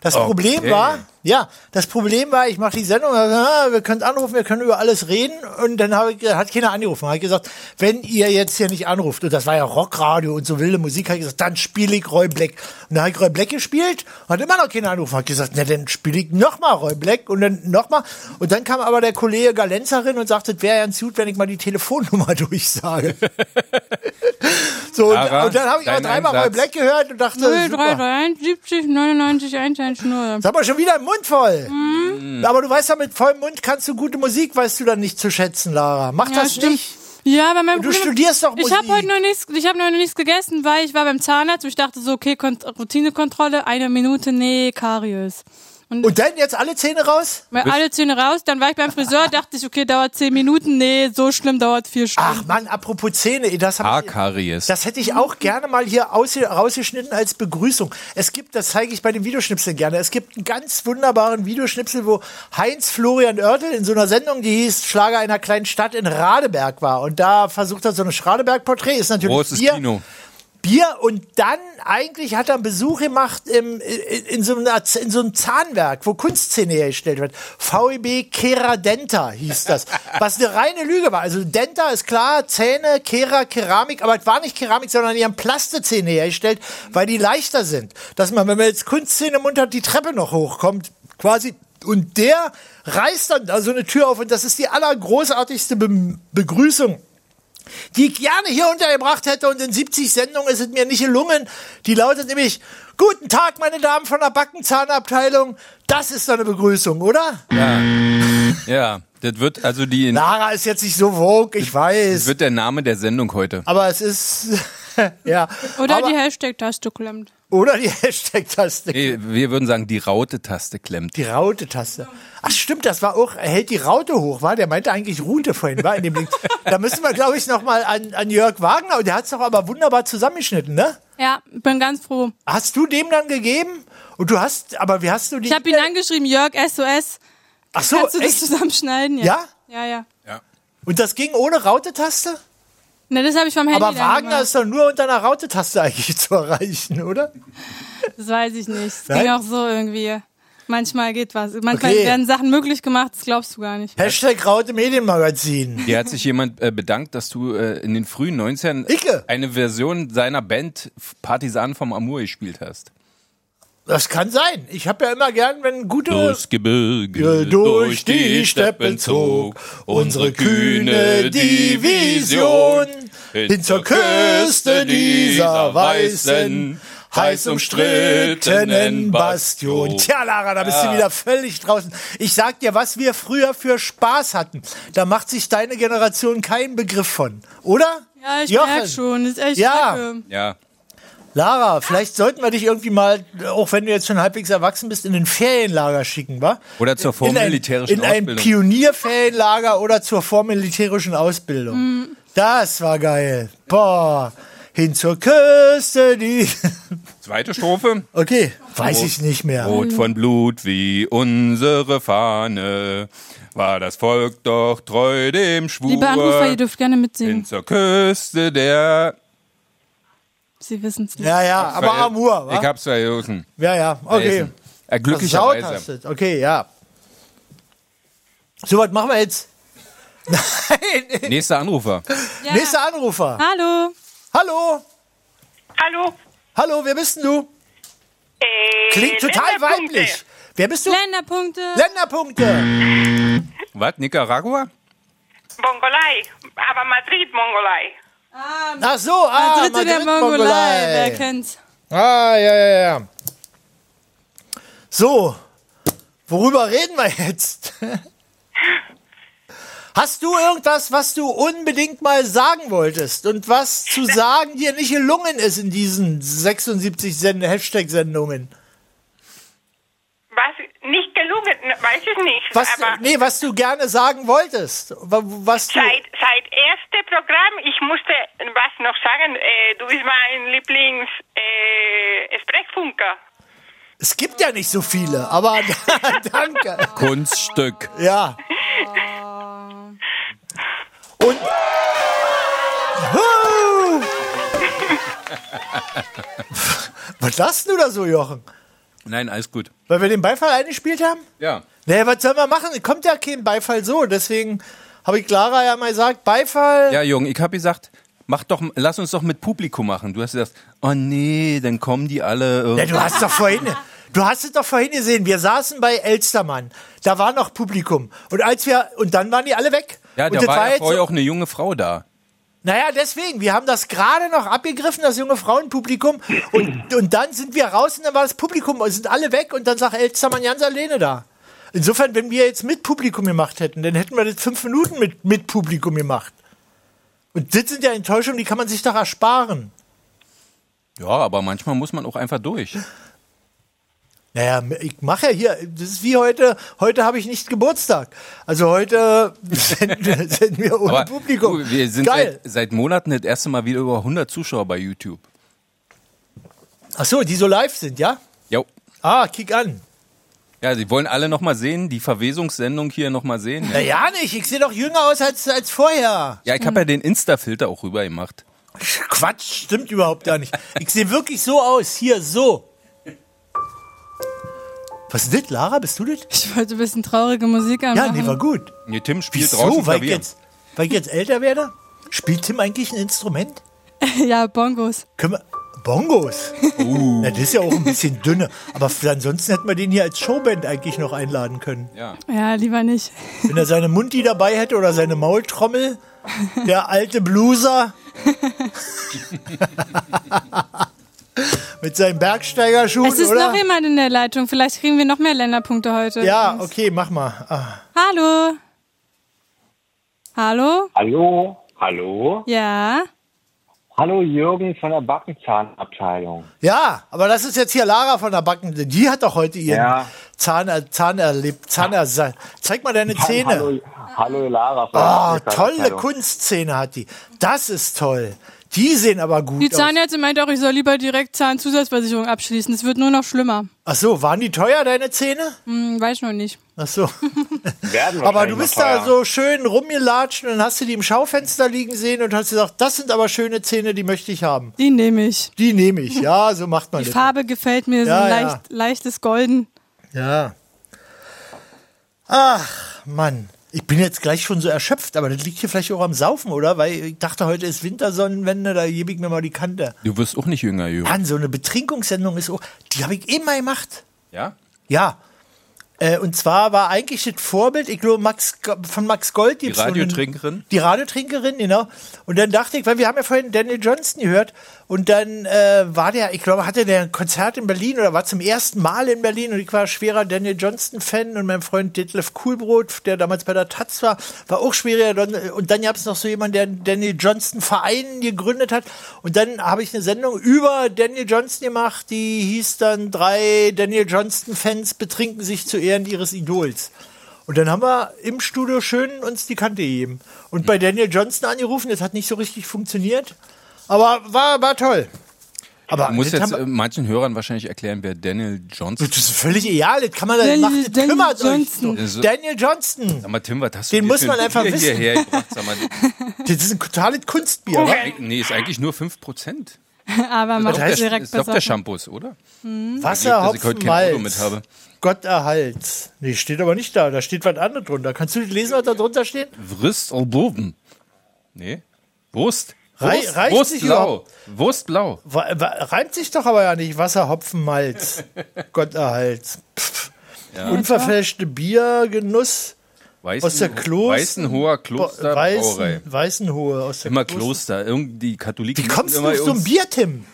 S5: Das
S29: Okay.
S5: Problem war, ja, das Problem war, ich mache die Sendung, ah, wir könnt anrufen, wir können über alles reden und dann habe ich, hat keiner angerufen. Hat gesagt, wenn ihr jetzt hier nicht anruft und das war ja Rockradio und so wilde Musik, hat gesagt, dann spiele ich Roy Black. Und dann habe ich Roy Black gespielt, hat immer noch keiner angerufen, hat gesagt, na dann spiele ich nochmal Roy Black und dann nochmal und dann kam aber der Kollege Galenzerin und sagte, wäre ganz gut, wenn ich mal die Telefonnummer durchsage. so
S7: Lara,
S5: und, und dann habe ich aber
S7: dein
S5: dreimal Roy
S7: Einsatz.
S5: Black gehört und dachte, super.
S6: 0331 70 99 110.
S5: Sag mal, schon wieder im Mund voll.
S7: Mhm.
S5: Aber du weißt ja, mit vollem Mund kannst du gute Musik, weißt du dann nicht zu schätzen, Lara. Mach
S6: Ja,
S5: das
S6: stimmt.
S5: nicht.
S6: Ja, aber mein
S5: Du studierst doch
S6: Ich habe
S5: Musik.
S6: heute noch nichts, ich habe noch nichts gegessen, weil ich war beim Zahnarzt und ich dachte so, okay, Kont Routinekontrolle, eine Minute, nee, Karies. Und,
S5: dann jetzt alle Zähne raus?
S6: Alle Zähne raus, dann war ich beim Friseur, dachte ich, okay, dauert zehn Minuten, nee, so schlimm dauert vier Stunden.
S5: Ach Mann, apropos Zähne, ey, das, hab
S7: Haarkaries.
S5: ich, das hätte ich auch gerne mal hier ausge- rausgeschnitten als Begrüßung. Es gibt, das zeige ich bei den Videoschnipseln gerne, es gibt einen ganz wunderbaren Videoschnipsel, wo Heinz Florian Oertel in so einer Sendung, die hieß Schlager einer kleinen Stadt in Radeberg war. Und da versucht er so ein Schradeberg-Porträt, ist natürlich
S7: Großes
S5: Bier.
S7: Kino.
S5: Bier und dann eigentlich hat er einen Besuch gemacht im, in, in, so einer, Z- in so einem Zahnwerk, wo Kunstszene hergestellt wird. VEB Kera Denta hieß das, was eine reine Lüge war. Also Denta ist klar, Zähne, Kera, Keramik, aber es war nicht Keramik, sondern die haben Plastizähne hergestellt, weil die leichter sind. Dass man, wenn man jetzt Kunstszene im Mund hat, die Treppe noch hochkommt, quasi und der reißt dann da so eine Tür auf und das ist die allergroßartigste Be Begrüßung die ich gerne hier untergebracht hätte und in 70 Sendungen ist es mir nicht gelungen. Die lautet nämlich, guten Tag, meine Damen von der Backenzahnabteilung. Das ist doch eine Begrüßung, oder?
S7: Ja. ja, das wird also die.
S5: Lara ist jetzt nicht so vogue, ich weiß.
S7: Das wird der Name der Sendung heute.
S5: Aber es ist, ja.
S6: Oder
S5: aber,
S6: die Hashtag-Taste klemmt.
S5: oder die Hashtag-Taste.
S7: Nee, wir würden sagen, die Raute-Taste klemmt.
S5: Die Raute-Taste. Ach stimmt, das war auch, er hält die Raute hoch, war? Der meinte eigentlich Rute vorhin, war in dem Link. Da müssen wir, glaube ich, nochmal an, an Jörg Wagner, und der hat es doch aber wunderbar zusammengeschnitten, ne?
S6: Ja, bin ganz froh.
S5: Hast du dem dann gegeben? Und du hast, aber wie hast du die?
S6: Ich habe ihn angeschrieben, Jörg, SOS.
S5: Ach so,
S6: Kannst du das
S5: echt?
S6: zusammenschneiden?
S5: Ja?
S6: Ja, ja.
S5: Und das ging ohne Raute-Taste?
S6: Na, das habe ich vom Handy
S5: Aber
S6: dann
S5: Wagner
S6: gemacht.
S5: ist doch nur unter einer Raute-Taste eigentlich zu erreichen, oder?
S6: Das weiß ich nicht. Es
S5: Nein?
S6: ging auch so irgendwie. Manchmal geht was. Manchmal
S5: Okay.
S6: werden Sachen möglich gemacht, das glaubst du gar nicht.
S5: Hashtag Raute Medienmagazin.
S7: Hier hat sich jemand äh, bedankt, dass du äh, in den frühen 90ern eine Version seiner Band F- Partisan vom Amour gespielt hast.
S5: Das kann sein. Ich habe ja immer gern, wenn gute
S7: Gebirge,
S5: durch die Steppen zog unsere kühne Division hin zur Küste dieser weißen, heiß umstrittenen Bastion.
S7: Oh.
S5: Tja, Lara, da bist
S29: Ja.
S5: du wieder völlig draußen. Ich sag dir, was wir früher für Spaß hatten, da macht sich deine Generation keinen Begriff von, oder?
S6: Ja, ich
S5: Jochen.
S6: merk schon, ist echt
S5: Ja.
S6: kacke.
S7: Ja.
S5: Lara, vielleicht sollten wir dich irgendwie mal, auch wenn du jetzt schon halbwegs erwachsen bist, in ein Ferienlager schicken, wa?
S7: Oder zur vormilitärischen
S5: in ein, in ein
S7: Ausbildung.
S5: Pionierferienlager oder zur vormilitärischen Ausbildung.
S6: Mhm.
S5: Das war geil. Boah. Hin zur Küste, die.
S7: Zweite Strophe.
S5: Okay, weiß ich nicht mehr.
S7: Rot von Blut wie unsere Fahne war das Volk doch treu dem Schwur.
S6: Liebe Anrufer,
S7: äh,
S6: ihr dürft gerne mitsingen.
S7: hin zur Küste der.
S6: Sie wissen es nicht.
S5: Ja, ja, aber
S7: Ver-
S5: Amur, wa?
S7: Ich hab's vergessen.
S5: Ja, ja, okay.
S7: Vergessen. Äh,
S5: Versaut hast
S7: glücklicherweise.
S5: du's. Okay, ja. So, was machen wir jetzt?
S7: Nächster Anrufer.
S5: Nächster Anrufer.
S6: Hallo.
S5: Hallo.
S29: Hallo.
S5: Hallo, wer bist denn du? Klingt total
S6: Länderpunkte.
S5: weiblich. Wer bist du?
S6: Länderpunkte.
S5: Länderpunkte.
S7: Was? Nicaragua?
S29: Mongolei, aber Madrid-Mongolei.
S5: Ach so, ah,
S6: Dritte Oh, der
S5: Madrid-Mongolei.
S6: Mongolei, wer kennt's?
S5: Ah, ja, ja, ja. So, worüber reden wir jetzt? Hast du irgendwas, was du unbedingt mal sagen wolltest und was zu sagen dir nicht gelungen ist in diesen 76 Send Hashtag-Sendungen?
S29: Was nicht gelungen, ne, weiß ich nicht.
S5: Was,
S29: aber
S5: nee, was du gerne sagen wolltest. wa- Was du,
S29: seit, seit erste Programm, ich musste was noch sagen. Äh, du bist mein Lieblings äh, Sprechfunker.
S5: es gibt ja nicht so viele, aber danke.
S7: Kunststück.
S5: Ja. Und. Huh! Was lachst du da so, Jochen?
S7: Nein, alles gut.
S5: Weil wir den Beifall eingespielt haben?
S7: Ja.
S5: Naja, was sollen wir machen? Kommt ja kein Beifall so. Deswegen habe ich Clara ja mal gesagt, Beifall.
S7: Ja, Jürgen, ich hab gesagt, mach doch, lass uns doch mit Publikum machen. Du hast gesagt, oh nee, dann kommen die alle.
S5: Ja, du hast doch vorhin, du hast es doch vorhin gesehen. Wir saßen bei Elstermann. Da war noch Publikum. Und als wir, und dann waren die alle weg.
S7: Ja,
S5: und
S7: da
S5: das
S7: war ja
S5: jetzt
S7: vorher auch eine junge Frau da.
S5: Naja, deswegen, wir haben das gerade noch abgegriffen, das junge Frauenpublikum. Und, und dann sind wir raus und dann war das Publikum, und sind alle weg und dann sagt Elstermann ganz alleine da. Insofern, wenn wir jetzt mit Publikum gemacht hätten, dann hätten wir das fünf Minuten mit, mit Publikum gemacht. Und das sind ja Enttäuschungen, die kann man sich doch ersparen.
S7: Ja, aber manchmal muss man auch einfach durch.
S5: Naja, ich mache ja hier, das ist wie heute, heute habe ich nicht Geburtstag. Also heute senden, senden wir ohne
S7: aber
S5: Publikum.
S7: Du, wir sind
S5: Geil.
S7: seit, seit Monaten das erste Mal wieder über 100 Zuschauer bei YouTube.
S5: Ach so, die so live sind, ja?
S7: Jo.
S5: Ah, kick an.
S7: Ja, sie wollen alle nochmal sehen, die Verwesungssendung hier nochmal sehen.
S5: Na ja nicht, ich sehe doch jünger aus als, als vorher.
S7: Ja, ich habe ja den Insta-Filter auch rüber gemacht.
S5: Quatsch, stimmt überhaupt gar nicht. Ich sehe wirklich so aus, hier so. Was ist das, Lara? Bist du das?
S6: Ich wollte ein bisschen traurige Musik anmachen.
S5: nee, war gut.
S7: Nee, Tim spielt draußen
S5: Wieso? Weil ich,
S7: Klavier.
S5: jetzt, weil ich jetzt älter werde? Spielt Tim eigentlich ein Instrument?
S6: ja, Bongos.
S5: Können wir, Bongos?
S7: Uh.
S5: Na, das ist ja auch ein bisschen dünne. Aber f- ansonsten hätten wir den hier als Showband eigentlich noch einladen können.
S7: Ja.
S6: Ja, lieber nicht.
S5: Wenn er seine Mundi dabei hätte oder seine Maultrommel, der alte Bluser. Mit seinen Bergsteigerschuhen,
S6: es ist
S5: oder?
S6: noch jemand in der Leitung. Vielleicht kriegen wir noch mehr Länderpunkte heute.
S5: ja, okay, mach mal. Ah.
S6: Hallo. Hallo?
S9: Hallo, hallo.
S6: Ja.
S9: Hallo Jürgen von der Backenzahnabteilung.
S5: Ja, aber das ist jetzt hier Lara von der Backen. Die hat doch heute ihren
S9: Ja.
S5: Zahn, äh, Zahn erlebt. Zahnersatz. Zeig mal deine Zähne.
S9: Hallo, hallo Lara von
S5: Oh,
S9: der
S5: tolle
S9: Backenzahnabteilung.
S5: Kunstszene hat die. Das ist toll. Die sehen aber gut
S6: Die
S5: aus.
S6: Zahnärztin meint auch, ich soll lieber direkt Zahnzusatzversicherung abschließen. Es wird nur noch schlimmer.
S5: Ach so, waren die teuer, deine Zähne?
S6: Hm, weiß noch nicht.
S5: Ach so.
S9: Werden
S5: aber
S9: wahrscheinlich
S5: du bist
S9: noch teuer.
S5: da so schön rumgelatscht und dann hast du die im Schaufenster liegen sehen und hast gesagt, das sind aber schöne Zähne, die möchte ich haben.
S6: Die nehme ich.
S5: Die nehme ich, ja, so macht man
S6: Die
S5: das.
S6: Farbe gefällt mir, so
S5: Ja,
S6: ein
S5: ja.
S6: leicht, leichtes Golden.
S5: Ja. Ach, Mann. Ich bin jetzt gleich schon so erschöpft, aber das liegt hier vielleicht auch am Saufen, oder? Weil ich dachte, heute ist Wintersonnenwende, da gebe ich mir mal die Kante.
S7: Du wirst auch nicht jünger, Jürgen.
S5: Mann, so eine Betrinkungssendung ist auch. Die habe ich immer gemacht.
S7: Ja?
S5: Ja. Äh, und zwar war eigentlich das Vorbild, ich glaube, Max, von Max Gold
S7: Die
S5: so einen-
S7: Radiotrinkerin?
S5: Die Radiotrinkerin, genau. Und dann dachte ich, weil wir haben ja vorhin Daniel Johnston gehört und dann äh, war der, ich glaube, hatte der ein Konzert in Berlin oder war zum ersten Mal in Berlin und ich war schwerer Daniel Johnston-Fan und mein Freund Detlef Kuhlbrot, der damals bei der Taz war, war auch schwerer. Don- Und dann gab es noch so jemanden, der einen Daniel Johnston-Verein gegründet hat und dann habe ich eine Sendung über Daniel Johnston gemacht, die hieß dann drei Daniel Johnston-Fans betrinken sich zu Ehren ihres Idols. Und dann haben wir im Studio schön uns die Kante gegeben. Und bei Daniel Johnston angerufen, das hat nicht so richtig funktioniert. Aber war, war toll. Aber
S7: du musst
S5: das
S7: jetzt
S5: haben-
S7: äh, manchen Hörern wahrscheinlich erklären, wer Daniel Johnson
S5: das ist. Völlig egal, das kann man dann
S7: Daniel-
S5: machen. Das
S7: Daniel
S5: kümmert
S7: Johnston.
S5: euch. So. Daniel Johnston.
S7: Sag mal, Tim, was hast
S5: Den
S7: du
S5: muss
S7: für
S5: man
S7: ein
S5: einfach
S7: Bier
S5: wissen.
S7: hierher gebracht? Sag mal,
S5: Das ist ein totales Kunstbier. wa?
S7: Nee, ist eigentlich nur 5%.
S6: Aber
S7: Das
S6: macht
S7: ist doch der-
S6: direkt
S7: ist doch der
S6: besoffen.
S7: Shampoos, oder?
S6: Hm.
S5: Wasser,
S7: Dass ich heute
S5: Hopfen,
S7: kein Auto
S5: Malz.
S7: mit habe.
S5: Gott erhalt. Nee, steht aber nicht da. Da steht was anderes drunter. Kannst du lesen, was da drunter steht?
S7: Wrist und Boven. Nee. Wurst.
S5: Rei-
S7: Wurst-
S5: reicht sich
S7: Wurstblau. Wurstblau.
S5: Wa- wa- Reimt sich doch aber ja nicht. Wasser, Hopfen, Malz. Gott erhalt. Pff.
S7: Ja.
S5: Unverfälschte Biergenuss
S7: Weißen-
S5: aus der Kloster.
S7: Weißenhoher Kloster Brauerei.
S5: Weißen, Weißenhohe aus der
S7: Immer Kloster. Irgendwie die Katholiken.
S5: Wie kommst du
S7: Hm, immer
S5: auf so ein
S7: irgends-
S5: Bier, Tim?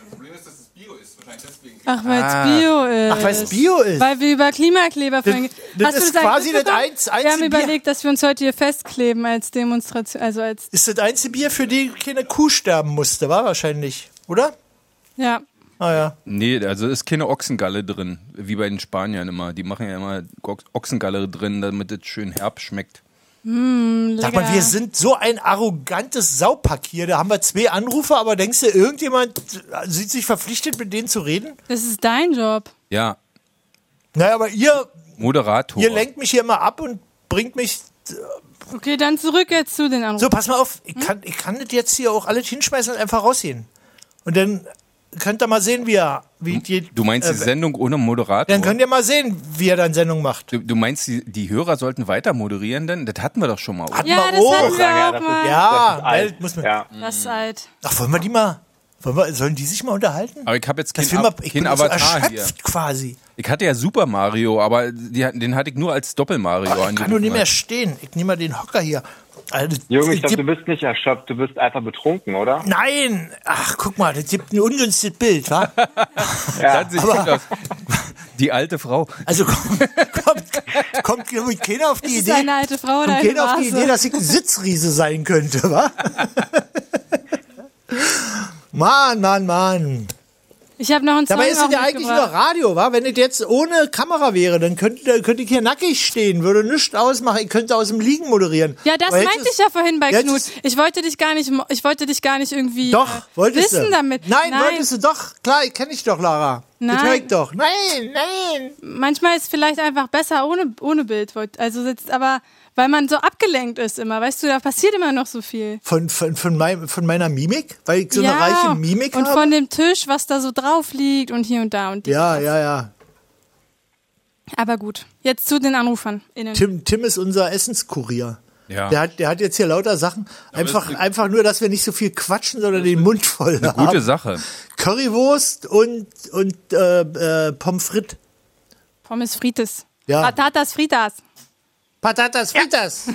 S6: Ach, weil es
S7: Ah.
S6: Bio ist.
S5: Ach, weil's Bio ist.
S6: Weil wir über Klimakleber
S5: Das-
S6: vorhin-
S5: das
S6: Hast du
S5: ist
S6: eigentlich
S5: quasi das
S6: mitbekommen?
S5: eins- einzige
S6: Wir haben
S5: Bier.
S6: überlegt, dass wir uns heute hier festkleben als Demonstration, also als,
S5: Ist das einzige Bier, für die keine Kuh sterben musste, war wahrscheinlich, oder?
S6: ja.
S5: Ah ja.
S7: Nee, also ist keine Ochsengalle drin. Wie bei den Spaniern immer. Die machen ja immer Ox- Ochsengalle drin, damit es schön herb schmeckt.
S6: Mm,
S5: Sag mal,
S6: lecker.
S5: wir sind so ein arrogantes Saupack hier. Da haben wir zwei Anrufer, aber denkst du, irgendjemand äh, sieht sich verpflichtet, mit denen zu reden?
S6: Das ist dein Job.
S7: Ja,
S5: Naja, aber ihr,
S7: Moderator.
S5: ihr lenkt mich hier immer ab und bringt mich.
S6: Okay, dann zurück jetzt zu den Anrufen.
S5: So, pass mal auf, ich kann, ich kann das jetzt hier auch alles hinschmeißen und einfach rausgehen. Und dann könnt ihr mal sehen, wie er. Wie die,
S7: Du meinst die
S5: äh,
S7: Sendung ohne Moderator?
S5: Dann könnt ihr mal sehen, wie er dann Sendung macht.
S7: Du, du meinst, die, die Hörer sollten weiter moderieren, denn das hatten wir doch schon mal. oder?
S5: Hatten Ja, wir das auch. hatten wir
S6: Ja, auch das ist- mal.
S5: Oh. Ja,
S6: das ist
S5: weil
S6: alt.
S5: das muss man.
S6: Das ist alt.
S5: Ach, wollen wir die mal. Wollen wir, sollen die sich mal unterhalten?
S7: Aber ich habe jetzt
S5: Das
S7: keinen
S5: will
S7: Ab-
S5: man- ich
S7: keinen
S5: bin auch so
S7: Avatar hier.
S5: erschöpft quasi.
S7: Ich hatte ja Super Mario, aber die, hat- den hatte ich nur als Doppel Mario
S5: Ich kann nur nicht mehr stehen. Ich nehme mal den Hocker hier. Also,
S22: Jürgen, ich
S5: es
S22: glaube,
S5: gibt-
S22: du bist nicht erschöpft, du bist einfach betrunken, oder?
S5: Nein! Ach, guck mal, das gibt ein ungünstiges Bild, wa?
S7: Das sieht gut aus. Die alte Frau.
S5: Also kommt, kommt glaub ich, keiner auf die
S6: Ist es
S5: Idee.
S6: eine alte Frau
S5: kommt
S6: oder eine
S5: keiner auf die
S6: Vase?
S5: Idee, dass ich ein Sitzriese sein könnte, wa? Mann, Mann, Mann.
S6: Ich habe noch einen Song
S5: Dabei ist es
S6: auch
S5: ja eigentlich nur
S6: mitgebracht.
S5: Radio, wa? Wenn es jetzt ohne Kamera wäre, dann könnte, könnte ich hier nackig stehen, würde nichts ausmachen, ich könnte aus dem Liegen moderieren.
S6: Ja, das
S5: Aber jetzt
S6: meinte
S5: ist-
S6: ich ja vorhin bei
S5: jetzt
S6: Knut.
S5: ist-
S6: Ich wollte dich gar nicht, mo- ich wollte dich gar nicht irgendwie
S5: Doch,
S6: äh,
S5: wolltest
S6: wissen
S5: du.
S6: damit.
S5: Nein, wolltest du doch. Klar, ich kenne ich doch, Lara.
S6: Nein.
S5: Das hör ich doch. Nein.
S6: nein. Manchmal ist vielleicht einfach besser ohne, ohne Bild. wollt- Also jetzt, aber weil man so abgelenkt ist immer, weißt du, da passiert immer noch so viel.
S5: Von, von, von, meinem, von meiner Mimik? Weil ich so
S6: ja,
S5: eine reiche Mimik
S6: und
S5: habe?
S6: von dem Tisch, was da so drauf liegt und hier und da und die.
S5: ja, ja, ja.
S6: Aber gut, jetzt zu den Anrufern. Innen.
S5: Tim, Tim ist unser Essenskurier.
S7: Ja.
S5: Der, hat, der hat jetzt hier lauter Sachen. Einfach, einfach nur, dass wir nicht so viel quatschen, sondern den Mund voll
S7: Eine
S5: haben.
S7: gute Sache.
S5: Currywurst und, und äh, äh, Pommes frites.
S6: Pommes Frites.
S5: Ja.
S6: Patatas Fritas.
S5: Patatas Fritas.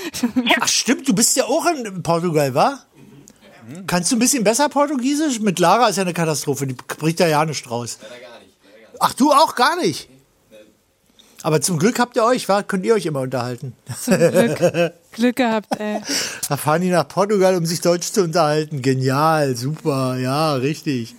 S5: Ach stimmt, du bist ja auch in Portugal, wa? Hm? Kannst du ein bisschen besser Portugiesisch? Mit Lara ist ja eine Katastrophe, die bricht da ja nicht raus. Ach, du auch gar nicht? Aber zum Glück habt ihr euch, wa? Könnt ihr euch immer unterhalten.
S6: Zum Glück. Glück gehabt, ey.
S5: Da fahren die nach Portugal, um sich Deutsch zu unterhalten. Genial, super, ja, richtig.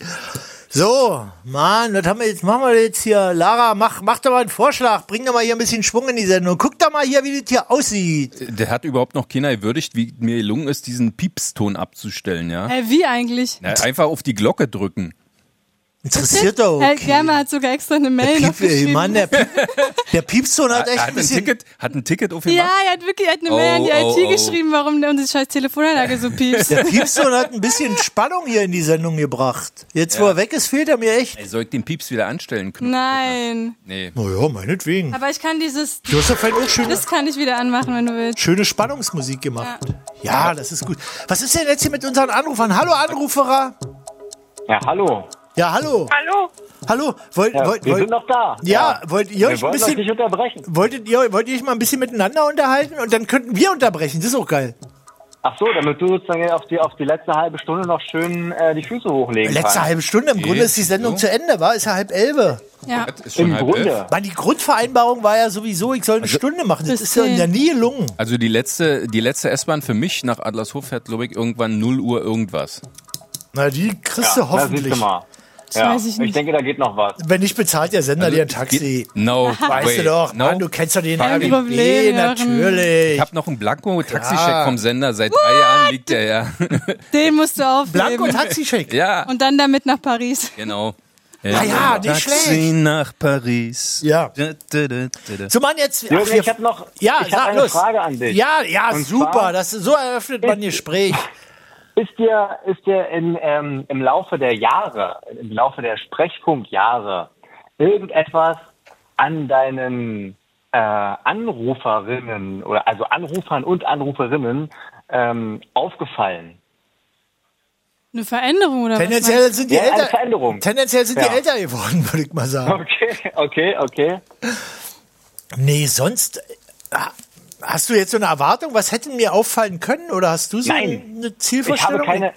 S5: So, Mann, was haben wir jetzt? Machen wir jetzt hier. Lara, mach, mach doch mal einen Vorschlag. Bring doch mal hier ein bisschen Schwung in die Sendung. Guck doch mal hier, wie das hier aussieht.
S7: Der hat überhaupt noch keiner gewürdigt, wie mir gelungen ist, diesen Piepston abzustellen, ja?
S6: Äh, wie eigentlich?
S7: Na, einfach auf die Glocke drücken.
S5: Interessiert doch.
S6: Herr Germer Äh, hat sogar extra eine Mail
S5: Piep,
S6: noch geschrieben.
S5: ey, Mann, der, Piep, der Piepston hat
S7: Er
S5: echt
S7: hat
S5: ein
S7: ein,
S5: bisschen.
S7: Ticket, hat ein Ticket auf
S6: ja, er hat wirklich er hat eine Mail an die
S7: Oh,
S6: IT
S7: oh, oh.
S6: geschrieben, warum unsere scheiß Telefonanlage so piepst.
S5: Der Piepston hat ein bisschen Spannung hier in die Sendung gebracht. Jetzt, wo
S7: Ja.
S5: er weg ist, fehlt er mir echt.
S7: Ey, soll ich den Pieps wieder anstellen können?
S6: Nein.
S7: Nee.
S5: Naja, meinetwegen.
S6: Aber ich kann dieses.
S5: Du hast doch vielleicht auch schön-
S6: Das kann ich wieder anmachen, wenn du willst.
S5: Schöne Spannungsmusik gemacht. Ja, das ist gut. Was ist denn jetzt hier mit unseren Anrufern? Hallo, Anruferer.
S22: Ja, hallo.
S5: Ja, hallo.
S29: Hallo.
S5: Hallo. Wollt,
S9: Ja,
S5: wollt,
S9: wir
S5: wollt,
S9: sind noch da.
S5: Ja,
S9: Ja.
S5: wollt ihr
S9: Wir
S5: euch ein
S9: wollen
S5: bisschen...
S9: euch nicht unterbrechen.
S5: Wolltet ihr, wollt ihr euch mal ein bisschen miteinander unterhalten und dann könnten wir unterbrechen. Das ist auch geil.
S9: Ach so, damit du sozusagen auf die, auf die letzte halbe Stunde noch schön äh, die Füße hochlegen
S5: Letzte
S9: kannst.
S5: halbe Stunde. Im Grunde ist die Sendung zu Ende, war? Ist ja halb elf.
S6: Ja.
S7: Ist schon
S9: Im
S7: halb
S9: Grunde.
S7: elf.
S5: Man, die Grundvereinbarung war ja sowieso, ich soll eine Stunde machen. Das ist ja in der nie gelungen.
S7: Also die letzte, die letzte S-Bahn für mich nach Adlershof fährt, glaube ich, irgendwann 0 Uhr irgendwas.
S5: Na, die kriegst
S9: Ja,
S5: du
S9: na, siehst
S5: hoffentlich.
S9: du mal.
S5: Das weiß ich nicht.
S9: denke, da geht noch was.
S5: Wenn nicht bezahlt der Sender
S7: Also,
S5: dir ein Taxi.
S7: No
S5: Weißt
S7: way.
S5: du doch,
S7: No
S5: Mann, du kennst doch den
S7: fucking-
S5: RBB, natürlich.
S7: Ich habe noch einen Blanko-Taxischeck
S5: Klar.
S7: vom Sender. Seit drei Jahren liegt der ja.
S6: Den musst du aufnehmen.
S7: Ja,
S6: Und dann damit nach Paris.
S7: genau.
S5: Ja, Ah ja, nicht
S7: Taxi
S5: schlecht.
S7: nach Paris.
S5: Ja.
S7: Da, da, da, da, da.
S5: So, Mann, jetzt.
S7: Jürgen,
S5: wir-
S7: ich hab noch-
S5: Ja,
S7: ich hab
S5: sag
S7: eine
S5: los.
S9: Frage an dich.
S5: Ja, ja,
S9: Und
S5: super.
S9: zwar-
S5: Das, so eröffnet man ein Gespräch.
S9: Ist dir, ist dir in, ähm, im Laufe der Jahre, im Laufe der Sprechfunkjahre, irgendetwas an deinen äh, Anruferinnen oder also Anrufern und Anruferinnen ähm, aufgefallen?
S6: Eine Veränderung oder
S5: Tendenziell
S6: was?
S5: sind die
S9: Ja, eine
S5: älter.
S9: Veränderung.
S5: Tendenziell sind
S9: Ja.
S5: die älter geworden, würde ich mal sagen.
S9: Okay, okay, okay.
S5: Nee, sonst. äh, Hast du jetzt so eine Erwartung? Was hätten mir auffallen können? Oder hast du so
S9: Nein.
S5: eine
S9: Ich habe
S5: Zielvorstellung?
S9: keine,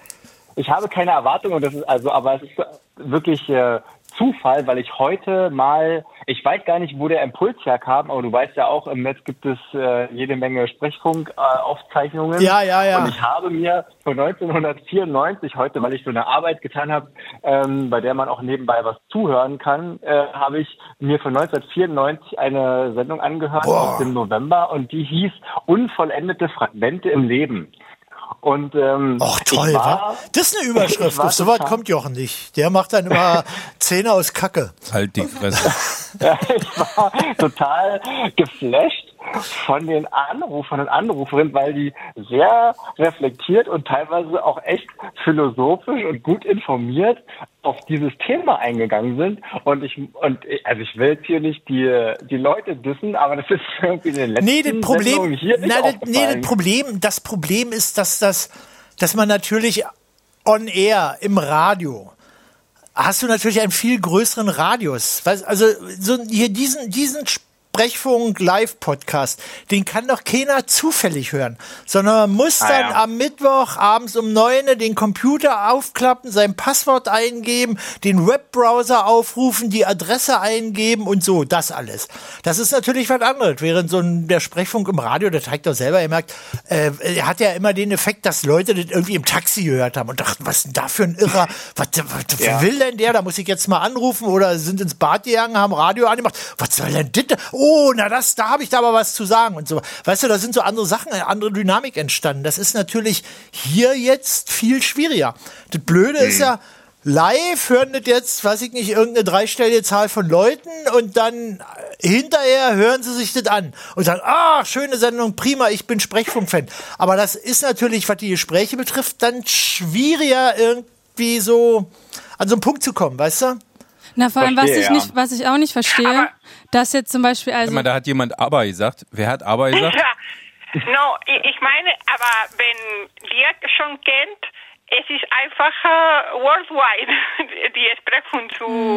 S9: ich habe keine Erwartung und das ist also, aber es ist wirklich äh, Zufall, weil ich heute mal, ich weiß gar nicht, wo der Impuls herkam, aber du weißt ja auch, im Netz gibt es äh, jede Menge äh, Sprechfunkaufzeichnungen.
S5: Ja, ja, ja.
S9: Und ich habe mir von 1994 heute, weil ich so eine Arbeit getan habe, ähm, bei der man auch nebenbei was zuhören kann, äh, habe ich mir von 1994 eine Sendung angehört aus dem November und die hieß Unvollendete Fragmente im Leben. Und ähm,
S5: Och, toll,
S9: ich
S5: wa?
S9: war,
S5: Das ist eine
S9: Ich
S5: Überschrift.
S9: war
S5: Auf sowas
S9: total-
S5: kommt Jochen nicht. Der macht dann immer Zähne aus Kacke.
S7: Halt die Fresse.
S9: ich war total geflasht von den Anrufern und Anruferinnen, weil die sehr reflektiert und teilweise auch echt philosophisch und gut informiert auf dieses Thema eingegangen sind. Und ich und ich- also ich will jetzt hier nicht die die Leute dissen, aber das ist irgendwie in den letzten
S5: Nee, das Problem,
S9: Sendungen hier nicht
S5: na, das, nee,
S9: aufgefallen.
S5: das Problem, das Problem ist, dass das, dass man natürlich on air im Radio hast du natürlich einen viel größeren Radius. Weißt, also so hier diesen diesen Sprechfunk Live Podcast, den kann doch keiner zufällig hören, sondern man muss
S9: Ah,
S5: dann
S9: ja.
S5: am Mittwoch abends um 9 Uhr den Computer aufklappen, sein Passwort eingeben, den Webbrowser aufrufen, die Adresse eingeben und so, das alles. Das ist natürlich was anderes, während so ein, der Sprechfunk im Radio, der zeigt doch selber, ihr merkt, äh, er hat ja immer den Effekt, dass Leute das irgendwie im Taxi gehört haben und dachten, was ist denn da für ein Irrer, was, was
S9: Ja.
S5: will denn der, da muss ich jetzt mal anrufen oder sind ins Bad gegangen, haben Radio angemacht, was soll denn das? Oh, na das, da habe ich da aber was zu sagen und so. Weißt du, da sind so andere Sachen, eine andere Dynamik entstanden. Das ist natürlich hier jetzt viel schwieriger. Das Blöde ist ja, live hören das jetzt, weiß ich nicht, irgendeine dreistellige Zahl von Leuten und dann hinterher hören sie sich das an und sagen, ah, schöne Sendung, prima, ich bin Sprechfunkfan. Aber das ist natürlich, was die Gespräche betrifft, dann schwieriger irgendwie so an so einen Punkt zu kommen, weißt du?
S6: Na, vor allem, was
S7: Verstehe,
S6: ich,
S7: ja.
S6: nicht, was ich auch nicht verstehe, dass jetzt zum Beispiel,
S7: Warte
S6: also,
S7: mal, da hat jemand aber gesagt. Wer hat aber gesagt?
S29: No, i- ich meine, aber wenn ihr schon kennt, es ist einfacher worldwide die Sprechung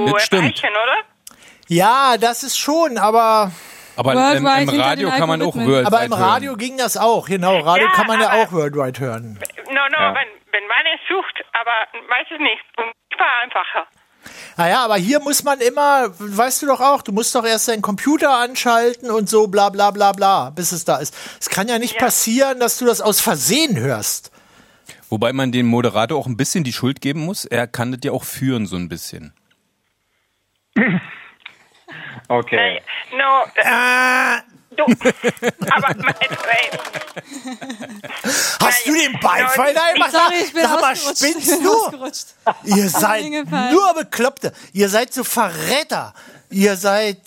S29: zu
S5: Das stimmt.
S29: erreichen, oder?
S5: Ja, das ist schon, aber.
S7: Aber im- im Worldwide hinter Radio den kann man auch Algorithmen. worldwide
S5: Aber im Radio
S7: hören.
S5: ging das auch, genau. Radio
S29: Ja,
S5: kann man ja auch worldwide hören.
S29: No, no,
S5: Ja.
S29: wenn, wenn man es sucht, aber weiß es nicht. Es war einfacher.
S5: Naja, aber hier muss man immer, weißt du doch auch, du musst doch erst deinen Computer anschalten und so bla bla bla bla, bis es da ist. Es kann ja nicht passieren, dass du das aus Versehen hörst.
S7: Wobei man dem Moderator auch ein bisschen die Schuld geben muss. Er kann das ja auch führen, so ein bisschen.
S9: Okay.
S29: No, äh, du, aber man, äh,
S5: Hast du den Beifall da gemacht?
S6: Sorry, ich bin
S5: Sag mal,
S6: ausgerutscht.
S5: spinnst du?
S6: Ausgerutscht.
S5: Ihr
S6: Bin
S5: seid
S6: hingefallen.
S5: nur Bekloppte. Ihr seid so Verräter. Ihr seid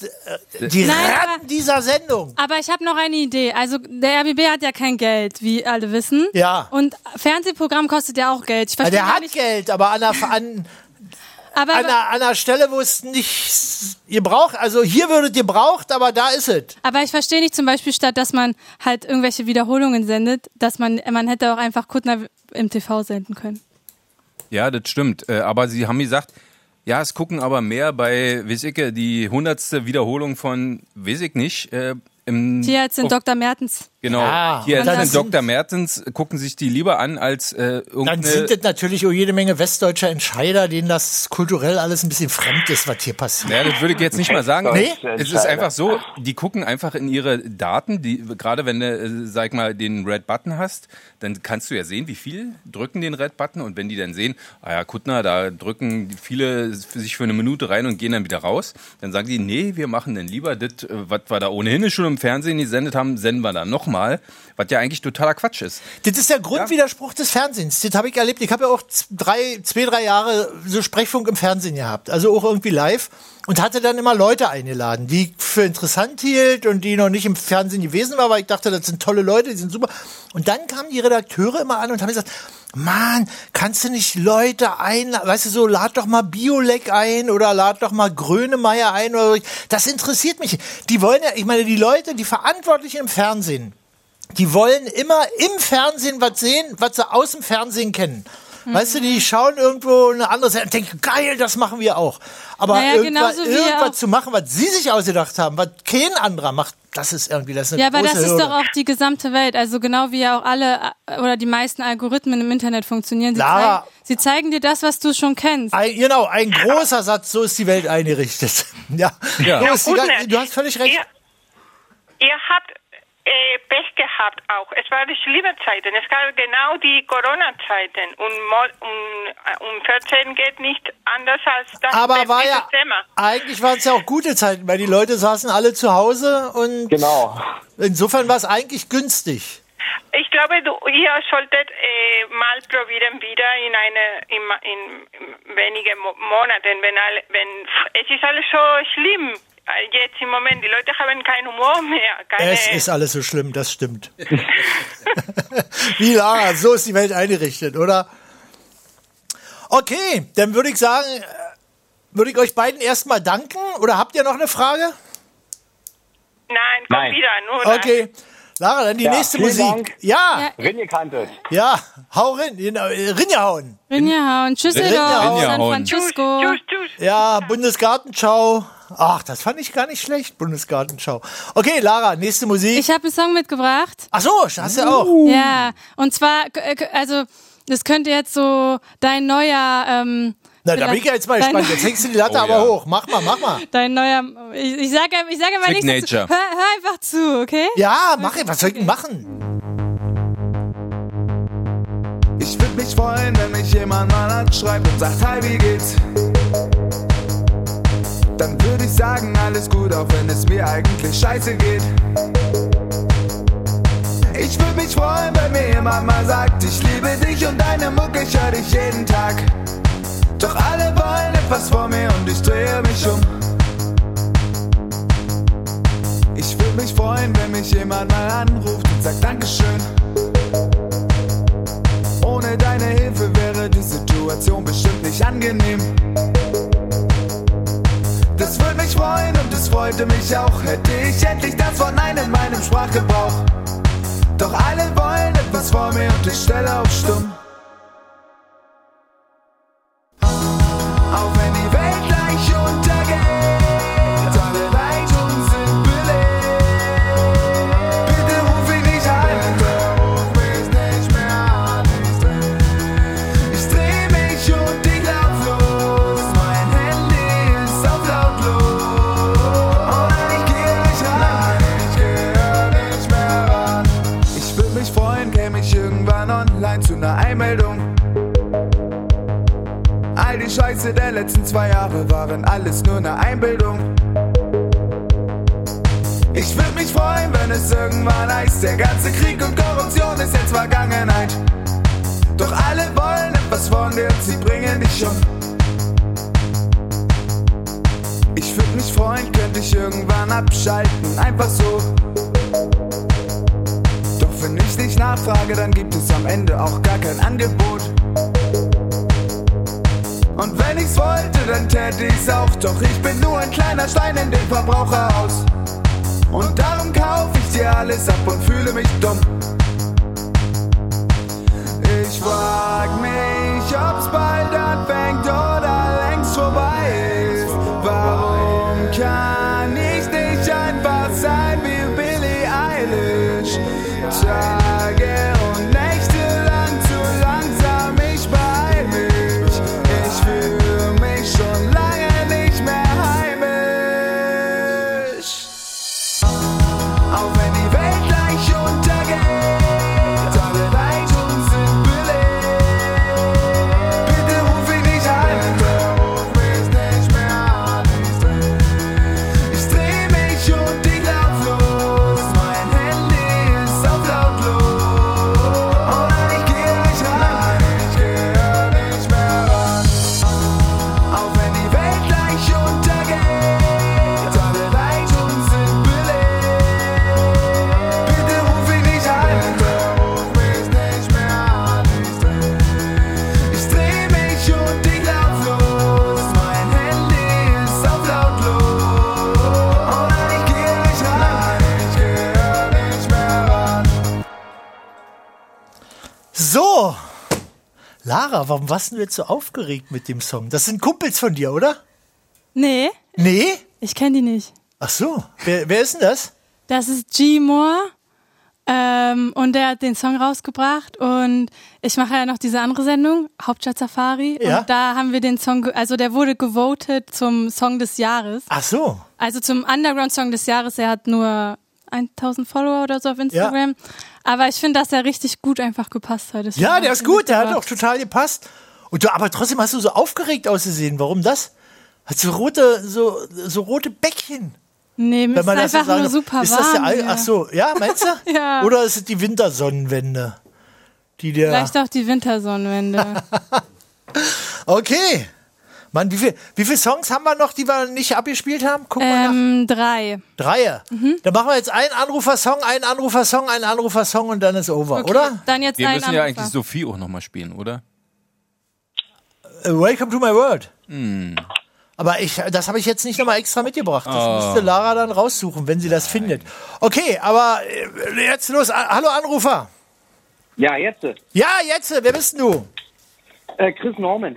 S5: äh, die
S6: Nein, aber-
S5: Ratten dieser Sendung.
S6: Aber ich habe noch eine Idee. Also der RBB hat ja kein Geld, wie alle wissen.
S5: Ja.
S6: Und Fernsehprogramm kostet ja auch Geld. Ich
S5: Ja,
S6: verstehe
S5: der
S6: gar
S5: hat
S6: nicht.
S5: Geld, aber an der, an,
S6: Aber
S5: an, der, an der Stelle, wo es nicht ihr braucht, also hier würdet ihr braucht, aber da ist es.
S6: Aber ich verstehe nicht zum Beispiel, statt dass man halt irgendwelche Wiederholungen sendet, dass man, man hätte auch einfach Kuttner im TV senden können.
S7: Ja, das stimmt. Äh, Aber sie haben gesagt, Ja, es gucken aber mehr bei, weiß ich, äh, die hundertste Wiederholung von, weiß ich nicht, äh, im
S6: Hier jetzt
S5: Oh.
S6: sind
S7: auf-
S6: Dr. Mertens.
S7: Genau,
S5: Ah,
S6: Ja,
S7: hier
S6: dann
S7: sind
S6: sind-
S7: Dr. Mertens, gucken sich die lieber an als
S5: Dann
S7: äh, irgendeine...
S5: sind das natürlich auch jede Menge westdeutscher Entscheider, denen das kulturell alles ein bisschen fremd ist, was hier passiert.
S7: Ja, das würde ich jetzt nicht mal sagen.
S5: Nee?
S7: Es ist einfach so, die gucken einfach in ihre Daten, die gerade wenn du, äh, sag ich mal, den Red Button hast, dann kannst du ja sehen, wie viel drücken den Red Button und wenn die dann sehen, ah ja, Kuttner, da drücken viele sich für eine Minute rein und gehen dann wieder raus, dann sagen die, nee, wir machen dann lieber das, äh, was wir da ohnehin schon im Fernsehen gesendet haben, senden wir dann nochmal, was ja eigentlich totaler Quatsch ist.
S5: Das ist der Grundwiderspruch des Fernsehens. Das habe ich erlebt. Ich habe ja auch z- drei, zwei, drei Jahre so Sprechfunk im Fernsehen gehabt. Also auch irgendwie live. Und hatte dann immer Leute eingeladen, die ich für interessant hielt und die noch nicht im Fernsehen gewesen waren, weil ich dachte, das sind tolle Leute, die sind super. Und dann kamen die Redakteure immer an und haben gesagt, Mann, kannst du nicht Leute ein, weißt du so, lad doch mal Biolek ein oder lad doch mal Grönemeyer ein oder so. Das interessiert mich. Die wollen ja, ich meine, die Leute, die Verantwortlichen im Fernsehen, die wollen immer im Fernsehen was sehen, was sie aus dem Fernsehen kennen. Weißt du, die schauen irgendwo eine andere Seite und denken, geil, das machen wir auch. Aber
S6: Naja,
S5: irgendwas,
S6: genauso wie auch-
S5: irgendwas zu machen, was sie sich ausgedacht haben, was kein anderer macht, das ist irgendwie das ist eine
S6: Ja, aber
S5: große
S6: das ist
S5: Hürde.
S6: doch auch die gesamte Welt. Also genau wie ja auch alle äh, oder die meisten Algorithmen im Internet funktionieren. Sie,
S5: Lara.
S6: zeigen, sie zeigen dir das, was du schon kennst.
S5: Ein, genau, ein großer Satz, so ist die Welt eingerichtet. Ja, So
S7: Ja.
S5: ist die,
S29: Ja,
S5: Ga-
S29: gut, ne?
S5: du hast völlig recht.
S29: Ihr habt äh, Pech gehabt auch. Es waren schlimme Zeiten. Es gab genau die Corona-Zeiten. Und, mo- und, und 14 geht nicht anders als das
S5: Aber
S29: mit
S5: war
S29: diesem
S5: ja,
S29: Thema.
S5: eigentlich waren es ja auch gute Zeiten, weil die Leute saßen alle zu Hause und
S29: Genau.
S5: insofern war es eigentlich günstig.
S29: Ich glaube, du, ihr solltet äh, mal probieren, wieder in eine in, ma- in in wenigen Mo Monaten, wenn alle, wenn es ist alles so schlimm äh, jetzt im Moment. Die Leute haben keinen Humor mehr. Keine,
S5: Es ist alles so schlimm, das stimmt. Wie Lara, so ist die Welt eingerichtet, oder? Okay, dann würde ich sagen, äh, würde ich euch beiden erstmal danken. Oder habt ihr noch eine Frage?
S29: Oh, nein, komm
S5: Nein.
S29: wieder, nur das.
S5: Okay, Lara, dann die
S29: Ja,
S5: nächste
S29: vielen
S5: Musik.
S29: Dank.
S5: Ja.
S29: Ja.
S5: Rinje Ja, hau rin, genau, äh, Rinje hauen.
S6: Rinjehauen, Schüsseldorf,
S5: Rinjehauen.
S6: San Francisco.
S5: Ja, Bundesgartenschau. Ach, das fand ich gar nicht schlecht, Bundesgartenschau. Okay, Lara, nächste Musik.
S6: Ich habe einen Song mitgebracht.
S5: Ach so, hast du auch.
S6: Ja, und zwar, äh, also, das könnte jetzt so dein neuer. Ähm,
S5: Na, da bin ich ja jetzt mal gespannt. Jetzt hängst du die Latte aber hoch. Mach mal, mach mal.
S6: Dein neuer. Ich, ich sage ich sag mal
S5: Trick
S6: nichts. dazu. Hör,
S5: Nature.
S6: hör einfach zu, okay?
S5: Ja, mach ich. Was soll ich denn machen?
S20: Ich würd mich freuen, wenn mich jemand mal anschreibt und sagt, hi, wie geht's? Dann würde ich sagen, alles gut, auch wenn es mir eigentlich scheiße geht. Ich würd mich freuen, wenn mir jemand mal sagt, ich liebe dich und deine Mucke, ich hör dich jeden Tag. Doch alle wollen etwas von mir und ich drehe mich um. Ich würd mich freuen, wenn mich jemand mal anruft und sagt Dankeschön. Ohne deine Hilfe wäre die Situation bestimmt nicht angenehm. Das würde mich freuen und es freute mich auch, hätte ich endlich das Wort Nein in meinem Sprachgebrauch. Doch alle wollen etwas vor mir und ich stelle auf Stumm. Auch wenn die Welt gleich untergeht, alle Leitungen sind belegt. Bitte ruf mich nicht an, ruf mich nicht mehr an. Ich dreh mich und ich lauf los. Mein Handy ist auf lautlos. Und ich geh nicht ran. Ich geh nicht mehr ran. Ich würde mich freuen, käme ich irgendwann online zu einer Einmeldung. All die Scheiße der letzten zwei Jahre waren alles nur eine Einbildung. Ich würde mich freuen, wenn es irgendwann heißt, der ganze Krieg und Korruption ist jetzt Vergangenheit. Doch alle wollen etwas von dir und sie bringen dich um. Ich würde mich freuen, könnte ich irgendwann abschalten, einfach so. Doch wenn ich nicht nachfrage, dann gibt es am Ende auch gar kein Angebot. Und wenn ich's wollte, dann täte ich's auch. Doch ich bin nur ein kleiner Stein in dem Verbraucherhaus. Und darum kauf ich dir alles ab und fühle mich dumm. Ich frag mich, ob's bald anfängt oder längst vorbei
S5: Lara, warum warst du jetzt so aufgeregt mit dem Song? Das sind Kumpels von dir, oder?
S6: Nee.
S5: Nee?
S6: Ich kenne die nicht.
S5: Ach so. Wer, wer ist denn das?
S6: Das ist G. Moore. Ähm, und der hat den Song rausgebracht und ich mache ja noch diese andere Sendung, Hauptstadt Safari.
S5: Ja.
S6: Und da haben wir den Song, ge- also der wurde gewotet zum Song des Jahres.
S5: Ach so.
S6: Also zum Underground-Song des Jahres. Er hat nur 1000 Follower oder so auf Instagram. Aber ich finde, dass der richtig gut einfach gepasst hat. Deswegen
S5: Ja,
S6: hab
S5: der
S6: ich
S5: ist
S6: ihn
S5: gut, der hat auch
S6: mitgebracht.
S5: total gepasst. Und du, aber trotzdem hast du so aufgeregt ausgesehen. Warum das? Hat so rote, so, so rote Bäckchen.
S6: Nee, mir ist
S5: das so
S6: einfach
S5: sagen
S6: nur
S5: darf.
S6: super
S5: ist
S6: warm.
S5: das der Al
S6: hier.
S5: Ach so, ja, meinst du?
S6: Ja.
S5: Oder ist es die Wintersonnenwende? Die der.
S6: Vielleicht auch die Wintersonnenwende.
S5: Okay. Mann, wie viel, wie viele Songs haben wir noch, die wir nicht abgespielt haben? Guck mal nach.
S6: ähm, drei.
S5: Dreier. Dann machen wir jetzt einen Anrufer-Song, einen Anrufer-Song, einen Anrufer-Song und dann ist over,
S6: Okay,
S5: oder?
S6: Dann jetzt
S7: Wir
S6: ein
S7: müssen ja
S6: Anrufer.
S7: eigentlich Sophie auch nochmal spielen, oder?
S5: Äh, Welcome to my world.
S7: Hm.
S5: Aber ich, das habe ich jetzt nicht nochmal extra mitgebracht. Das
S7: Oh.
S5: müsste Lara dann raussuchen, wenn sie das findet. Okay, aber äh, jetzt los. A- Hallo Anrufer.
S9: Ja, jetzt.
S5: Ja, jetzt. Wer bist denn du?
S9: Äh, Chris Norman.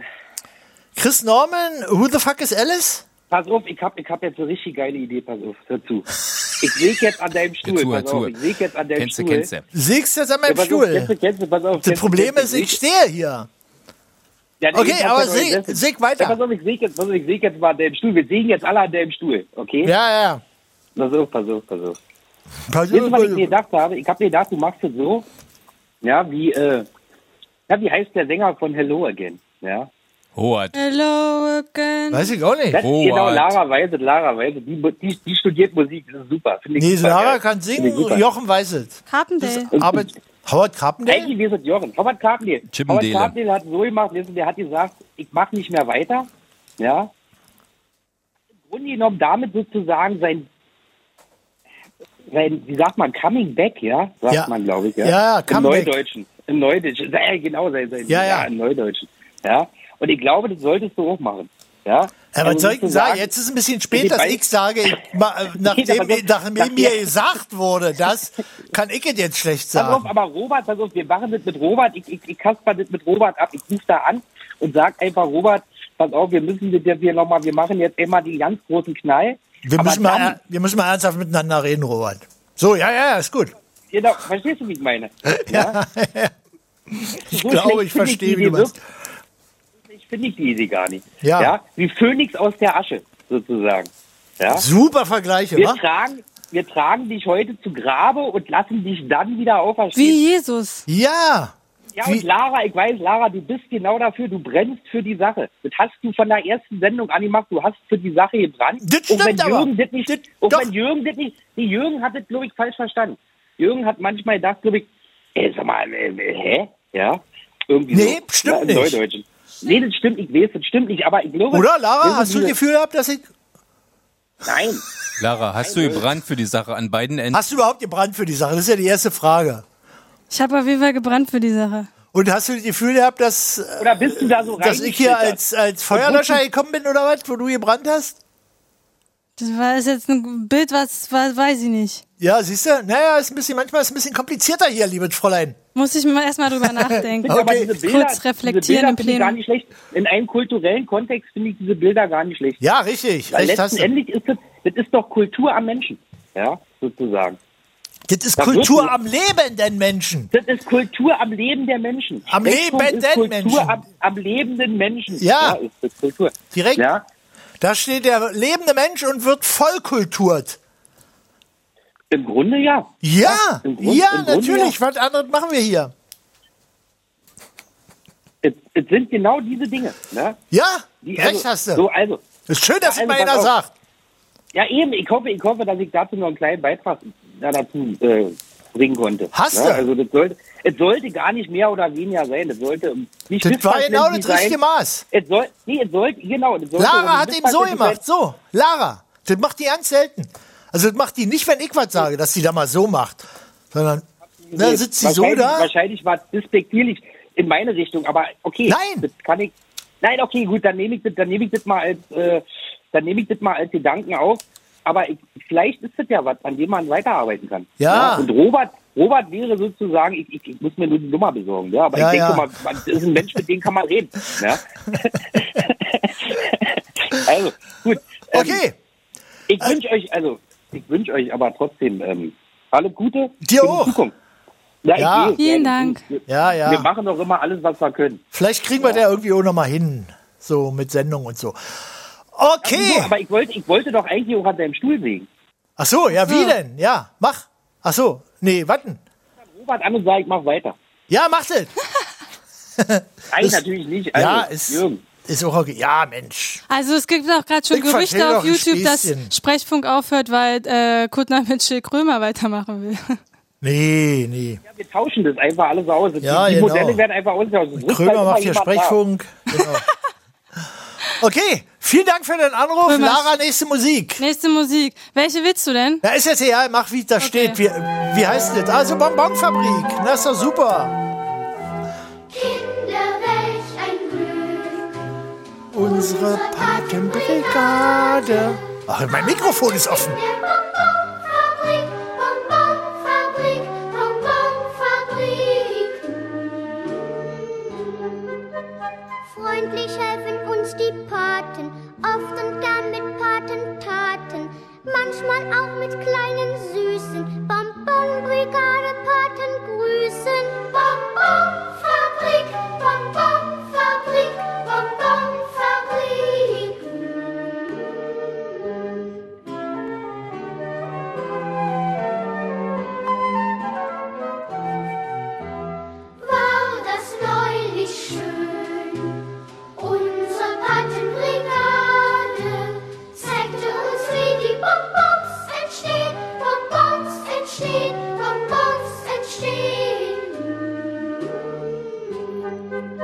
S5: Chris Norman, who the fuck is Alice?
S9: Pass auf, ich hab, ich hab jetzt eine richtig geile Idee, pass auf, hör zu. Ich säg jetzt an deinem Stuhl,
S5: zu, hör
S9: pass
S5: zu.
S9: auf, ich säg jetzt an deinem
S5: Kennst du,
S9: Stuhl.
S5: kennst du. Sägst jetzt an meinem
S9: pass
S5: Stuhl.
S9: Auf, kennst du, kennst du, pass auf,
S5: Das Problem ist, ich stehe hier. Okay, aber säg- säg weiter.
S9: Ja, pass auf, ich säg jetzt, pass auf, ich säg jetzt mal an deinem Stuhl. Wir sägen jetzt alle an deinem Stuhl, okay?
S5: Ja, ja.
S9: Pass auf, pass auf, pass auf.
S5: Pass
S9: Wisst ihr, was ich
S5: auf.
S9: mir gedacht habe? Ich hab mir gedacht, du machst es so, ja, wie, äh, ja, wie heißt der Sänger von Hello Again, ja?
S7: Hoat.
S6: Hello again.
S9: Das, genau, Lara weiß es, Lara weiß es. Die, die, die studiert Musik, das ist super. Finde ich
S5: Nee,
S9: super,
S5: Lara
S9: geil.
S5: kann
S9: Finde
S5: singen,
S9: ich super.
S5: Jochen weiß es.
S6: Carpendale.
S5: Das Arbeit Howard Carpendale?
S9: Eigentlich wir sind Jochen. Robert Carpendale. Robert
S5: Chippendale.
S9: Carpendale hat so gemacht, wissen Sie, der hat gesagt, ich mache nicht mehr weiter. Ja. Im Grunde genommen damit sozusagen sein, sein wie sagt man, Coming Back, ja, sagt
S5: Ja.
S9: man, glaube ich. Ja,
S5: Ja, ja,
S9: Im
S5: Comeback.
S9: Neudeutschen. Im Neudeutschen. Ja, genau, sein, sein
S5: Ja, ja.
S9: im Neudeutschen. Ja. Und ich glaube, das solltest du auch machen. Ja.
S5: Ja, was
S9: Also
S5: soll ich denn
S9: sozusagen-
S5: sagen? Jetzt ist ein bisschen
S9: Die
S5: spät, dass
S9: Ball-
S5: ich sage, ich, ma- äh, nachdem,
S9: aber so- nach-
S5: nachdem
S9: ja.
S5: mir gesagt wurde, das kann ich es jetzt schlecht
S9: Pass auf,
S5: sagen.
S9: aber Robert, pass auf, wir machen das mit Robert. Ich, ich, ich kasper das mit Robert ab. Ich rufe da an und sag einfach, Robert, pass auf, wir müssen das jetzt hier nochmal, wir machen jetzt immer den ganz großen Knall.
S5: Wir
S9: Aber
S5: müssen, mal,
S9: dann-
S5: er- wir müssen mal ernsthaft miteinander reden, Robert. So, ja, ja, ja, ist gut.
S9: Genau, verstehst du, wie ich meine? Ja,
S5: Ich
S9: So
S5: glaube,
S9: schlecht
S5: ich
S9: finde
S5: verstehe,
S9: die
S5: wie du
S9: Idee
S5: meinst.
S9: wirklich- Ich finde die Idee gar nicht.
S5: Ja.
S9: Wie Phönix aus der Asche, sozusagen. Ja?
S5: Super Vergleiche,
S9: Wir
S5: wa?
S9: tragen, wir tragen dich heute zu Grabe und lassen dich dann wieder auferstehen.
S6: Wie Jesus.
S5: Ja.
S9: Ja, und Lara, ich weiß, Lara, du bist genau dafür, du brennst für die Sache. Das hast du von der ersten Sendung an gemacht, du hast für die Sache gebrannt.
S5: Das
S9: auch wenn
S5: stimmt aber.
S9: Jürgen das nicht, auch wenn Jürgen das nicht, die Jürgen hat das, glaube ich, falsch verstanden. Jürgen hat manchmal gedacht, glaube ich, ey, sag mal, äh, äh, hä? Ja? Irgendwie
S5: Nee,
S9: so.
S5: stimmt
S9: ja, im
S5: nicht.
S9: Neudeutschen. Nee, das stimmt, ich weiß, das stimmt nicht, aber ich glaube...
S5: Oder, Lara,
S9: wissen
S5: hast du
S9: Sie-
S5: das Gefühl gehabt, dass ich...
S9: Nein.
S7: Lara, hast du gebrannt für die Sache an beiden Enden?
S5: Hast du überhaupt gebrannt für die Sache? Das ist ja die erste Frage.
S6: Ich habe auf jeden Fall gebrannt für die Sache.
S5: Und hast du das Gefühl gehabt, dass, äh,
S9: Oder bist du da so
S5: dass ich hier als, als Feuerlöscher gekommen bin oder was, wo du gebrannt hast?
S6: Das war ist jetzt ein Bild, was, was weiß ich nicht.
S5: Ja, siehst du? Naja, ist ein bisschen, manchmal ist es ein bisschen komplizierter hier, liebes Fräulein.
S6: Muss ich mal erstmal drüber nachdenken.
S9: Bitte, aber diese Bilder,
S6: Kurz reflektieren im
S9: diese Bilder finde ich gar
S6: Plenum.
S9: nicht schlecht. In einem kulturellen Kontext finde ich diese Bilder gar nicht schlecht.
S5: Ja, richtig.
S9: Weil
S5: Recht hast du.
S9: letztendlich ist das, das ist doch Kultur am Menschen, ja, sozusagen.
S5: Das ist Kultur am Leben der Menschen.
S9: Das ist Kultur am Leben der Menschen.
S5: Am
S9: Sprechfunk
S5: Leben
S9: ist
S5: der
S9: Kultur
S5: Menschen.
S9: Am, am lebenden Menschen.
S5: Ja.
S9: ist das Kultur.
S5: Direkt.
S9: Ja.
S5: Da steht der lebende Mensch und wird vollkulturt.
S9: Im Grunde ja.
S5: Ja,
S9: im Grund-
S5: ja,
S9: im Grunde
S5: natürlich. Was anderes machen wir hier?
S9: Es, es sind genau diese Dinge. Ne?
S5: Ja,
S9: Die,
S5: recht
S9: also,
S5: hast du.
S9: So, also,
S5: ist schön, dass
S9: Ja,
S5: es mal
S9: also,
S5: einer
S9: pass auf.
S5: sagt.
S9: ja, eben. Ich hoffe, ich hoffe, dass ich dazu noch einen kleinen Beitrag da dazu äh, bringen konnte.
S5: Hast
S9: ne?
S5: du?
S9: Also, das sollte, es sollte gar nicht mehr oder weniger sein. Es sollte nicht
S5: Das war genau
S9: missverständlich
S5: das richtige
S9: sein.
S5: Maß.
S9: Es soll, nee, es sollte, genau. Es sollte
S5: Lara
S9: um
S5: hat eben so
S9: missverständlich
S5: gemacht.
S9: sein.
S5: So, Lara. Das macht die ganz selten. Also das macht die nicht, wenn ich was sage, dass sie da mal so macht. Sondern, na,
S9: Nee,
S5: sitzt sie so
S9: wahrscheinlich-
S5: da?
S9: Wahrscheinlich war es despektierlich in meine Richtung, aber okay. Nein! Das kann ich. Nein, okay, gut, dann nehme ich das, dann nehme ich das mal als, äh, dann nehme ich das mal als Gedanken auf. Aber ich, vielleicht ist das ja was, an dem man weiterarbeiten kann.
S5: Ja.
S9: Und Robert, Robert wäre sozusagen, ich, ich, ich muss mir nur die Nummer besorgen, ja, aber
S5: Ja,
S9: ich denke
S5: ja.
S9: mal, man, das ist ein Mensch, mit dem kann man reden. Ja? also, gut. okay. Ich wünsche euch, also, ich wünsche euch aber trotzdem ähm, alles Gute. Dir für auch. Die Zukunft. ich
S5: Ja.
S9: sehe es,
S5: Vielen
S9: ja,
S5: Dank.
S9: Wir,
S5: Ja, ja.
S9: wir machen doch immer alles, was wir können.
S5: Vielleicht kriegen wir da irgendwie auch nochmal hin. So mit Sendung und so.
S9: Okay. aber ich wollte, ich wollte doch eigentlich auch an deinem Stuhl sägen.
S5: Ach so, ja, wie denn? Ja, mach. Ach so, nee, warten.
S9: Robert an und sage, ich mach weiter.
S5: Ja, mach das.
S9: Nein, natürlich nicht. Also,
S5: ja, ist, ist auch okay. Ja, Mensch.
S6: Also es gibt auch gerade schon
S5: Ich verstehe
S6: Gerüchte
S5: doch
S6: auf
S5: ein
S6: YouTube, dass
S5: Späßchen.
S6: Sprechfunk aufhört, weil äh, Kuttner mit Schill Krömer weitermachen will.
S5: Nee, nee.
S9: Wir tauschen das einfach alles aus.
S5: Ja,
S9: die
S5: genau.
S9: Modelle werden einfach ausgetauscht. Es sitzt halt
S5: Krömer
S9: immer
S5: macht hier
S9: jemand da.
S5: Sprechfunk. Genau. Okay, vielen Dank für den Anruf.
S6: Krömer.
S5: Lara, nächste Musik.
S6: Nächste Musik. Welche willst du denn?
S5: Na, ist jetzt egal, mach wie es da steht. Wie, wie heißt das? Also Bonbonfabrik. Na, ist doch super.
S14: welch ein Glück.
S5: Unsere Patenbrigade. Ach, mein Mikrofon ist offen.
S14: Bonbonfabrik, Bonbonfabrik, Bonbonfabrik. Freundlich helfen uns die Paten, oft und gern mit Patentaten, manchmal auch mit kleinen süßen Bonbonbrigade Paten grüßen. Bonbonfabrik, Bonbonfabrik, Bonbonfabrik. war das neulich schön. Unsere Patenbrigade zeigte uns, wie die Bonbons entstehen, Bonbons entstehen, Bonbons entstehen.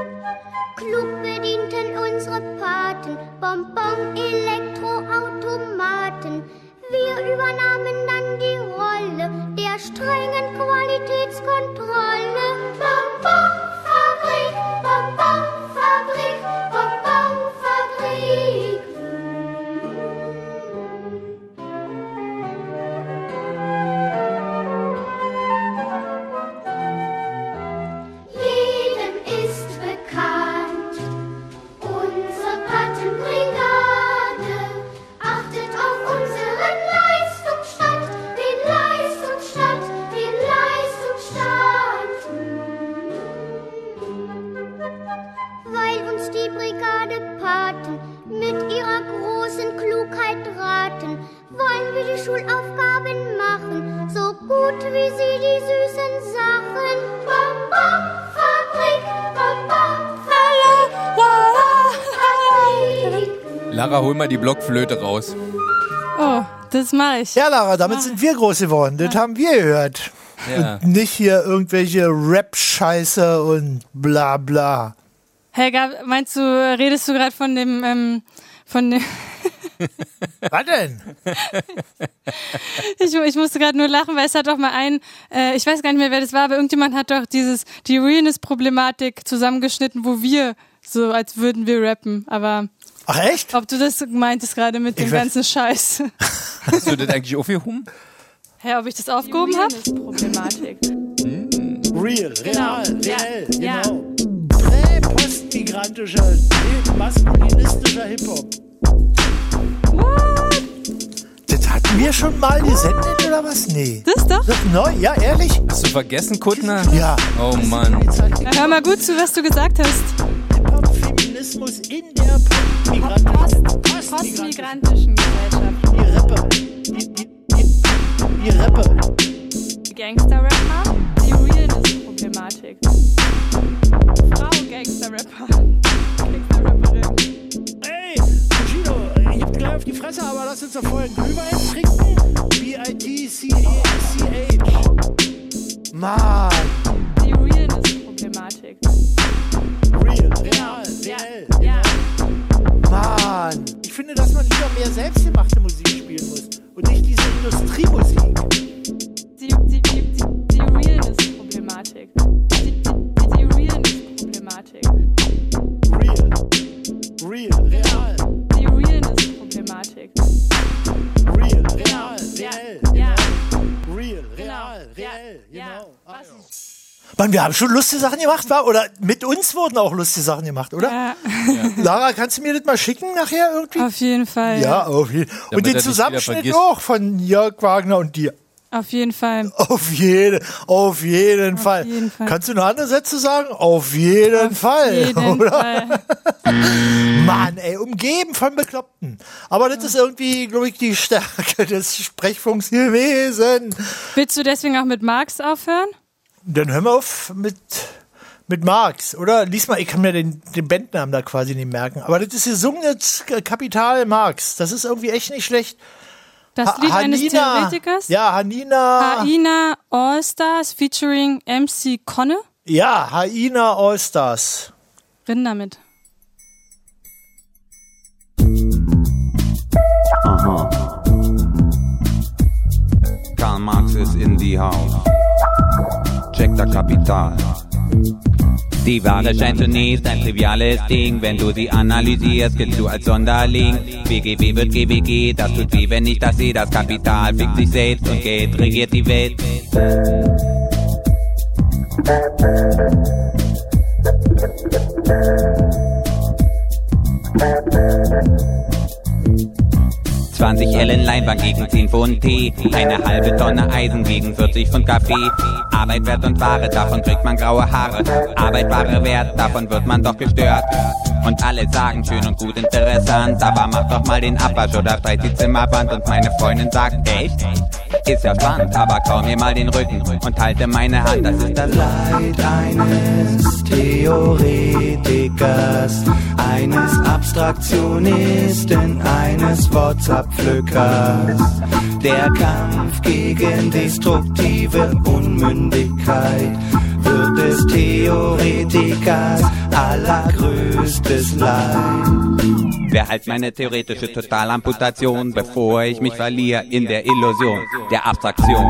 S14: Klug bedienten unsere Paten Bonbon-Elektroautomaten. Wir übernahmen dann die Rolle der strengen Qualitätskontrolle. Bonbonfabrik, Bonbonfabrik, Bonbonfabrik. Jedem ist bekannt, unsere Patenbrigade achtet auf unseren Leistungsstand, den Leistungsstand, den Leistungsstand. Weil uns die Brigade Paten mit ihrer großen Klugheit raten, wollen wir die Schulaufgaben machen, so gut wie sie die süßen Sachen. Bonbonfabrik, Bonbonfabrik.
S7: Lara, hol mal die Blockflöte raus.
S6: Oh, das mache ich.
S5: Ja, Lara, damit sind wir groß geworden. Das haben wir gehört.
S7: Ja.
S5: Und nicht hier irgendwelche Rap-Scheiße und bla bla.
S6: Helga, meinst du, redest du gerade von dem, ähm, von dem.
S5: Was denn?
S6: Ich, ich musste gerade nur lachen, weil es hat doch mal ein, äh, ich weiß gar nicht mehr, wer das war, aber irgendjemand hat doch dieses, die Realness-Problematik zusammengeschnitten, wo wir so, als würden wir rappen, aber.
S5: Ach echt?
S6: Ob du das meintest gerade mit dem
S7: weiß-
S6: ganzen Scheiß.
S7: Hast du das eigentlich aufgehoben?
S6: Hä, ob ich das aufgehoben habe? Problematik.
S5: Mm. Real,
S6: Genau.
S5: real,
S6: Ja.
S5: reell,
S6: Ja.
S5: genau. Äh, Postmigrantischer, äh, maskulinistischer Hip-Hop. Das hatten wir schon mal gesendet oder was? Nee.
S6: Das doch?
S5: Das neu, ja, ehrlich?
S7: Hast du vergessen, Kuttner?
S5: Ja.
S7: Oh Mann.
S5: Genau.
S6: Na, Hör mal gut zu, was du gesagt hast.
S5: Feminismus in der Postmigrantischen Post
S6: Postmigrantischen Gesellschaft.
S5: Die Rippe. Die, die, die, die Rippe.
S6: Die Gangster-Rapper, die Realness-Problematik. Frau Gangster-Rapper.
S5: Ey, Bushido, äh, ihr habt gleich auf die Fresse, aber lasst uns doch vorher einen Glühwein trinken. B-I-T-C-E-S-C-H. Mann.
S6: Die Realness-Problematik.
S5: Real,
S6: Genau.
S5: real, real. Ja. Mann. Ich finde, dass man lieber mehr selbstgemachte Musik spielen muss und nicht diese Industriemusik.
S6: Die, die, die, die, die Realness-Problematik. Die, die, die Realness-Problematik.
S5: Real, real, real.
S6: Die Realness-Problematik.
S5: Real, real, real, real,
S6: Genau. Ja,
S5: real,
S6: ja.
S5: genau.
S6: Was
S5: Mann, wir haben schon lustige Sachen gemacht, war? Oder mit uns wurden auch lustige Sachen gemacht, oder? Lara, kannst du mir das mal schicken nachher irgendwie?
S6: Auf jeden Fall.
S5: Ja, auf jeden
S6: Damit
S5: Und
S6: er
S5: den
S6: dich
S5: Zusammenschnitt
S6: wieder vergisst.
S5: auch von Jörg Wagner und dir.
S6: Auf jeden Fall.
S5: Auf jeden, auf jeden, Fall.
S6: jeden Fall.
S5: Kannst du noch andere Sätze sagen? Auf jeden Fall,
S6: jeden
S5: oder?
S6: Fall.
S5: Mann, ey, umgeben von Bekloppten. Aber das ist irgendwie, glaube ich, die Stärke des Sprechfunks gewesen.
S6: Willst du deswegen auch mit Marx aufhören?
S5: Dann hören wir auf mit, mit Marx, oder? Lies mal, ich kann mir den, den Bandnamen da quasi nicht merken. Aber das ist gesungenes Kapital Marx. Das ist irgendwie echt nicht schlecht.
S6: Das Lied eines Theoretikers?
S5: Ja, Hanina.
S6: Aina Allstars featuring MC Conne.
S5: ja, Haina Allstars.
S6: Bin damit.
S30: Uh-huh. Karl Marx is in the house. Check the Kapital. Die Ware scheint zunächst ein triviales Ding. Wenn du sie analysierst, giltst du als Sonderling. WGW wird GWG, das tut weh, wenn ich das sehe. Das Kapital fickt sich selbst und Geld regiert die Welt.
S26: Thank you.
S30: 20 Ellen Leinwand gegen 10 Pfund Tee, eine halbe Tonne Eisen gegen 40 Pfund Kaffee. Arbeit, Wert und Ware, davon kriegt man graue Haare. Arbeit, Ware, Wert, davon wird man doch gestört. Und alle sagen schön und gut interessant, aber mach doch mal den Abwasch oder streich die Zimmerwand. Und meine Freundin sagt, echt? Ist ja spannend, aber kaum mir mal den Rücken und halte meine Hand, das ist das
S26: Leid eines Theoretikers, eines Abstraktionisten, eines Wortzerpflückers. Der Kampf gegen destruktive Unmündigkeit wird des Theoretikers allergrößtes Leid.
S30: Wer halt meine theoretische Totalamputation, bevor ich mich verliere in der Illusion der Abstraktion.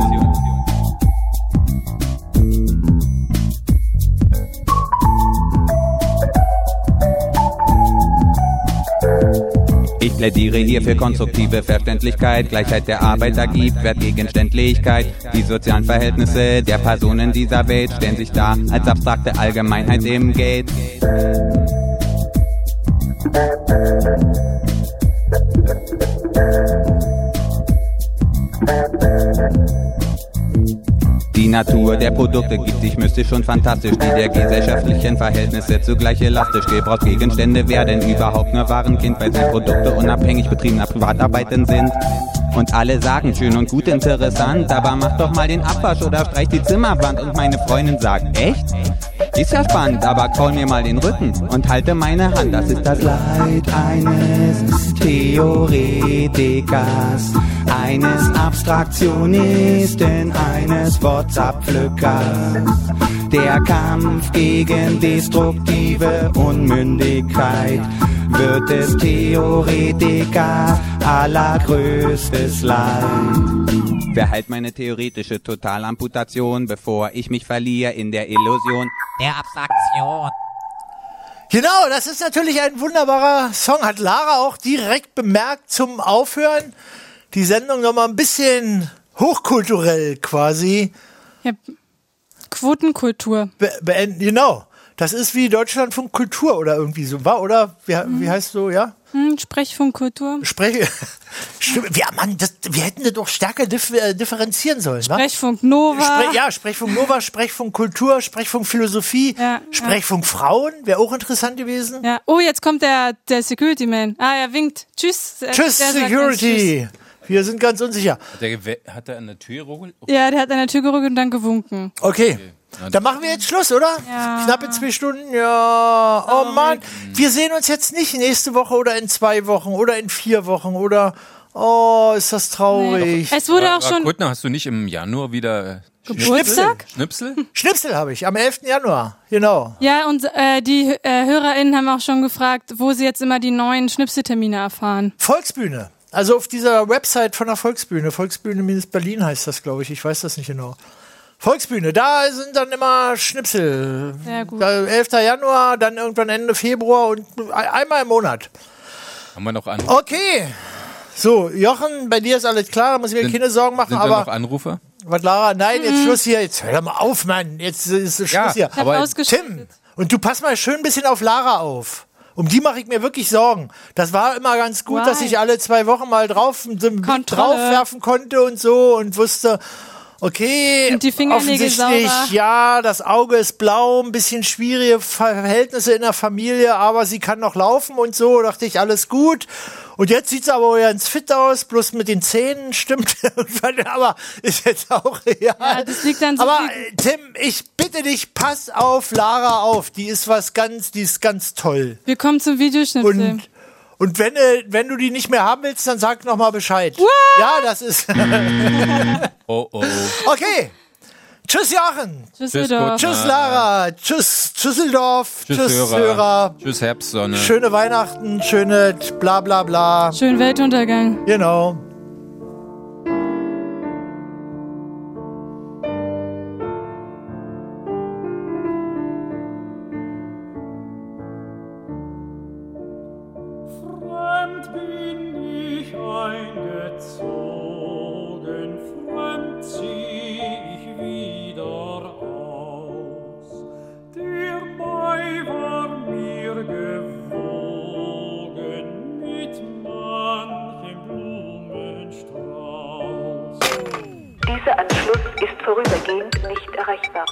S30: Ich plädiere hier für konstruktive Verständlichkeit, Gleichheit der Arbeiter gibt, Wertgegenständlichkeit. Die sozialen Verhältnisse der Personen dieser Welt stellen sich dar als abstrakte Allgemeinheit im Geld. Die Natur der Produkte gibt sich mystisch und fantastisch, die der gesellschaftlichen Verhältnisse zugleich elastisch. Gebraucht Gegenstände werden überhaupt nur Warenkind, weil sie Produkte unabhängig betriebener Privatarbeiten sind. Und alle sagen schön und gut interessant, aber mach doch mal den Abwasch oder streich die Zimmerwand. Und meine Freundin sagt, echt? Ist ja spannend, aber kraul mir mal den Rücken und halte meine Hand, das ist das
S26: Leid eines Theoretikers, eines Abstraktionisten, eines Wortzerpflückers. Der Kampf gegen destruktive Unmündigkeit wird des Theoretikers allergrößtes Leid.
S30: Wer halt meine theoretische Totalamputation, bevor ich mich verliere in der Illusion der Abstraktion.
S5: Genau, das ist natürlich ein wunderbarer Song. Hat Lara auch direkt bemerkt zum Aufhören. Die Sendung nochmal ein bisschen hochkulturell quasi.
S6: Ja, Quotenkultur.
S5: Be beenden, genau. Das ist wie Deutschlandfunk Kultur oder irgendwie so, war, oder? Wie,
S6: Mhm.
S5: wie heißt so, ja?
S6: Hm, Sprechfunkkultur.
S5: Spreche. Stimmt, wir, Mann, das, wir hätten das doch stärker dif äh, differenzieren sollen. wa?
S6: Sprechfunk Nova.
S5: Spre ja, Sprechfunk Nova, Sprechfunk Kultur, Sprechfunk Philosophie, Sprechfunk Frauen, wäre auch interessant gewesen.
S6: Ja. Oh, jetzt kommt der, der Security Man. Ah, er winkt. Tschüss. Er-
S5: Tschüss,
S6: der sagt jetzt
S5: Security. Wir sind ganz unsicher.
S7: Hat er, gewe- hat er an der Tür gerufen?
S6: Tschüss. Ja, der hat an der Tür gerückt und dann gewunken.
S5: Okay. Dann machen wir jetzt Schluss, oder?
S6: Ja.
S5: Knappe zwei Stunden, ja. Oh Mann, wir sehen uns jetzt nicht nächste Woche oder in zwei Wochen oder in vier Wochen oder. Oh, ist das traurig.
S7: Ra- Rakutner, hast du nicht im Januar wieder äh,
S5: Geburtstag?
S7: Schnipsel?
S5: Schnipsel habe ich am 11. Januar, genau.
S6: Ja, und äh, die äh, HörerInnen haben auch schon gefragt, wo sie jetzt immer die neuen Schnipseltermine erfahren.
S5: Volksbühne. Also auf dieser Website von der Volksbühne, Volksbühne-Berlin heißt das, glaube ich. Ich weiß das nicht genau. Volksbühne, da sind dann immer Schnipsel.
S6: Sehr gut.
S5: Da, 11. Januar, dann irgendwann Ende Februar und ein- einmal im Monat.
S7: Haben wir noch
S5: Oh,
S7: Anrufe?
S5: Okay. So, Jochen, bei dir ist alles klar, da muss ich mir
S7: Sind-
S5: keine Sorgen machen,
S7: Sind da noch
S5: aber
S7: Anrufer?
S5: Was, Lara? Nein, jetzt
S6: Mhm.
S5: Schluss hier. Jetzt hör doch mal auf, Mann. Jetzt ist Schluss
S6: Ja,
S5: hier.
S6: ich hab aber- ausgeschaltet.
S5: Tim, und du pass mal schön ein bisschen auf Lara auf. Um die mache ich mir wirklich Sorgen. Das war immer ganz gut,
S6: Why?
S5: dass ich alle zwei Wochen mal drauf, so einen Blick draufwerfen konnte und so und wusste, okay,
S6: Sind die Fingernägel
S5: offensichtlich,
S6: sauber?
S5: ja, das Auge ist blau, ein bisschen schwierige Verhältnisse in der Familie, aber sie kann noch laufen und so, dachte ich, alles gut. Und jetzt sieht's aber ganz fit aus, bloß mit den Zähnen stimmt irgendwann, aber ist jetzt auch real.
S6: das liegt an so
S5: aber
S6: viel-
S5: äh, Tim, ich bitte dich, pass auf Lara auf, die ist was ganz, die ist ganz toll.
S6: Wir kommen zum Videoschnipsel.
S5: Und, und wenn, äh, wenn du die nicht mehr haben willst, dann sag noch mal Bescheid. Ja, das ist...
S7: Oh, oh.
S5: Okay. Tschüss Jochen.
S6: Tschüss,
S7: Tschüss, Edorf. Guten
S5: Tschüss
S7: Abend.
S5: Lara. Tschüss Tschüsseldorf.
S7: Tschüss, Hörer. Tschüss, Herbstsonne.
S5: Schöne Weihnachten, schöne bla bla bla.
S6: Schönen Weltuntergang.
S5: Genau.
S10: Fremd bin ich eingezogen, fremd zieh ich wieder aus. Der Mai war mir gewogen mit manchem Blumenstrauß.
S28: Dieser Anschluss ist vorübergehend nicht erreichbar.